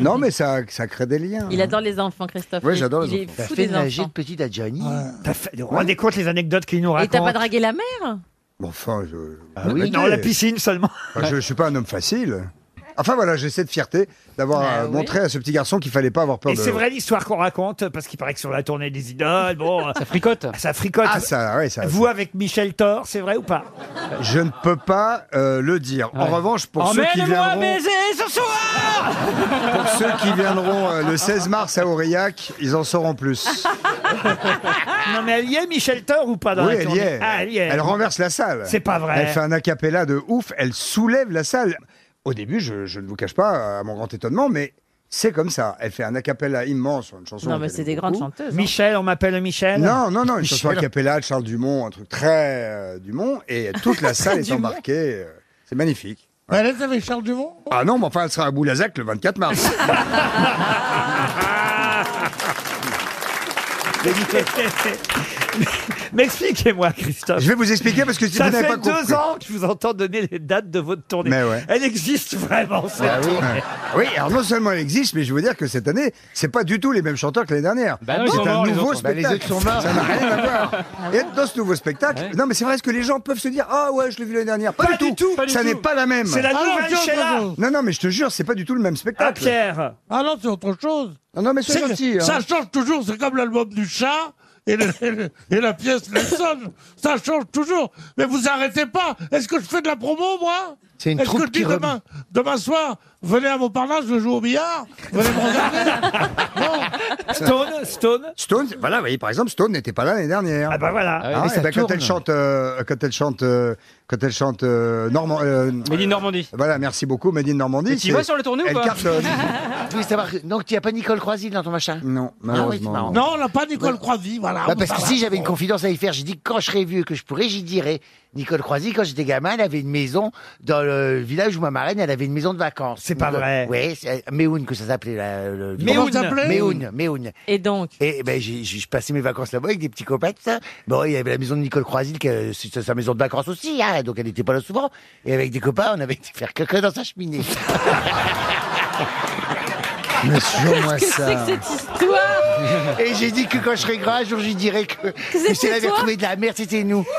Speaker 21: Non, mais ça, ça crée des liens. hein.
Speaker 3: Il adore les enfants, Christophe.
Speaker 21: Ouais,
Speaker 3: Il-
Speaker 21: j'adore les
Speaker 3: il est
Speaker 21: enfants. T'as
Speaker 3: fou
Speaker 21: fait
Speaker 3: des
Speaker 21: nager
Speaker 3: enfants.
Speaker 15: Petite à Johnny.
Speaker 1: T'as fait- Vous vous rendez compte les anecdotes qu'il nous
Speaker 3: Et t'as
Speaker 1: raconte
Speaker 3: pas dragué la mère
Speaker 21: Bon, enfin, je.
Speaker 1: Ah oui. Non, la piscine seulement.
Speaker 21: Enfin, je, je suis pas un homme facile. Enfin voilà, j'ai cette fierté d'avoir
Speaker 3: Bah
Speaker 21: euh, montré à ce petit garçon qu'il fallait pas avoir peur
Speaker 1: Et
Speaker 21: de
Speaker 1: c'est
Speaker 21: l'eau.
Speaker 1: vrai l'histoire qu'on raconte, parce qu'il paraît que sur la tournée des idoles, bon. Ça fricote. Ça fricote.
Speaker 21: Ah, ça, ouais, ça.
Speaker 1: Vous avec Michel Thor, c'est vrai ou pas
Speaker 21: Je ne peux pas euh, le dire. En revanche, pour ceux qui viendront,
Speaker 1: ce soir
Speaker 21: pour ceux qui viendront euh, le 16 mars à Aurillac, ils en sauront plus.
Speaker 1: Non, mais elle y est, Michel Thor, ou pas dans
Speaker 21: oui,
Speaker 1: la
Speaker 21: elle
Speaker 1: tournée
Speaker 21: y est.
Speaker 1: Ah, elle y est.
Speaker 21: Elle renverse la salle.
Speaker 1: C'est pas vrai.
Speaker 21: Elle fait un acapella de ouf. Elle soulève la salle. Au début, je, je ne vous cache pas, à mon grand étonnement, mais c'est comme ça. Elle fait un acapella immense, une chanson.
Speaker 3: Non,
Speaker 21: que
Speaker 3: mais
Speaker 21: j'aime
Speaker 3: c'est des grandes
Speaker 21: beaucoup.
Speaker 3: chanteuses. hein.
Speaker 1: Michel, on m'appelle Michel.
Speaker 21: Non, non, non, une chanson a
Speaker 1: Michel.
Speaker 21: cappella de Charles Dumont, un truc très euh, Dumont, et toute la salle est
Speaker 4: Dumont.
Speaker 21: embarquée. euh, c'est magnifique.
Speaker 4: Elle est avec Charles Dumont
Speaker 21: Ah non, mais enfin, elle sera à Boulazac le 24 mars.
Speaker 1: Mais expliquez-moi, Christophe.
Speaker 21: Je vais vous expliquer parce que si
Speaker 1: ça
Speaker 21: vous n'avez
Speaker 1: fait
Speaker 21: pas compris.
Speaker 1: deux ans que je vous entends donner les dates de votre tournée.
Speaker 21: Mais ouais.
Speaker 1: Elle existe vraiment, cette
Speaker 21: Ah oui.
Speaker 1: tournée.
Speaker 21: oui, alors non seulement elle existe, mais je veux dire que cette année, c'est pas du tout les mêmes chanteurs que l'année dernière.
Speaker 2: Bah non, ils
Speaker 21: c'est
Speaker 2: sont
Speaker 21: un
Speaker 2: morts, les
Speaker 21: nouveau
Speaker 2: autres. Bah,
Speaker 21: spectacle.
Speaker 2: les autres sont morts.
Speaker 21: Ça n'a rien à voir. Et dans ce nouveau spectacle, non mais c'est vrai, est-ce que les gens peuvent se dire Ah ouais, je l'ai vu l'année dernière Pas, du tout.
Speaker 1: pas du
Speaker 21: ça
Speaker 1: tout.
Speaker 21: n'est pas la même.
Speaker 1: C'est la
Speaker 21: Ah,
Speaker 1: nouvelle
Speaker 21: non, tiens,
Speaker 1: Sheila.
Speaker 21: pardon. Non, non, mais je te jure, c'est pas du tout le même spectacle.
Speaker 1: Ah, Pierre.
Speaker 4: Ah non, c'est autre chose.
Speaker 21: Non, non, mais
Speaker 4: c'est
Speaker 21: sois gentil,
Speaker 4: que-
Speaker 21: hein.
Speaker 4: Ça change toujours, c'est comme l'album du chat et, le- et le- et la pièce Nelson. ça change toujours. Mais vous arrêtez pas. Est-ce que je fais de la promo, moi
Speaker 13: C'est une
Speaker 4: Est-ce que
Speaker 13: troupe
Speaker 4: je dis
Speaker 13: qui rem-
Speaker 4: demain, demain soir, venez à Montparnasse, je joue au billard Venez me regarder
Speaker 1: Stone, Stone.
Speaker 21: Stone, voilà, vous voyez, par exemple, Stone n'était pas là l'année dernière.
Speaker 1: Ah bah voilà.
Speaker 21: Hein, et ben, quand elle chante, euh, quand elle chante, euh, quand elle chante euh, Normand, euh,
Speaker 2: Normandie.
Speaker 21: Voilà, merci beaucoup, Made in Normandie.
Speaker 2: Et t'y
Speaker 21: c'est-
Speaker 2: vas sur le tournée ou
Speaker 21: Elle euh,
Speaker 2: pas
Speaker 21: cartonne.
Speaker 15: Je voulais savoir, donc tu n'as pas Nicole Croisille dans ton machin Ah
Speaker 21: Non,
Speaker 15: oui, c'est
Speaker 21: malheureusement.
Speaker 15: marrant.
Speaker 4: Non, on n'a pas Nicole Croisy, voilà. Ah,
Speaker 15: Bah, parce que si j'avais une confidence à y faire, j'ai dit que quand je serais vieux et que je pourrais, j'y dirais. Nicole Croisy, quand j'étais gamin, elle avait une maison dans le village où ma marraine, elle avait une maison de vacances. C'est
Speaker 1: pas vrai.
Speaker 15: Oui, Méoun que ça s'appelait. là, le-
Speaker 1: Méhoun. Comment ça s'appelait
Speaker 15: Méhoun, Méhoun.
Speaker 3: Et donc
Speaker 15: Et ben, j'ai- j'ai- je passais mes vacances là-bas avec des petits copains, tout ça. Bon, il y avait la maison de Nicole Croisille, qui, euh, c'est sa maison de vacances aussi, hein, donc elle n'était pas là souvent. Et avec des copains, on avait été faire caca dans sa cheminée.
Speaker 21: Mais jure-moi
Speaker 15: Qu'est-ce que
Speaker 21: ça.
Speaker 15: c'est que
Speaker 3: Cette histoire
Speaker 15: Et j'ai dit que quand je serais grand, un jour, je dirais que, que si elle avait
Speaker 3: toi
Speaker 15: trouvé de la merde, c'était nous.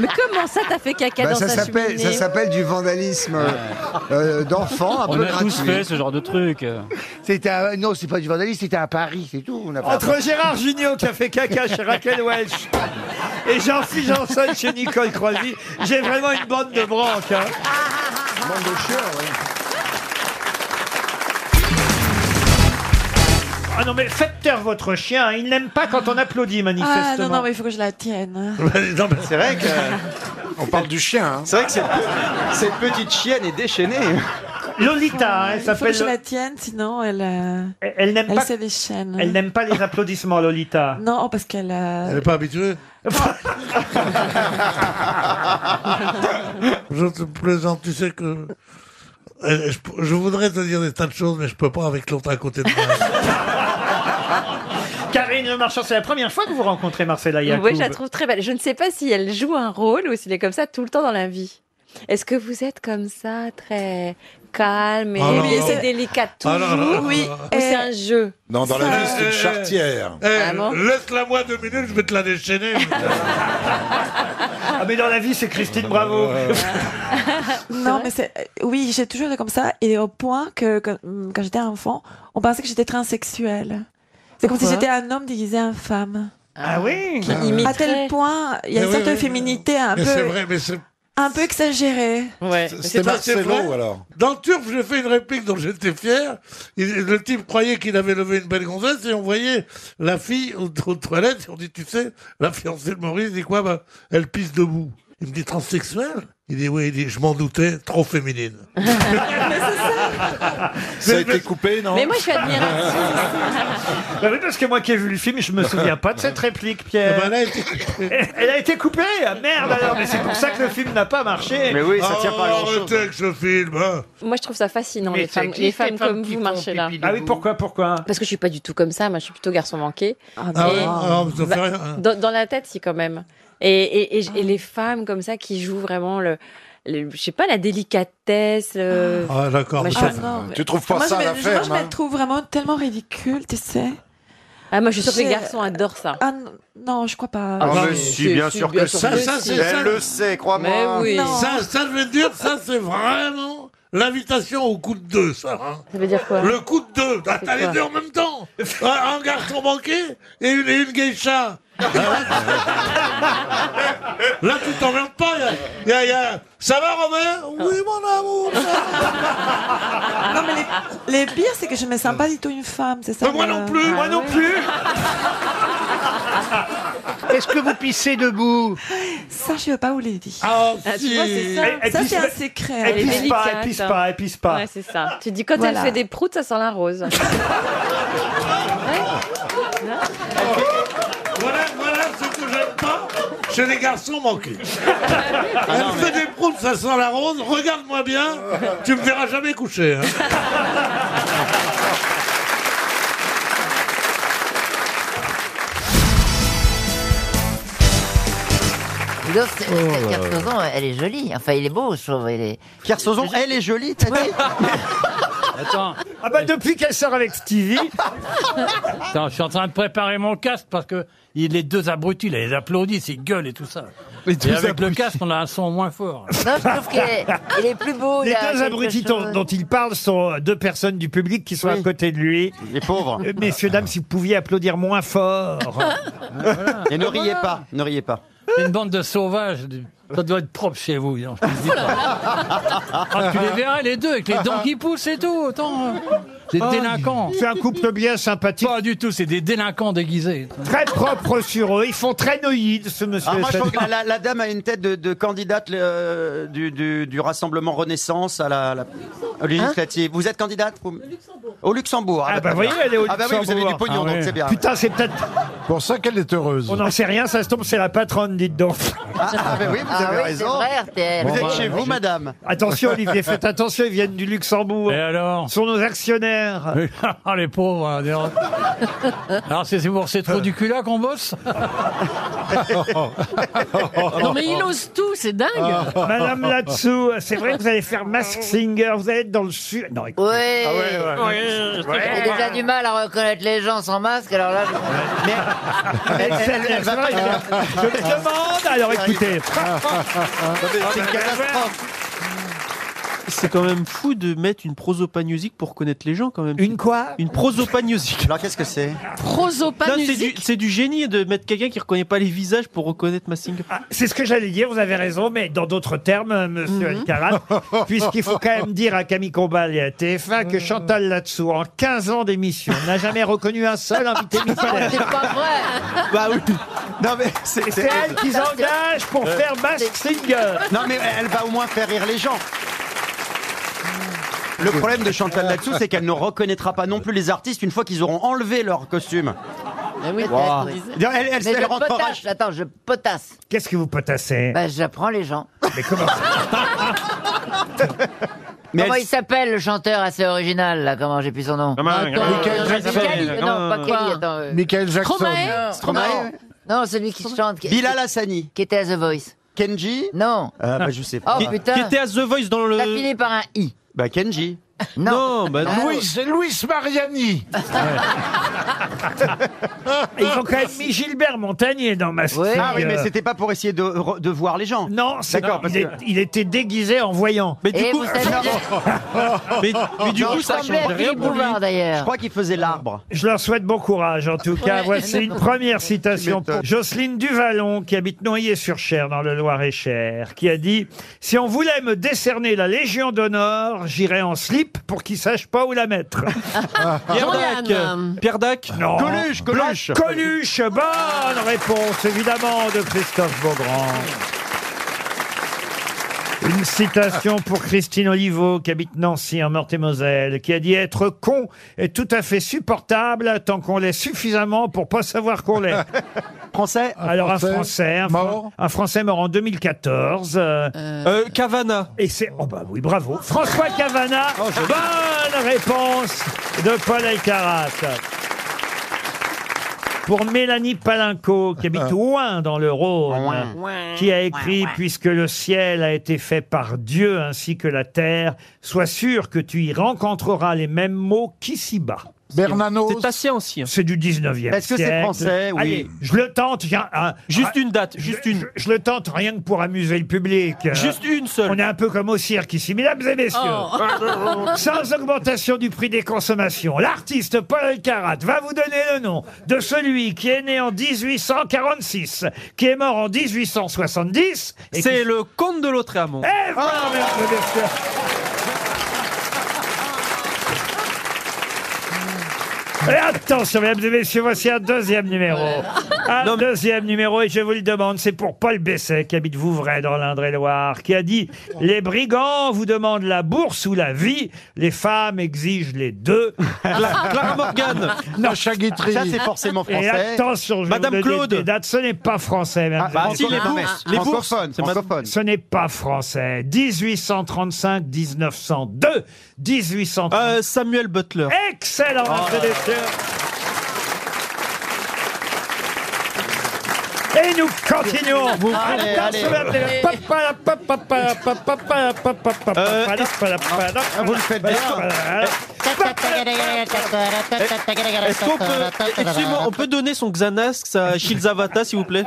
Speaker 3: Mais comment ça t'as fait caca
Speaker 21: Bah,
Speaker 3: dans
Speaker 21: ça
Speaker 3: sa
Speaker 21: s'appelle, ça
Speaker 3: cheminée
Speaker 21: s'appelle du vandalisme euh, euh, d'enfant, un
Speaker 2: On
Speaker 21: peu
Speaker 2: a tous fait
Speaker 21: gratuit.
Speaker 2: ce genre de truc.
Speaker 15: C'était un... Non, c'est pas du vandalisme, c'était un pari, c'est tout. On a pas-
Speaker 1: Entre Gérard Junior qui a fait caca chez Raquel Welch et Jean-Philippe Janson chez Nicole Croisy, j'ai vraiment une bande de branques. hein.
Speaker 21: Bande de chieurs, ouais.
Speaker 1: Ah non, mais faites taire votre chien, il n'aime pas quand on applaudit manifestement.
Speaker 28: Ah non, non, mais il faut que je la tienne.
Speaker 34: C'est vrai que.
Speaker 21: Euh,
Speaker 34: On parle du
Speaker 21: hein.
Speaker 34: chien. C'est vrai que cette, pe- cette petite chienne est déchaînée.
Speaker 1: Lolita, hein, elle
Speaker 28: il faut que
Speaker 1: s'appelle.
Speaker 28: je la tienne, sinon elle. euh,
Speaker 1: Elle, elle n'aime
Speaker 28: elle
Speaker 1: pas.
Speaker 28: se déchaîne.
Speaker 1: Elle n'aime pas les applaudissements, Lolita.
Speaker 28: Non, parce qu'elle. euh,
Speaker 4: Elle n'est pas habituée Je te plaisante, tu sais que. Euh, Je, je voudrais te dire des tas de choses, mais je peux pas avec l'autre à côté de moi.
Speaker 1: Karine Le Marchand, c'est la première fois que vous rencontrez Marcella Yacoub.
Speaker 17: Oui, je la trouve très belle. Je ne sais pas si elle joue un rôle ou s'il est comme ça tout le temps dans la vie. Est-ce que vous êtes comme ça, très calme et,
Speaker 13: Ah non,
Speaker 17: et
Speaker 13: non.
Speaker 17: délicate
Speaker 13: Ah non,
Speaker 17: toujours
Speaker 13: non, non,
Speaker 17: Oui,
Speaker 13: non, non.
Speaker 17: ou c'est un jeu.
Speaker 13: Non, dans la
Speaker 17: Ça-
Speaker 13: vie, c'est une charretière.
Speaker 4: Eh, Laisse-la moi deux minutes, je vais te la déchaîner.
Speaker 1: Ah, mais dans la vie, c'est Christine Bravo.
Speaker 28: Non, mais c'est. euh, Oui, j'ai toujours été comme ça. Et au point que quand, hum, quand j'étais enfant, on pensait que j'étais transsexuelle. C'est comme si
Speaker 17: Pourquoi
Speaker 28: j'étais un homme déguisé en femme.
Speaker 1: Ah oui
Speaker 28: À tel point, il y a une
Speaker 4: Mais oui,
Speaker 28: sorte de
Speaker 4: oui.
Speaker 28: féminité un
Speaker 4: Ah, mais
Speaker 28: peu.
Speaker 4: c'est vrai, mais c'est.
Speaker 28: un peu exagéré. Ouais.
Speaker 13: C'est Marcelo, alors.
Speaker 4: Dans Turf, j'ai fait une réplique dont j'étais fier. Il- le type croyait qu'il avait levé une belle gonzesse et on voyait la fille aux, aux toilettes. Et on dit, tu sais, la fiancée de Maurice dit quoi bah, Elle pisse debout. Il me dit, transsexuel Il dit, oui, il dit, je m'en doutais, trop féminine.
Speaker 13: Ça a été coupé, non
Speaker 17: Mais moi, je suis admirative.
Speaker 1: Bah oui, parce que moi qui ai vu le film, je me souviens pas de cette réplique, Pierre.
Speaker 4: Eh ben, elle, a été...
Speaker 1: coupée. Ah, Merde alors, mais c'est pour ça que le film n'a pas marché.
Speaker 4: Arrêtez que ce film. hein.
Speaker 17: Moi, je trouve ça fascinant,
Speaker 1: Mais
Speaker 17: les
Speaker 1: ça
Speaker 17: femmes,
Speaker 1: existe,
Speaker 17: les
Speaker 1: les
Speaker 17: femmes
Speaker 1: femmes
Speaker 17: comme
Speaker 1: qui
Speaker 17: vous,
Speaker 1: font
Speaker 17: Marcella.
Speaker 1: pipi Ah oui, debout. pourquoi, pourquoi
Speaker 17: Parce que je suis pas du tout comme ça, moi, je suis plutôt garçon manqué.
Speaker 4: Ah
Speaker 17: Et- bah,
Speaker 4: ouais, ah, mais ça fait rien, hein.
Speaker 17: dans, dans la tête, si, quand même. Et, et- et j- et les femmes comme ça qui jouent vraiment le. le- je sais pas, la délicatesse. le-
Speaker 4: Ah, d'accord.
Speaker 17: Moi, je
Speaker 28: Ah
Speaker 17: suis-
Speaker 28: non, mais-
Speaker 17: Moi,
Speaker 28: moi,
Speaker 17: je
Speaker 28: je
Speaker 17: me-
Speaker 28: me- Moi, je me trouve vraiment tellement ridicule, tu sais.
Speaker 17: Ah, moi, je suis sûre que les
Speaker 28: J'ai-
Speaker 17: garçons adorent ça.
Speaker 28: Ah non, non, je crois pas.
Speaker 35: Ah, mais si, bien sûr que si. Elle le sait, crois-moi.
Speaker 4: Ça, ça, je vais te dire, ça, c'est vraiment l'invitation au coup de deux, ça. hein.
Speaker 17: Ça veut dire quoi
Speaker 4: Le coup de deux. Ah, T'as les
Speaker 17: quoi
Speaker 4: deux en même temps. Un un garçon banqué et une, et une geisha. Ah, Là, tu t'emmerdes pas. y a- y a- y a- Ça va, Robert Ah Oui, mon amour.
Speaker 28: Non, mais les, les pires, c'est que je me sens pas du tout une femme, c'est ça
Speaker 4: Mais moi
Speaker 28: le- Ah
Speaker 4: non plus, moi non plus.
Speaker 28: Est-ce que vous pissez debout Ça, je ne veux pas vous les dire.
Speaker 4: Ah,
Speaker 17: tu vois, c'est ça.
Speaker 28: Elle- elle Ça, pisse- c'est un secret.
Speaker 1: Elle
Speaker 17: est
Speaker 1: pisse pas,
Speaker 17: délicate. hein.
Speaker 1: elle pisse pas, elle pisse pas.
Speaker 17: Ouais, c'est ça. Tu dis, quand
Speaker 28: Voilà.
Speaker 17: elle fait des proutes, ça sent la rose.
Speaker 4: Voilà, voilà ce que j'aime pas chez les garçons manqués.
Speaker 17: Ah,
Speaker 4: Elle me fait des proutes, ça sent la rose. Regarde-moi bien, tu me verras jamais coucher. hein.
Speaker 7: Dis donc, c'est- Kersozon, elle est jolie. Enfin, il est beau, je trouve. Il est...
Speaker 2: Kersozon, elle est jolie, t'as dit
Speaker 36: Attends,
Speaker 1: Ah bah depuis qu'elle sort avec Stevie.
Speaker 36: attends, je suis en train de préparer mon casque parce que il- les deux abrutis, là, ils applaudissent, ils gueulent et tout ça.
Speaker 1: Les
Speaker 36: et
Speaker 1: deux
Speaker 36: avec le casque, on a un son moins fort.
Speaker 7: Non, je trouve qu'il est, il est plus
Speaker 36: Oh
Speaker 7: beau. il
Speaker 1: Les
Speaker 7: y a
Speaker 1: deux
Speaker 7: quelque
Speaker 1: abrutis
Speaker 7: chose.
Speaker 1: dont, dont il parle sont euh, deux personnes du public qui sont à côté de lui.
Speaker 2: Les pauvres.
Speaker 1: Euh, Messieurs, dames, si vous pouviez applaudir moins fort.
Speaker 2: Et ne riez pas, ne riez pas.
Speaker 36: Une bande de sauvages, du- ça doit être propre chez vous. dis donc, je te le dis pas. Ah, tu les verras les deux, avec les dents qui poussent et tout, autant. euh, Des
Speaker 1: Oh,
Speaker 36: délinquants.
Speaker 1: C'est un couple bien sympathique.
Speaker 36: Pas du tout, c'est des délinquants déguisés.
Speaker 1: Très propre sur eux. Ils font très noïdes, ce monsieur.
Speaker 2: Ah, moi, je pense
Speaker 1: Sadi.
Speaker 2: que la, la- la dame a une tête de, de candidate euh, du, du- du rassemblement Renaissance à la, la- aux législatives. vous êtes candidate vous- Au Luxembourg.
Speaker 1: Hein Ah bah
Speaker 2: d'accord.
Speaker 1: voyez, elle est au
Speaker 2: Ah bah oui, vous avez
Speaker 1: Luxembourg.
Speaker 2: du pognon,
Speaker 1: Ah
Speaker 2: donc
Speaker 1: ouais.
Speaker 2: c'est bien.
Speaker 1: Putain, c'est peut-être...
Speaker 37: Pour ça qu'elle est heureuse.
Speaker 1: On n'en sait rien, ça se tombe, c'est la patronne, dites donc.
Speaker 2: Ah, ah bah oui, vous
Speaker 7: Ah
Speaker 2: avez
Speaker 7: oui,
Speaker 2: raison.
Speaker 7: c'est vrai, RTL.
Speaker 2: Vous
Speaker 7: Bon,
Speaker 2: êtes
Speaker 7: bah,
Speaker 2: chez vous,
Speaker 7: je-
Speaker 2: Oh, madame.
Speaker 1: Attention, Olivier, faites attention, ils viennent du Luxembourg.
Speaker 36: Et alors
Speaker 1: Ce sont nos actionnaires.
Speaker 36: Ah, les pauvres. hein, dis donc. Alors, c'est c'est pour ces trous du cul-là qu'on bosse
Speaker 1: Non, mais il
Speaker 36: ose tout, c'est dingue.
Speaker 1: Ah. Madame Latsou, c'est vrai que vous allez faire Mask Singer, vous allez être dans le sud. Non, écoute.
Speaker 7: Oui.
Speaker 1: ouais, ouais. Ouais.
Speaker 7: J'ai déjà du mal à reconnaître les gens sans masque, alors là. je-
Speaker 1: Elle-
Speaker 7: elle-
Speaker 1: elle-
Speaker 7: elle va pas-
Speaker 1: je me demande, alors écoutez.
Speaker 3: C'est quand même fou de mettre une prosopagnosie pour connaître les gens quand même.
Speaker 1: Une quoi
Speaker 3: Une prosopagnosie.
Speaker 2: Alors qu'est-ce que c'est
Speaker 3: C'est du, c'est du génie de mettre quelqu'un qui reconnaît pas les visages pour reconnaître Massinger.
Speaker 1: Ah, C'est ce que j'allais dire, vous avez raison, mais dans d'autres termes, euh, monsieur Alcarat, puisqu'il faut quand même dire à Camille Combal et à TF1 que Chantal Latsou, en 15 ans d'émission, n'a jamais reconnu un seul invité mystère.
Speaker 7: C'est pas vrai.
Speaker 2: Bah oui. Non mais
Speaker 1: Et c'est elle qu'ils engagent pour
Speaker 2: Euh,
Speaker 1: faire Mask Singer.
Speaker 2: Non mais elle va au moins faire rire les gens. Le problème de Chantal Latsou, c'est qu'elle ne reconnaîtra pas non plus les artistes une fois qu'ils auront enlevé leur costume. Wow.
Speaker 7: Peut-être, Eh oui.
Speaker 2: Elle, elle- elle
Speaker 7: Mais je
Speaker 2: rentrera-
Speaker 7: potasse. Attends, je potasse.
Speaker 1: Qu'est-ce que vous potassez
Speaker 7: Bah, j'apprends les gens.
Speaker 1: Mais comment
Speaker 7: Mais Comment
Speaker 1: elle-
Speaker 7: il s'appelle le chanteur assez original là Comment j'ai plus son nom
Speaker 37: Attends, Michael
Speaker 7: Kelly,
Speaker 37: Jackson.
Speaker 7: Kelly, Non, pas
Speaker 37: Non.
Speaker 7: Kelly. Attends. euh,
Speaker 37: Michael Jackson.
Speaker 7: Non, Non, non, celui qui chante. qui-
Speaker 2: Bilal Hassani.
Speaker 7: Qui était à The Voice.
Speaker 2: Kenji
Speaker 7: Non.
Speaker 2: Euh, bah, je sais pas.
Speaker 7: Oh putain.
Speaker 3: Qui était à The Voice dans le.
Speaker 7: Ça finit par un i.
Speaker 2: Bah Kenji.
Speaker 16: Non, bah non.
Speaker 3: Louis, c'est Louis Mariani.
Speaker 1: Ils ont quand même mis Gilbert Montagnier dans ma euh.
Speaker 12: Ah oui, mais c'était pas pour essayer de, re- de voir les gens.
Speaker 1: Non, c'est-
Speaker 12: d'accord.
Speaker 1: non,
Speaker 12: parce
Speaker 1: il,
Speaker 12: que-
Speaker 1: est- il était déguisé en voyant.
Speaker 12: Mais du Et coup- vous savez-
Speaker 1: mais- mais du coup, ça
Speaker 12: ressemblait à
Speaker 1: change rien
Speaker 12: Philippe
Speaker 1: pour lui.
Speaker 12: Bouvard, d'ailleurs. Je crois qu'il faisait l'arbre.
Speaker 1: Je leur souhaite bon courage, en tout cas.
Speaker 12: Ouais.
Speaker 1: Voici une première citation
Speaker 12: M'étonne.
Speaker 1: pour Jocelyne Duvallon, qui habite Noyer-sur-Cher, dans le Loir-et-Cher, qui a dit « Si on voulait me décerner la Légion d'honneur, j'irais en slip pour qu'ils sachent pas où la mettre.
Speaker 16: Pierre Dac. Pierre Dac.
Speaker 1: Non.
Speaker 16: Coluche, Coluche.
Speaker 1: Blanc- Coluche, bonne réponse, évidemment, de Christophe Beaugrand. Une citation pour Christine Oliveau, qui habite Nancy, en Meurthe-et-Moselle, qui a dit Être con est tout à fait supportable tant qu'on l'est suffisamment pour pas savoir qu'on l'est.
Speaker 12: français
Speaker 1: Alors, un
Speaker 16: Français
Speaker 1: français. Un, Fran- un français mort en 2014. euh,
Speaker 16: Cavana. Oh,
Speaker 1: Et c'est. Oh bah oui, bravo. François Cavana. bonne réponse de Paul Aycarat. Pour Mélanie Palinco, qui habite Ouin dans le Rhône,
Speaker 3: Ouin.
Speaker 1: qui a écrit Puisque le ciel a été fait par Dieu ainsi que la terre, sois sûr que tu y rencontreras les mêmes mots qu'ici-bas.
Speaker 3: Bernanos.
Speaker 1: C'est assez ancien. C'est du 19e siècle.
Speaker 3: Est-ce que c'est français Oui.
Speaker 1: Allez, je le tente. j'ai un- un-
Speaker 3: Juste
Speaker 1: un-
Speaker 3: une date, juste
Speaker 1: je-
Speaker 3: une.
Speaker 1: Je, je le tente rien que pour amuser le public.
Speaker 3: Juste
Speaker 1: une seule. On est un peu comme au cirque ici, mesdames et messieurs.
Speaker 3: Oh.
Speaker 1: Sans augmentation du prix des consommations, l'artiste Paul Carat va vous donner le nom de celui qui est né en 1846, qui est mort en 1870.
Speaker 16: C'est le comte de Lautréamont.
Speaker 1: Eh, voilà, mesdames et messieurs. Et attention, mesdames et messieurs, voici un deuxième numéro. Un deuxième numéro, et je vous le demande, c'est pour Paul Besset, qui habite Vouvray dans l'Indre-et-Loire, qui a dit « Les brigands vous demandent la bourse ou la vie, les femmes exigent les deux. »
Speaker 16: Clara Morgan.
Speaker 1: Sacha
Speaker 16: Guitry. Ça, c'est forcément
Speaker 1: Et
Speaker 16: français.
Speaker 1: attention, je vais
Speaker 16: Madame
Speaker 1: vous donner
Speaker 16: Claude.
Speaker 1: des dates, ce n'est pas français. mesdames
Speaker 16: Ah,
Speaker 1: et
Speaker 16: si, les
Speaker 1: messieurs.
Speaker 16: bourses, les bourses. Francophone, C'est madame- francophone.
Speaker 1: Ce n'est pas français. 1835, 1902, 1830.
Speaker 16: Euh, Samuel Butler.
Speaker 1: Excellent,
Speaker 16: Oh.
Speaker 1: Eh, mesdames et messieurs. Et nous continuons. Vous
Speaker 3: Allez, allez.
Speaker 16: Euh, ah,
Speaker 1: Vous le faites
Speaker 16: Eh, Est-ce qu'on peut, excusez-moi, on peut donner son Xanax à Shilzavata, s'il vous plaît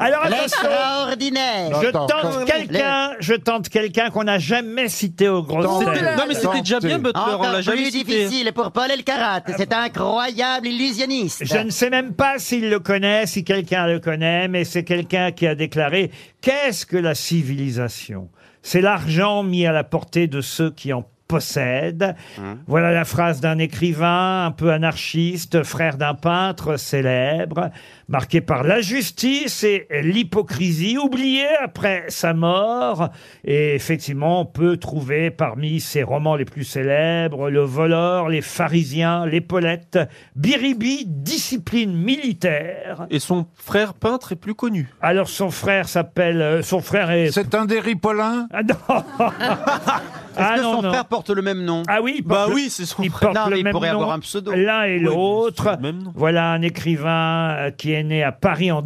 Speaker 1: Alors attention.
Speaker 16: L'extraordinaire.
Speaker 1: Je
Speaker 16: Attends,
Speaker 1: tente
Speaker 16: attends.
Speaker 1: quelqu'un, je tente quelqu'un qu'on n'a jamais cité au gros
Speaker 16: Non, mais c'était déjà bien, Butler, on l'a jamais
Speaker 12: plus
Speaker 16: cité.
Speaker 12: difficile pour Paul Elkarat. C'est un incroyable illusionniste.
Speaker 1: Je ne sais même pas s'il le connaît, si quelqu'un le connaît, mais c'est quelqu'un qui a déclaré Qu'est-ce que la civilisation C'est l'argent mis à la portée de ceux qui en possèdent. Voilà la phrase d'un écrivain un peu anarchiste, frère d'un peintre célèbre, marqué par l'injustice et l'hypocrisie, oublié après sa mort. Et effectivement, on peut trouver parmi ses romans les plus célèbres Le voleur, Les pharisiens, L'épaulette, Biribi, Discipline militaire.
Speaker 16: Et son frère peintre est plus connu.
Speaker 1: Alors son frère s'appelle... euh, Son frère est... C'est un des Ripollins Ah non
Speaker 12: Est-ce
Speaker 1: Ah
Speaker 12: que
Speaker 1: non,
Speaker 12: son
Speaker 1: non.
Speaker 12: frère porte le même nom
Speaker 1: Ah oui, il
Speaker 12: Bah
Speaker 1: porte le-
Speaker 12: oui, c'est son
Speaker 1: il
Speaker 12: frère.
Speaker 1: porte
Speaker 12: Non,
Speaker 1: le
Speaker 12: mais il
Speaker 1: même
Speaker 12: pourrait
Speaker 1: nom,
Speaker 12: avoir un pseudo.
Speaker 1: L'un et
Speaker 12: Oui, mais c'est
Speaker 1: l'autre. Voilà un écrivain euh, qui est né à Paris en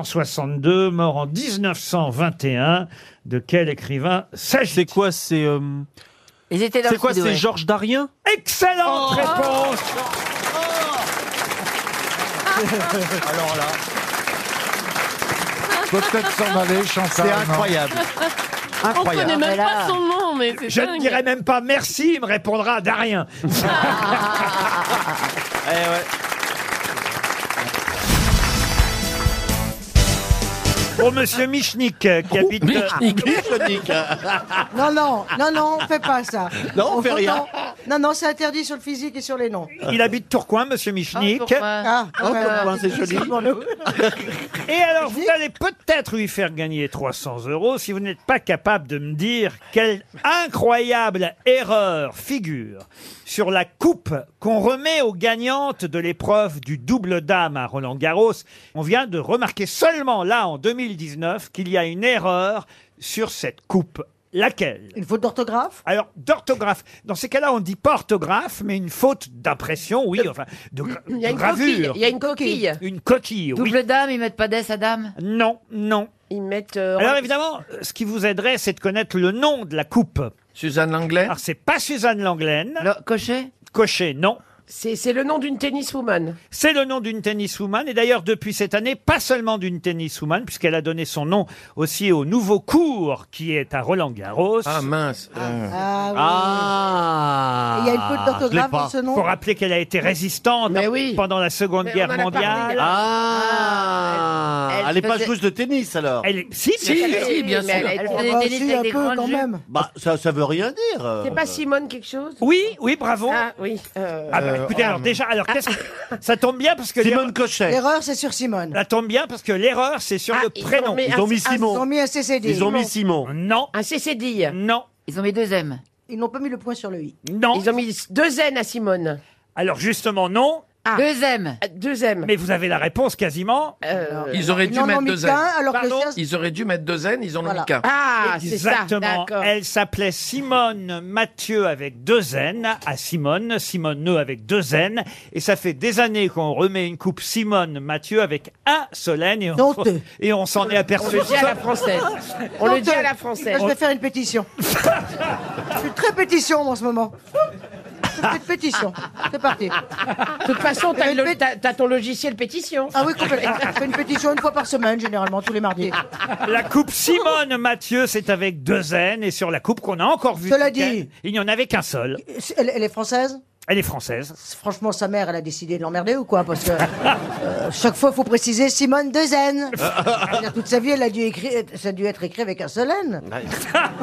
Speaker 1: 1862, mort en 1921. De quel écrivain s'agit-il C'est
Speaker 16: quoi C'est
Speaker 7: Ils étaient dans
Speaker 16: C'est
Speaker 7: le
Speaker 16: quoi,
Speaker 7: sud,
Speaker 16: c'est
Speaker 7: ouais.
Speaker 16: Georges Darien
Speaker 17: Oh.
Speaker 1: Excellente réponse
Speaker 3: Alors là. Peut-être s'en aller, Chantal.
Speaker 12: C'est
Speaker 3: non
Speaker 12: incroyable.
Speaker 1: Incroyable.
Speaker 17: On connaît même
Speaker 1: Mais là-
Speaker 17: pas son nom, mais c'est
Speaker 1: Je
Speaker 17: dingue.
Speaker 1: ne dirai même pas merci, il me répondra d'Arien. Pour Monsieur Michnik, euh, qui habite... euh,
Speaker 38: Non, non, non, non, on fait pas ça.
Speaker 1: Non, on fait
Speaker 38: fait
Speaker 1: rien.
Speaker 38: Non, non, c'est interdit sur le physique et sur les noms.
Speaker 1: Il habite Tourcoing, Monsieur Michnik.
Speaker 38: Ah, voilà.
Speaker 1: Et alors, vous allez peut-être lui faire gagner 300 euros si vous n'êtes pas capable de me dire quelle incroyable erreur figure sur la coupe qu'on remet aux gagnantes de l'épreuve du double dame à Roland Garros. On vient de remarquer seulement là, en 2019, qu'il y a une erreur sur cette coupe. Laquelle Une faute d'orthographe Alors, d'orthographe. Dans ces cas-là, on dit pas orthographe, mais une faute d'impression, oui, enfin, de, gra-
Speaker 15: Euh, Il y a
Speaker 1: de
Speaker 15: une
Speaker 1: gravure.
Speaker 15: coquille, il y a une coquille.
Speaker 1: Une coquille, oui.
Speaker 15: Double dame, ils mettent pas d'ess à dame
Speaker 1: Non, non.
Speaker 15: Ils mettent.
Speaker 38: Euh,
Speaker 1: Alors évidemment, euh, ce qui vous aiderait, c'est de connaître le nom de la coupe. Suzanne Langlaine Alors, c'est pas Suzanne Langlaine. Cochet Cochet, non.
Speaker 15: C'est c'est le nom d'une tenniswoman.
Speaker 1: C'est le nom d'une tenniswoman et d'ailleurs depuis cette année, pas seulement d'une tenniswoman puisqu'elle a donné son nom aussi au nouveau cours qui est à Roland Garros. Ah mince.
Speaker 2: Euh.
Speaker 38: Ah oui.
Speaker 1: Ah.
Speaker 38: Il y a une faute d'orthographe je l'ai pas. dans ce nom.
Speaker 1: Faut rappeler qu'elle a été résistante pendant la Seconde
Speaker 38: Mais on en
Speaker 1: Guerre
Speaker 38: a parlé.
Speaker 1: mondiale.
Speaker 2: Ah, elle, n'est pas joueuse de tennis alors
Speaker 1: Elle si,
Speaker 15: Si, bien si, sûr. bien sûr. Elle faisait des tennis avec des grandes jupes.
Speaker 2: Bah, ça, ça veut rien
Speaker 7: Euh,
Speaker 2: dire.
Speaker 15: C'est pas Simone quelque chose
Speaker 1: Oui, oui, bravo.
Speaker 15: Ah oui. euh,
Speaker 1: Ah bah, écoutez, alors déjà, alors qu'est-ce que- ça tombe bien parce que Simone Cochet.
Speaker 38: L'erreur, c'est sur Simone.
Speaker 1: Ça tombe bien parce que l'erreur c'est sur le
Speaker 38: ils
Speaker 1: prénom.
Speaker 38: ont mis Ils ont un- mis ah, Simon. ils ont mis un CCD. Ils ont mis
Speaker 1: Simon. Non.
Speaker 15: Un CCD.
Speaker 1: Non.
Speaker 15: Ils ont mis deux M.
Speaker 38: Ils n'ont pas mis le point sur le i.
Speaker 1: Non.
Speaker 15: Ils ont mis deux N à Simone. Ah.
Speaker 1: Alors justement non.
Speaker 15: Deux M. Deux M.
Speaker 1: Mais vous avez la réponse quasiment.
Speaker 22: Euh,
Speaker 24: Ils auraient dû mettre deux N.
Speaker 1: Pardon
Speaker 24: Ils auraient dû mettre deux N, ils en ont mis qu'un.
Speaker 15: Ah,
Speaker 22: Ah,
Speaker 1: Exactement. Elle s'appelait Simone Mathieu avec deux N à Simone, Simone Neu avec deux N. Et ça fait des années qu'on remet une coupe Simone Mathieu avec un seul N. Et on, et on s'en est
Speaker 15: On
Speaker 1: aperçu.
Speaker 15: le dit à la française. On le dit à la française.
Speaker 38: euh, Je vais faire une pétition. je suis très pétition moi, en ce moment. Je fais une pétition. C'est parti.
Speaker 15: De toute façon, t'as le- t'as- t'as ton logiciel pétition.
Speaker 38: Ah oui, complètement. Je fais une pétition une fois par semaine, généralement, tous les mardis.
Speaker 1: La coupe Simone Mathieu, c'est avec deux N. Et sur la coupe qu'on a encore vue,
Speaker 38: Cela
Speaker 1: ce week-end,
Speaker 38: dit-
Speaker 1: il n'y en avait qu'un seul.
Speaker 38: Elle, elle est française
Speaker 1: Elle est française.
Speaker 38: Franchement, sa mère, elle a décidé de l'emmerder ou quoi Parce que euh, chaque fois, il faut préciser Simone Dezen. C'est-à-dire, Toute sa vie, elle a dû écrire, ça a dû être écrit avec un seul N.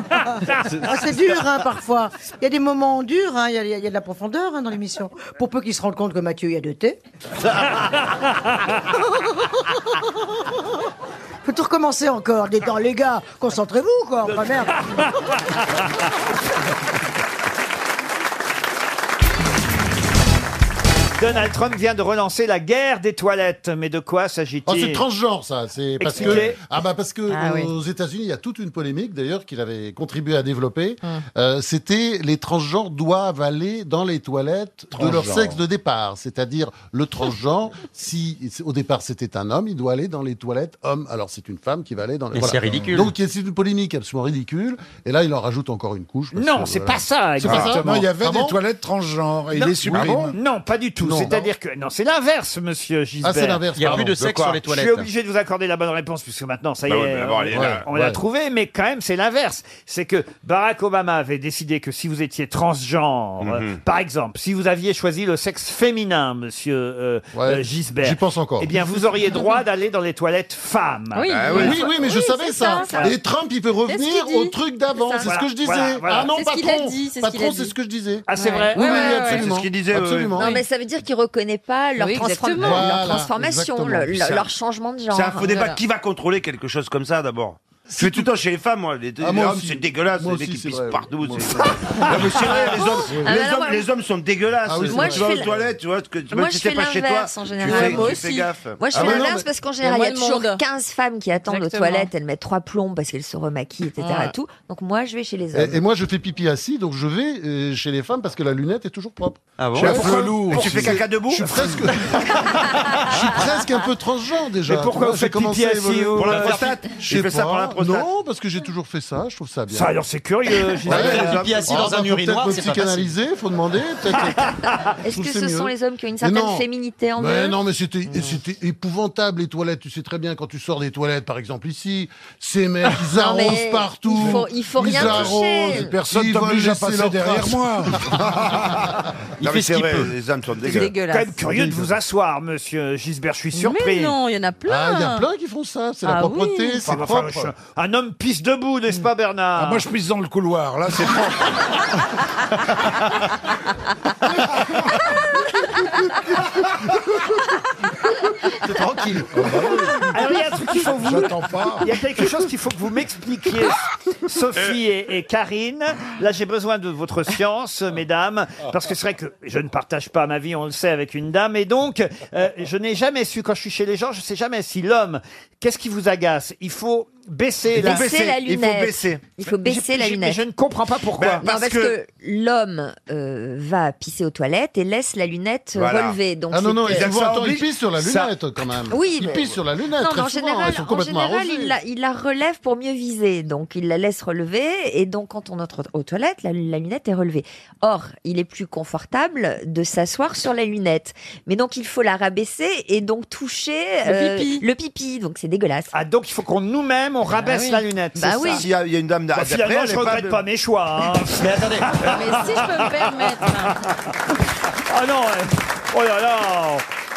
Speaker 38: Ah, c'est dur, hein, parfois. Il y a des moments durs, hein, il y a- il y, a il y a de la profondeur hein, dans l'émission. Pour peu qu'ils se rendent compte que Mathieu, il y a deux T. Faut tout recommencer encore. Des temps, les gars, concentrez-vous, quoi. Enfin, merde.
Speaker 1: Donald Trump vient de relancer la guerre des toilettes. Mais de quoi
Speaker 13: Oh,
Speaker 1: s'agit-il
Speaker 13: c'est transgenre, ça. C'est parce que
Speaker 1: Expliquez.
Speaker 13: ah bah parce que
Speaker 1: Ah oui.
Speaker 13: aux États-Unis, il y a toute une polémique d'ailleurs qu'il avait contribué à développer.
Speaker 1: Ah.
Speaker 13: Euh, C'était les transgenres doivent aller dans les toilettes de leur
Speaker 32: Transgenre.
Speaker 13: sexe de départ, c'est-à-dire le transgenre. si au départ c'était un homme, il doit aller dans les toilettes homme. Alors c'est une femme qui va aller dans. Les...
Speaker 32: Mais c'est ridicule.
Speaker 13: Donc c'est une polémique absolument ridicule. Et là, il en rajoute encore une couche. parce
Speaker 1: Non,
Speaker 13: que,
Speaker 1: c'est
Speaker 13: voilà.
Speaker 1: pas ça.
Speaker 13: C'est pas ça
Speaker 1: exactement.
Speaker 13: Non, il y avait des toilettes. transgenres
Speaker 1: Non. Ah bon Non, pas du tout.
Speaker 13: Non. Ah,
Speaker 1: C'est-à-dire que non, c'est l'inverse, Monsieur Gisbert.
Speaker 13: c'est l'inverse, Il y a pardon. plus de sexe sur les
Speaker 1: Je
Speaker 13: toilettes.
Speaker 1: suis obligé de vous accorder la bonne réponse puisque maintenant ça y
Speaker 13: Bah
Speaker 1: est,
Speaker 13: ouais, mais d'abord, elle est
Speaker 1: on-
Speaker 13: là.
Speaker 1: on l'a
Speaker 13: Ouais.
Speaker 1: trouvé. Mais quand même, c'est l'inverse. C'est que Barack Obama avait décidé que si vous étiez transgenre,
Speaker 13: Mhm.
Speaker 1: euh, par exemple, si vous aviez choisi le sexe féminin, Monsieur euh, euh, Gisbert,
Speaker 13: j'y pense encore.
Speaker 1: Eh bien, vous auriez droit d'aller dans les toilettes femmes.
Speaker 13: Oui. Bah oui. Oui, oui, mais je Oui, savais c'est ça. ça, ça. Et Trump, il peut revenir C'est ce qu'il dit. au truc d'avant. C'est ce que je disais. Ah non, C'est ce qu'il a patron. dit, c'est ce Patron, qu'il a c'est dit. ce que je disais.
Speaker 1: Ah, c'est
Speaker 13: Ouais.
Speaker 1: vrai.
Speaker 13: Oui, oui, Ouais, absolument. ouais, ouais. C'est ce qu'il disait, ouais, Absolument. ouais.
Speaker 5: Non, mais ça veut dire qu'ils reconnaissent pas leur,
Speaker 8: Oui,
Speaker 5: transform-
Speaker 8: exactement.
Speaker 5: leur
Speaker 8: Voilà,
Speaker 5: transformation,
Speaker 8: exactement.
Speaker 5: le- le-
Speaker 8: C'est un-
Speaker 5: leur changement de genre.
Speaker 2: C'est un faux débat.
Speaker 5: Voilà.
Speaker 2: Qui va contrôler quelque chose comme ça d'abord je fais tout le temps chez les femmes, moi. Les,
Speaker 13: Ah,
Speaker 2: les
Speaker 13: moi
Speaker 2: hommes,
Speaker 13: aussi.
Speaker 2: c'est dégueulasse.
Speaker 13: Moi
Speaker 2: les mecs,
Speaker 13: aussi,
Speaker 2: ils
Speaker 13: c'est
Speaker 2: pissent
Speaker 13: vrai.
Speaker 2: partout.
Speaker 13: Moi
Speaker 2: c'est-
Speaker 13: aussi.
Speaker 2: non, mais c'est vrai, les hommes,
Speaker 13: Ah,
Speaker 2: les,
Speaker 13: mais
Speaker 2: hommes
Speaker 13: alors,
Speaker 2: les hommes sont dégueulasses.
Speaker 13: Ah oui, c'est
Speaker 2: Moi,
Speaker 13: vrai.
Speaker 2: tu
Speaker 13: Moi,
Speaker 2: vas
Speaker 13: je
Speaker 2: aux
Speaker 13: fais
Speaker 2: toilettes, tu vois, tu-
Speaker 5: Moi,
Speaker 2: même si
Speaker 5: je
Speaker 2: t'es
Speaker 5: fais
Speaker 2: pas chez toi,
Speaker 5: l'inverse, en
Speaker 2: tu
Speaker 5: général.
Speaker 2: fais,
Speaker 5: Ouais, moi
Speaker 2: tu fais
Speaker 5: aussi.
Speaker 2: gaffe.
Speaker 5: Moi, je fais
Speaker 2: Ah ouais, non,
Speaker 5: l'inverse
Speaker 2: mais-
Speaker 5: parce qu'en
Speaker 2: Il
Speaker 5: général,
Speaker 2: y
Speaker 5: il
Speaker 2: a
Speaker 5: y a
Speaker 2: moins de
Speaker 5: toujours 15 femmes qui attendent aux
Speaker 13: Exactement.
Speaker 5: toilettes. Elles mettent trois plombs parce qu'elles se remaquillent, etc.
Speaker 13: Ouais.
Speaker 5: Et tout. Donc moi, je vais chez les hommes.
Speaker 13: Et, et moi, je fais pipi assis, donc je vais euh, chez les femmes parce que la lunette est toujours propre.
Speaker 2: Ah bon
Speaker 13: Je suis un
Speaker 2: Et
Speaker 13: peu
Speaker 2: pourquoi-
Speaker 13: lourd.
Speaker 2: et tu fais caca debout
Speaker 13: Je suis presque, je suis presque un peu transgenre déjà.
Speaker 2: Mais pourquoi
Speaker 13: Tu vois,
Speaker 2: vous
Speaker 13: j'ai
Speaker 2: faites pipi
Speaker 13: commencé à
Speaker 2: assis
Speaker 13: évoluer.
Speaker 2: au- Pour la prostate
Speaker 13: Je
Speaker 2: Il
Speaker 13: sais
Speaker 2: fait ça
Speaker 13: pas.
Speaker 2: pour la prostate
Speaker 13: Non, parce que j'ai toujours fait ça. Je trouve ça bien.
Speaker 1: Ça, alors, c'est curieux, Gisèle.
Speaker 13: Ouais,
Speaker 1: Pipi assis dans
Speaker 13: ah,
Speaker 1: un
Speaker 13: faut
Speaker 1: urinoir,
Speaker 13: peut-être
Speaker 1: c'est pas facile.
Speaker 13: canaliser, faut demander. peut-être-
Speaker 5: Est-ce que
Speaker 13: Je trouve
Speaker 5: ce
Speaker 13: c'est
Speaker 5: sont
Speaker 13: mieux.
Speaker 5: les hommes qui ont une
Speaker 13: Mais
Speaker 5: certaine
Speaker 13: non.
Speaker 5: féminité en
Speaker 13: Mais
Speaker 5: eux
Speaker 13: non, mais c'était
Speaker 5: Mmh.
Speaker 13: c'était épouvantable les toilettes. Tu sais très bien quand tu sors des toilettes, par exemple ici, ces mecs ils
Speaker 5: Non,
Speaker 13: arrosent
Speaker 5: mais
Speaker 13: partout.
Speaker 5: il faut- il faut
Speaker 13: ils
Speaker 5: rien toucher.
Speaker 13: arrosent,
Speaker 2: Personne
Speaker 13: ils
Speaker 2: t'oblige
Speaker 13: veulent
Speaker 2: à
Speaker 13: laisser
Speaker 2: passer
Speaker 13: leur
Speaker 2: derrière
Speaker 13: trace.
Speaker 2: moi.
Speaker 13: Il
Speaker 2: Non,
Speaker 13: fait
Speaker 2: mais
Speaker 13: ce
Speaker 2: c'est
Speaker 13: qu'il
Speaker 2: vrai,
Speaker 13: peut.
Speaker 2: les hommes sont
Speaker 13: C'est
Speaker 2: dégueulasses.
Speaker 1: Quand même curieux de vous asseoir, Monsieur Gisbert. Je suis surpris.
Speaker 13: Mais non, il y en a plein. Ah, il y a plein qui font ça. c'est la Ah propreté, oui. c'est propre.
Speaker 1: je- un homme pisse debout, n'est-ce pas, Bernard
Speaker 13: Ah, moi,
Speaker 1: je pisse dans le couloir. Là, c'est propre.
Speaker 13: C'est tranquille.
Speaker 1: Ah, bah Alors, il y a un truc qu'il faut vous.
Speaker 13: J'attends pas.
Speaker 1: Il y a quelque chose qu'il faut que vous m'expliquiez,
Speaker 5: Ah
Speaker 1: Sophie et, et Karine. Là, j'ai besoin de votre science, mesdames, parce que c'est vrai que je ne partage pas ma vie, on le sait, avec une dame, et donc euh, je n'ai jamais su quand je suis chez les gens, je sais jamais si l'homme. Qu'est-ce qui vous agace Il faut baisser,
Speaker 5: Il faut baisser la
Speaker 1: il faut
Speaker 5: lunette.
Speaker 1: baisser. Ben,
Speaker 5: Il faut baisser
Speaker 1: J'ai-
Speaker 5: la
Speaker 1: j'ai-
Speaker 5: lunette.
Speaker 1: mais Je ne comprends pas pourquoi.
Speaker 5: Non, Ben, parce que, l'homme euh, va pisser aux toilettes et laisse la lunette euh,
Speaker 13: Voilà.
Speaker 5: relevée. Donc
Speaker 13: ah non,
Speaker 5: c'est
Speaker 13: non,
Speaker 5: que-
Speaker 13: ils, souvent, attends, ils pissent sur la Ça- lunette quand même.
Speaker 5: Oui,
Speaker 13: ils
Speaker 5: mais-
Speaker 13: pissent sur la lunette.
Speaker 5: Non,
Speaker 13: très
Speaker 5: mais en
Speaker 13: souvent,
Speaker 5: général,
Speaker 13: ils sont
Speaker 5: en
Speaker 13: complètement
Speaker 5: général,
Speaker 13: arrosés.
Speaker 5: il la, il la relève pour mieux viser. Donc il la laisse se relever et donc quand on entre aux toilettes, la, la lunette est relevée. Or, il est plus confortable de s'asseoir sur la lunette. Mais donc il faut la rabaisser et donc toucher
Speaker 1: Le
Speaker 5: euh,
Speaker 1: pipi.
Speaker 5: le pipi. Donc c'est dégueulasse.
Speaker 1: Ah donc il faut qu'on nous-mêmes on rabaisse
Speaker 5: oui.
Speaker 1: la lunette.
Speaker 5: Bah
Speaker 1: Ah ben, c'est
Speaker 5: oui.
Speaker 1: ça
Speaker 5: S'il y a- il y a une dame
Speaker 1: Bah,
Speaker 5: d'après,
Speaker 1: finalement,
Speaker 5: elle
Speaker 1: je
Speaker 5: est pas
Speaker 1: regrette
Speaker 5: de-
Speaker 1: pas, mes choix. hein. Mais attendez.
Speaker 17: Mais si je peux me permettre.
Speaker 1: Ah non. euh, Oh là là.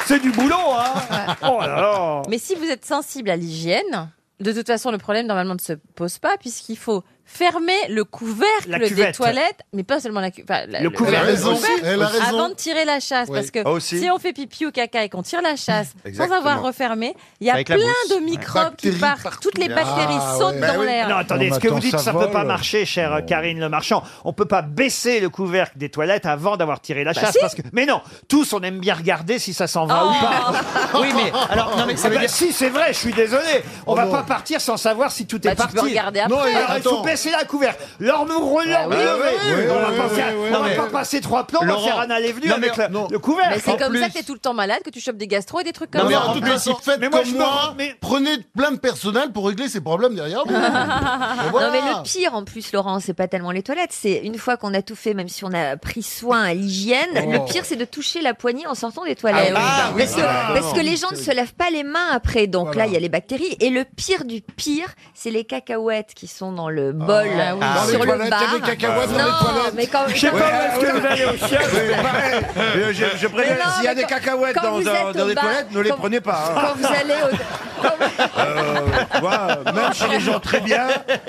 Speaker 1: C'est du boulot, hein. Oh là là.
Speaker 17: Mais si vous êtes sensible à l'hygiène, de toute façon, le problème normalement ne se pose pas puisqu'il faut fermer le couvercle
Speaker 15: La
Speaker 17: des
Speaker 15: cuvette.
Speaker 17: toilettes, mais pas seulement la cuvette.
Speaker 15: Le couvercle. Elle a raison, elle a raison.
Speaker 17: Avant de tirer la chasse,
Speaker 15: Oui.
Speaker 17: parce que
Speaker 15: Ah, aussi.
Speaker 17: si on fait pipi ou caca et qu'on tire la chasse sans
Speaker 1: Exactement.
Speaker 17: avoir refermé, il y a
Speaker 1: Avec la
Speaker 17: plein
Speaker 1: mousse.
Speaker 17: de microbes qui
Speaker 1: Bactéries Ah, Bah
Speaker 17: partent, toutes les bactéries sautent dans l'air.
Speaker 1: Non,
Speaker 3: Non,
Speaker 1: attendez,
Speaker 3: mais
Speaker 1: ce que vous
Speaker 3: attends,
Speaker 1: dites,
Speaker 3: ça
Speaker 1: ça ne
Speaker 3: vole.
Speaker 1: peut pas marcher, chère euh, Karine Le Marchand. On peut pas baisser le couvercle des toilettes avant d'avoir tiré la
Speaker 12: Bah
Speaker 1: chasse.
Speaker 12: si.
Speaker 1: parce que... Mais non, tous, on aime bien regarder si ça s'en va ou pas.
Speaker 12: Oui, mais alors, non, mais ça
Speaker 1: Ah
Speaker 12: veut
Speaker 1: bah
Speaker 12: dire-
Speaker 1: Si, c'est vrai, je suis désolé. On
Speaker 12: Oh
Speaker 1: va
Speaker 12: non.
Speaker 1: pas partir sans savoir si tout
Speaker 12: Bah,
Speaker 1: est
Speaker 12: tu
Speaker 1: parti.
Speaker 12: peux regarder
Speaker 1: Non,
Speaker 12: après.
Speaker 1: et alors, il faut
Speaker 12: Attends.
Speaker 1: baisser la couvercle. Alors, nous relevons.
Speaker 12: oui, oui, oui,
Speaker 1: Bah on va
Speaker 12: oui,
Speaker 1: pas
Speaker 12: oui,
Speaker 1: faire-
Speaker 12: oui,
Speaker 1: on va
Speaker 12: oui.
Speaker 1: pas passer trois plans, on va
Speaker 12: Laurent.
Speaker 1: faire un aller-venu
Speaker 12: Non,
Speaker 1: avec
Speaker 12: mais-
Speaker 1: la- le couvercle.
Speaker 17: Mais c'est comme ça que
Speaker 13: plus.
Speaker 17: t'es tout le temps malade, que tu chopes des gastro et des trucs comme
Speaker 13: Non, mais
Speaker 17: ça.
Speaker 13: en plus, faites
Speaker 1: Mais moi,
Speaker 13: comme
Speaker 1: je me
Speaker 13: moi,
Speaker 1: rends- mais-
Speaker 13: prenez plein de personnel pour régler ces problèmes derrière vous. Et voilà.
Speaker 5: Non mais le pire en plus Laurent, c'est pas tellement les toilettes, c'est une fois qu'on a tout fait, même si on a pris soin à l'hygiène,
Speaker 13: Oh.
Speaker 5: le pire c'est de toucher la poignée en sortant des toilettes.
Speaker 15: Ah oui,
Speaker 5: parce, que,
Speaker 15: ah,
Speaker 5: parce que
Speaker 15: non.
Speaker 5: les gens ne se lavent pas les mains après, donc là il y a les bactéries. Et le pire du pire, c'est les cacahuètes qui sont dans le bol
Speaker 15: Ah oui. Dans les
Speaker 5: sur le
Speaker 15: toilettes,
Speaker 5: bar.
Speaker 15: il y a des cacahuètes
Speaker 5: non,
Speaker 15: dans les toilettes.
Speaker 5: mais quand,
Speaker 15: Je sais pas
Speaker 5: quand-
Speaker 15: où est-ce que vous allez au chiottes.
Speaker 3: C'est pareil. Mais Je, je préviens,
Speaker 5: Mais non,
Speaker 3: s'il y a
Speaker 5: mais
Speaker 3: des
Speaker 5: quand-
Speaker 3: cacahuètes
Speaker 5: quand
Speaker 3: dans,
Speaker 5: vous
Speaker 3: dans,
Speaker 5: êtes
Speaker 3: dans
Speaker 5: au
Speaker 3: les
Speaker 5: bar-
Speaker 3: toilettes, ne les
Speaker 5: quand-
Speaker 3: prenez pas. hein.
Speaker 5: quand
Speaker 1: Ah.
Speaker 5: vous allez au
Speaker 3: Euh, tu vois, même chez les gens très bien,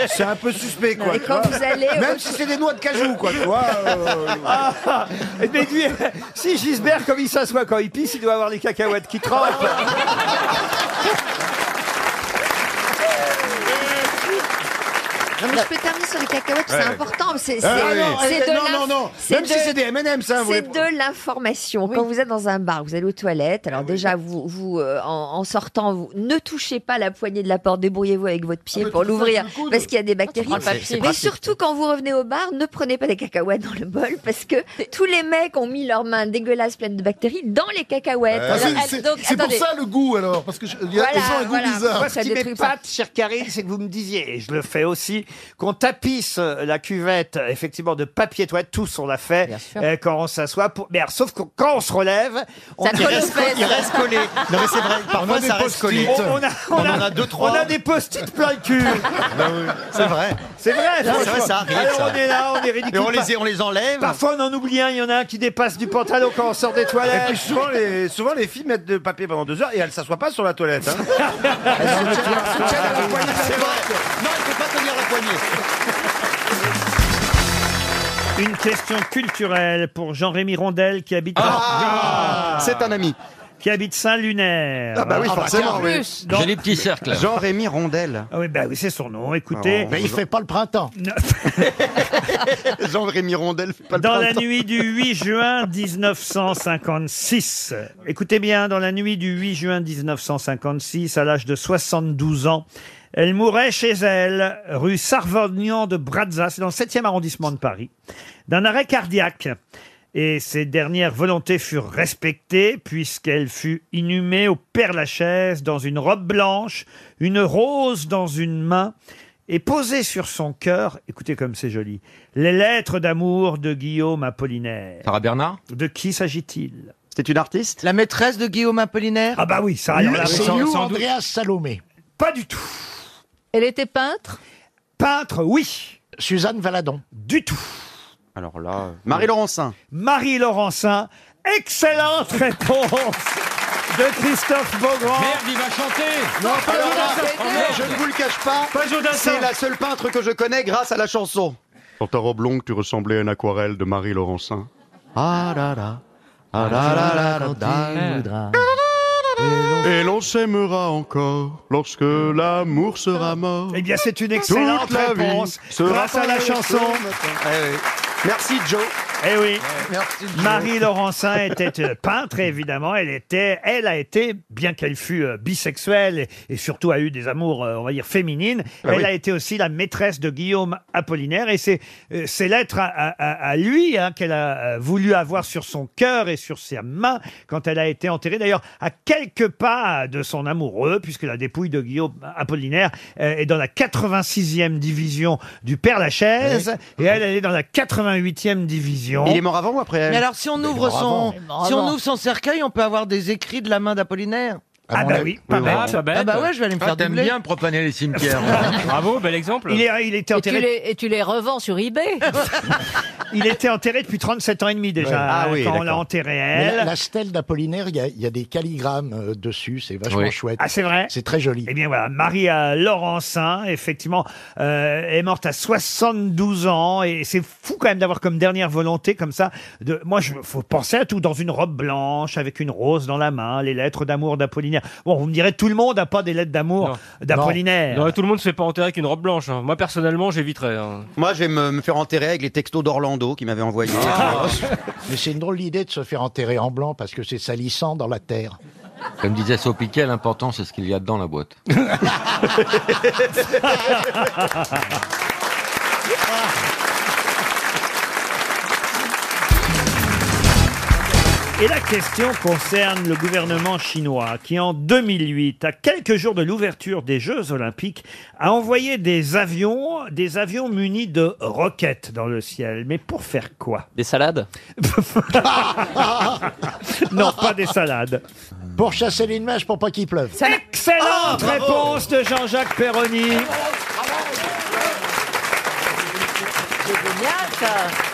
Speaker 3: c'est un peu suspect. Quoi,
Speaker 5: Et
Speaker 3: tu
Speaker 5: quand
Speaker 3: vois.
Speaker 5: vous allez au-
Speaker 3: Même si c'est des noix de cajou, quoi, tu vois. euh,
Speaker 1: Ah, mais lui, si Gisbert, comme il s'assoit quand il pisse, il doit avoir les cacahuètes qui trempent.
Speaker 5: Non, mais je peux terminer sur les cacahuètes,
Speaker 3: Ouais.
Speaker 5: c'est important. C'est c'est-
Speaker 3: Ah oui.
Speaker 5: c'est de
Speaker 3: Non,
Speaker 5: l'inf-
Speaker 3: non, non.
Speaker 5: c'est
Speaker 3: Même si
Speaker 5: de-
Speaker 3: c'est des M&M's, hein, vous les-
Speaker 5: C'est de l'information. Quand vous êtes dans un bar, vous allez aux toilettes. Alors déjà, vous, vous euh, en, en sortant, vous ne touchez pas la poignée de la porte. Débrouillez-vous avec votre pied pour l'ouvrir parce qu'il y a des bactéries.
Speaker 17: prends le papier. C'est
Speaker 5: Mais
Speaker 17: pratique.
Speaker 5: surtout quand vous revenez au bar, ne prenez pas des cacahuètes dans le bol parce que tous les mecs ont mis leurs mains dégueulasses pleines de bactéries dans les cacahuètes.
Speaker 13: Ah, c'est-
Speaker 5: Alors,
Speaker 13: c'est-
Speaker 5: donc,
Speaker 13: C'est pour
Speaker 5: attendez.
Speaker 13: ça le goût alors, parce que je- il y a
Speaker 5: Voilà,
Speaker 13: ils ont un goût
Speaker 5: voilà.
Speaker 13: bizarre.
Speaker 1: Moi, ah, ce
Speaker 5: Ça
Speaker 1: qui
Speaker 5: détruit
Speaker 1: m'épate, chère Karine, c'est que vous me disiez, et je le fais aussi, qu'on tapisse euh, la cuvette, euh, effectivement, de papier toilette. Tous, on l'a fait euh, quand on s'assoit. Pour... Mais alors, sauf que quand on se relève, on
Speaker 12: colle aux fesses. Il reste collé. Non, mais c'est vrai, parfois, ça reste collé.
Speaker 1: On, on a, on
Speaker 12: On en
Speaker 1: a-
Speaker 12: a deux, trois. Bah
Speaker 1: On a des post-it plein le cul.
Speaker 12: C'est vrai.
Speaker 1: C'est vrai,
Speaker 12: C'est vrai,
Speaker 1: franchement.
Speaker 12: ça arrive,
Speaker 1: Alors,
Speaker 12: ça.
Speaker 1: on est là, on est ridicule.
Speaker 12: Et on les- on les enlève.
Speaker 1: Parfois, on en oublie un. Il y en a un qui dépasse du pantalon quand on sort des
Speaker 3: Et
Speaker 1: toilettes.
Speaker 3: puis souvent les, souvent les filles mettent de papier pendant deux heures et elles s'assoient pas sur la toilette. Hein.
Speaker 12: C'est vrai. Non, il ne faut pas tenir la poignée.
Speaker 1: Une question culturelle pour Jean-Rémy Rondel qui habite.
Speaker 12: Ah C'est un ami.
Speaker 1: Qui habite Saint-Lunaire.
Speaker 12: Ah bah oui, forcément. oui.
Speaker 1: Dans-
Speaker 12: J'ai des petits cercles. Jean-Rémy Rondel.
Speaker 1: Ah oui, bah oui, c'est son nom, écoutez.
Speaker 12: Mais il fait
Speaker 1: pas le printemps.
Speaker 12: Jean-Rémy Rondel fait pas le
Speaker 1: Dans la
Speaker 12: printemps.
Speaker 1: nuit du 8 juin 1956, écoutez bien, dans la nuit du 8 juin 1956, à l'âge de 72 ans, elle mourait chez elle, rue Sarvognan de Brazza, c'est dans le 7e arrondissement de Paris, d'un arrêt cardiaque. Et ses dernières volontés furent respectées puisqu'elle fut inhumée au Père-Lachaise dans une robe blanche, une rose dans une main et posée sur son cœur, écoutez comme c'est joli, les lettres d'amour de Guillaume Apollinaire. Sarah Bernard De qui s'agit-il
Speaker 12: C'était une artiste
Speaker 25: La maîtresse de Guillaume Apollinaire
Speaker 1: Ah bah oui, ça alors là, sans- sans doute.
Speaker 25: Salomé.
Speaker 1: Pas du tout.
Speaker 17: Elle était peintre
Speaker 1: Peintre, oui.
Speaker 25: Suzanne Valadon.
Speaker 1: Du tout.
Speaker 12: Alors là. euh, Marie-Laurencin.
Speaker 1: Marie Laurencin, excellente réponse de Christophe Beaugrand.
Speaker 18: Merde, il va chanter
Speaker 12: Non, pas
Speaker 18: Alors là,
Speaker 12: Jodassin.
Speaker 18: merde.
Speaker 12: Je ne vous le cache pas.
Speaker 1: Pas Jodassin.
Speaker 12: C'est la seule peintre que je connais grâce à la chanson.
Speaker 6: Sur ta robe longue, tu ressemblais à une aquarelle de Marie Laurencin.
Speaker 12: Ah là là. Ah là là là là là.
Speaker 6: Et l'on s'aimera encore lorsque l'amour sera mort.
Speaker 1: Eh bien, c'est une excellente
Speaker 6: Toute la
Speaker 1: réponse
Speaker 6: vie sera
Speaker 1: grâce à la chanson.
Speaker 12: Eh Merci Joe.
Speaker 1: Eh oui. Marie Laurencin était euh, peintre, évidemment. Elle était, elle a été, bien qu'elle fût euh, bisexuelle et, et surtout a eu des amours, euh, on va dire, féminines,
Speaker 3: Ah
Speaker 1: elle
Speaker 3: oui.
Speaker 1: a été aussi la maîtresse de Guillaume Apollinaire. Et c'est euh, ses lettres à, à- à- à lui hein, qu'elle a euh, voulu avoir sur son cœur et sur ses mains quand elle a été enterrée, d'ailleurs, à quelques pas de son amoureux, puisque la dépouille de Guillaume Apollinaire euh, est dans la 86e division du Père Lachaise et elle, elle est dans la 88e division.
Speaker 22: Il est mort avant ou après elle
Speaker 2: Mais alors, si on
Speaker 22: Il est
Speaker 2: ouvre
Speaker 22: mort
Speaker 2: son,
Speaker 22: avant. Il est mort
Speaker 2: si on
Speaker 22: avant.
Speaker 2: ouvre son cercueil, on peut avoir des écrits de la main d'Apollinaire.
Speaker 1: Ah bah oui, pas bête.
Speaker 2: Ah bah ouais, je vais aller me faire
Speaker 39: T'aimes
Speaker 2: doubler.
Speaker 39: bien propaner les cimetières.
Speaker 1: Bravo, bel exemple. Il, est- il était
Speaker 12: Et tu,
Speaker 1: enterré.
Speaker 12: les, et tu les revends sur eBay
Speaker 1: Il était enterré depuis 37 ans et demi déjà
Speaker 12: Ouais.
Speaker 2: Ah
Speaker 1: hein,
Speaker 2: oui,
Speaker 1: quand on
Speaker 2: d'accord.
Speaker 1: l'a enterré
Speaker 2: Mais la-
Speaker 1: elle.
Speaker 2: la stèle d'Apollinaire, il y, a- il y a des calligrammes euh, dessus, c'est vachement
Speaker 1: Oui.
Speaker 2: chouette.
Speaker 1: Ah, c'est vrai
Speaker 2: C'est très joli.
Speaker 1: Eh bien voilà, Maria Laurencin, effectivement, euh, est morte à 72 ans et c'est fou quand même d'avoir comme dernière volonté comme ça. De, moi, je faut penser à tout dans une robe blanche avec une rose dans la main, les lettres d'amour d'Apollinaire. Bon, vous me direz, tout le monde n'a pas des lettres d'amour d'Apollinaire.
Speaker 40: Non, tout le monde se fait pas enterrer avec une robe blanche. hein. Moi, personnellement, j'éviterais. hein.
Speaker 22: Moi, je vais me, me faire enterrer avec les textos d'Orlando qui Ah. m'avait envoyé.
Speaker 10: Ah.
Speaker 2: Mais c'est une drôle d'idée de se faire enterrer en blanc parce que c'est salissant dans la terre.
Speaker 10: Comme disait Sopiquet, l'important c'est ce qu'il y a dedans la boîte.
Speaker 1: Et la question concerne le gouvernement chinois qui, en 2008, à quelques jours de l'ouverture des Jeux Olympiques, a envoyé des avions, des avions munis de roquettes dans le ciel. Mais pour faire quoi Des salades Non, pas des salades.
Speaker 2: Pour chasser les nuages pour pas qu'il pleuve. Ah,
Speaker 1: Excellente réponse de Jean-Jacques Perroni.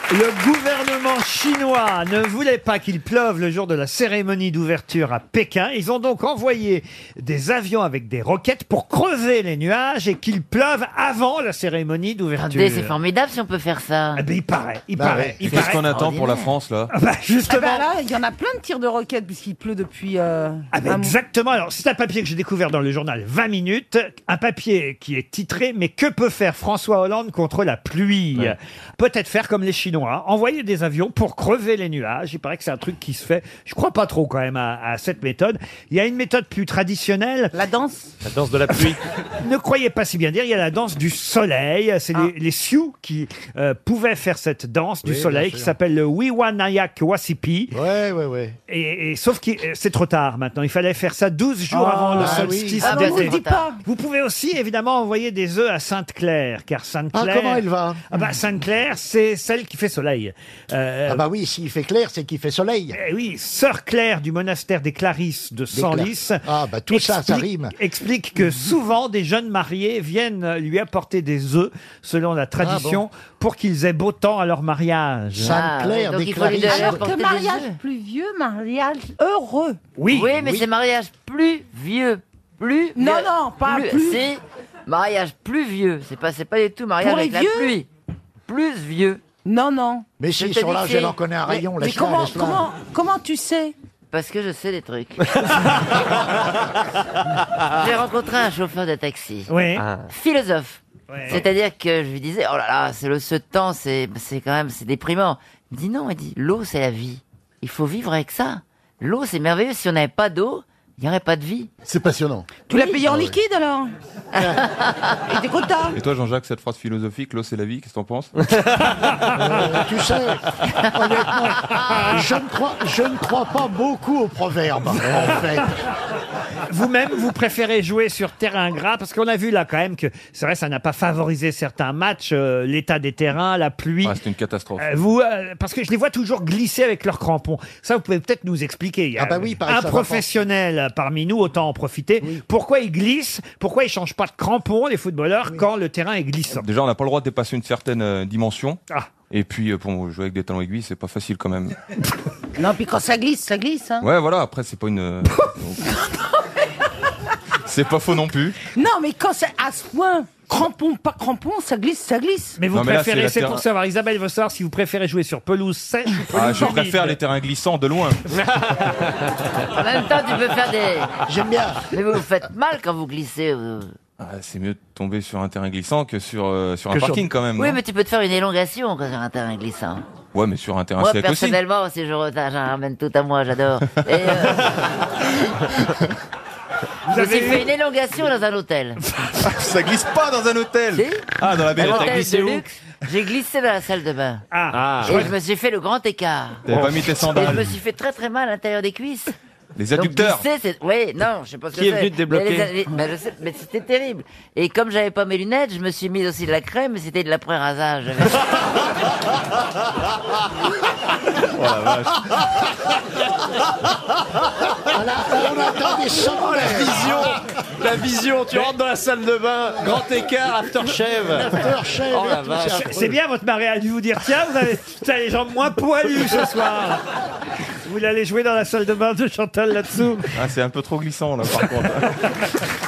Speaker 1: Le gouvernement chinois ne voulait pas qu'il pleuve le jour de la cérémonie d'ouverture à Pékin. Ils ont donc envoyé des avions avec des roquettes pour creuser les nuages et qu'il pleuve avant la cérémonie d'ouverture.
Speaker 7: Attendez, Ah, c'est formidable si on peut faire ça.
Speaker 1: Ah ben, il paraît, il
Speaker 7: Bah
Speaker 1: paraît,
Speaker 7: ouais.
Speaker 1: il
Speaker 10: Qu'est-ce
Speaker 1: paraît.
Speaker 10: qu'on attend pour la France là
Speaker 1: Ah bah, justement.
Speaker 10: Ah bah là, il y en a plein de tirs de roquettes puisqu'il pleut depuis. euh,
Speaker 1: Ah ben,
Speaker 10: un mois.
Speaker 1: exactement. Alors, c'est un papier que j'ai découvert dans le journal 20 minutes. Un papier qui est titré Mais que peut faire François Hollande contre la pluie Peut-être faire comme les Chinois, envoyer des avions pour crever les nuages. Il paraît que c'est un truc qui se fait. Je crois pas trop quand même à, à cette méthode. Il y a une méthode plus traditionnelle. La danse
Speaker 6: La danse de la pluie.
Speaker 1: ne croyez pas si bien dire, il y a la danse du soleil. C'est les, les Sioux qui euh, pouvaient faire cette danse du
Speaker 2: Ah. Oui,
Speaker 1: soleil
Speaker 2: bien
Speaker 1: qui
Speaker 2: sûr.
Speaker 1: s'appelle le Wiwanayak Wasipi.
Speaker 2: Ouais, ouais, ouais.
Speaker 1: Et, et- sauf que euh, c'est trop tard maintenant. Il fallait faire ça 12 jours
Speaker 2: Ah,
Speaker 1: avant le
Speaker 2: ah oui.
Speaker 1: solstice
Speaker 2: Ah, mais on
Speaker 1: d'été.
Speaker 2: vous dit pas.
Speaker 1: Vous pouvez aussi évidemment envoyer des œufs à Sainte-Claire, car Sainte-Claire.
Speaker 2: Ah, comment elle va
Speaker 1: Ah bah Sainte-Claire, c'est celle qui fait soleil. Euh,
Speaker 2: Ah bah oui, s'il fait clair, c'est qu'il fait soleil.
Speaker 1: Eh oui, sœur Claire du monastère des Clarisses de Senlis.
Speaker 2: Clarisses. Ah, bah, tout ça, ça rime.
Speaker 1: Explique que souvent des jeunes mariés viennent lui apporter des œufs, selon
Speaker 2: Ah
Speaker 1: la tradition, pour qu'ils aient beau temps à leur mariage.
Speaker 2: Sainte-Claire Ah, oui, donc des il faut lui Clarisses. donner-
Speaker 10: Alors
Speaker 2: porter
Speaker 10: que
Speaker 2: des
Speaker 10: mariage plus vieux, mariage heureux.
Speaker 1: Oui.
Speaker 7: Oui, mais c'est mariage plus vieux. Plus.
Speaker 10: Non,
Speaker 7: vieux.
Speaker 10: non, pas plus.
Speaker 7: C'est mariage plus vieux. C'est pas, c'est pas du tout mariage
Speaker 10: Pour les
Speaker 7: avec la
Speaker 10: vieux
Speaker 7: pluie. Plus vieux.
Speaker 10: Non, non.
Speaker 2: Mais
Speaker 7: Je
Speaker 2: s'ils
Speaker 7: te
Speaker 2: sont
Speaker 7: dis
Speaker 2: là,
Speaker 7: que
Speaker 2: je
Speaker 7: c'est-
Speaker 2: leur connais un
Speaker 7: Mais-
Speaker 2: rayon,
Speaker 7: mais
Speaker 2: laisse-la,
Speaker 7: comment-
Speaker 2: laisse-la.
Speaker 7: comment-
Speaker 10: Comment tu sais
Speaker 7: Parce que je sais des trucs. J'ai rencontré un chauffeur de taxi.
Speaker 1: Oui.
Speaker 6: Ah.
Speaker 7: Philosophe. C'est-à-dire que je lui disais, oh là là, c'est le ce temps, c'est, c'est quand même, c'est déprimant. Il me dit non, il dit, l'eau c'est la vie. Il faut vivre avec ça. L'eau c'est merveilleux. Si on n'avait pas d'eau, il n'y aurait pas de vie.
Speaker 41: C'est passionnant.
Speaker 10: Tu l'as
Speaker 2: Ah
Speaker 10: payé en liquide alors Et t'es content
Speaker 6: Et toi, Jean-Jacques, cette phrase philosophique, l'eau c'est la vie, qu'est-ce que t'en penses
Speaker 1: Euh,
Speaker 2: Tu sais, honnêtement,
Speaker 1: Ah.
Speaker 2: je ne, crois, je ne crois pas beaucoup aux proverbes, en fait.
Speaker 1: Vous-même, vous préférez jouer sur terrain gras parce qu'on a vu là quand même que c'est vrai, ça n'a pas favorisé certains matchs, euh, l'état des terrains, la pluie.
Speaker 6: Ah, C'est une catastrophe.
Speaker 1: Euh, vous, euh, parce que je les vois toujours glisser avec leurs crampons. Ça, vous pouvez peut-être nous expliquer. Il y a
Speaker 2: Ah bah oui, pareil,
Speaker 1: un
Speaker 2: ça va
Speaker 1: professionnel parmi nous, autant en profiter. Pourquoi ils glissent Pourquoi ils changent pas de crampons les footballeurs quand le terrain est glissant
Speaker 6: Déjà, on n'a pas le droit de dépasser une certaine euh, dimension.
Speaker 1: Ah.
Speaker 6: Et puis, euh, pour jouer avec des talons aiguilles, c'est pas facile quand même.
Speaker 10: Non, puis quand ça glisse, ça glisse.
Speaker 1: Ah.
Speaker 10: Hein.
Speaker 6: Ouais, voilà, après, c'est pas une. euh, c'est pas faux non plus.
Speaker 10: Non, mais quand c'est à ce point, crampon, pas crampon, ça glisse, ça glisse.
Speaker 1: Mais vous
Speaker 6: Non, mais là,
Speaker 1: préférez,
Speaker 6: c'est la
Speaker 1: c'est
Speaker 6: terre-
Speaker 1: pour savoir, Isabelle veut savoir si vous préférez jouer sur pelouse sèche ou
Speaker 6: Ah,
Speaker 1: pelouse
Speaker 6: je
Speaker 1: humide.
Speaker 6: préfère les terrains glissants de loin.
Speaker 7: En même temps, tu peux faire des. J'aime bien. Mais vous vous faites mal quand vous glissez. vous.
Speaker 6: Ah, c'est mieux de tomber sur un terrain glissant que sur, euh, sur un
Speaker 7: Que sur-
Speaker 6: parking quand même.
Speaker 7: Oui,
Speaker 6: non
Speaker 7: mais tu peux te faire une élongation quand sur un terrain glissant.
Speaker 6: Ouais, mais sur un terrain
Speaker 7: moi,
Speaker 6: sec aussi.
Speaker 7: personnellement, si je retard, j'en ramène tout à moi, j'adore. Et, euh, je me suis fait une élongation dans un hôtel.
Speaker 6: Ah, Ça glisse pas dans un hôtel. Ah, dans la
Speaker 7: Un
Speaker 6: baie.
Speaker 7: hôtel eh, de luxe, J'ai glissé dans la salle de bain.
Speaker 6: Ah.
Speaker 7: Et je me suis fait le grand écart.
Speaker 6: T'avais pas mis tes
Speaker 7: Et je me
Speaker 6: sandales.
Speaker 7: suis fait très très mal à l'intérieur des cuisses.
Speaker 6: Les adducteurs.
Speaker 7: Glisser, c'est... Oui, non, je pense que
Speaker 6: Qui est
Speaker 7: c'est-
Speaker 6: venu te débloquer
Speaker 7: Mais, les- les- bah, je sais, mais c'était terrible. Et comme j'avais pas mes lunettes, je me suis mis aussi de la crème, mais c'était de l'après-rasage.
Speaker 2: Oh la vache.
Speaker 3: On attend des
Speaker 2: Oh, la
Speaker 3: chandelles.
Speaker 2: vision La vision, tu rentres dans la salle de bain, grand écart, aftershave.
Speaker 3: Aftershave,
Speaker 2: Oh la
Speaker 3: tout
Speaker 2: vache.
Speaker 3: ça.
Speaker 1: C'est- C'est bien, votre mari a dû vous dire tiens, vous avez vous avez les jambes moins poilues ce soir. Vous allez jouer dans la salle de bain de Chantal là-dessous.
Speaker 6: Ah, c'est un peu trop glissant là par contre.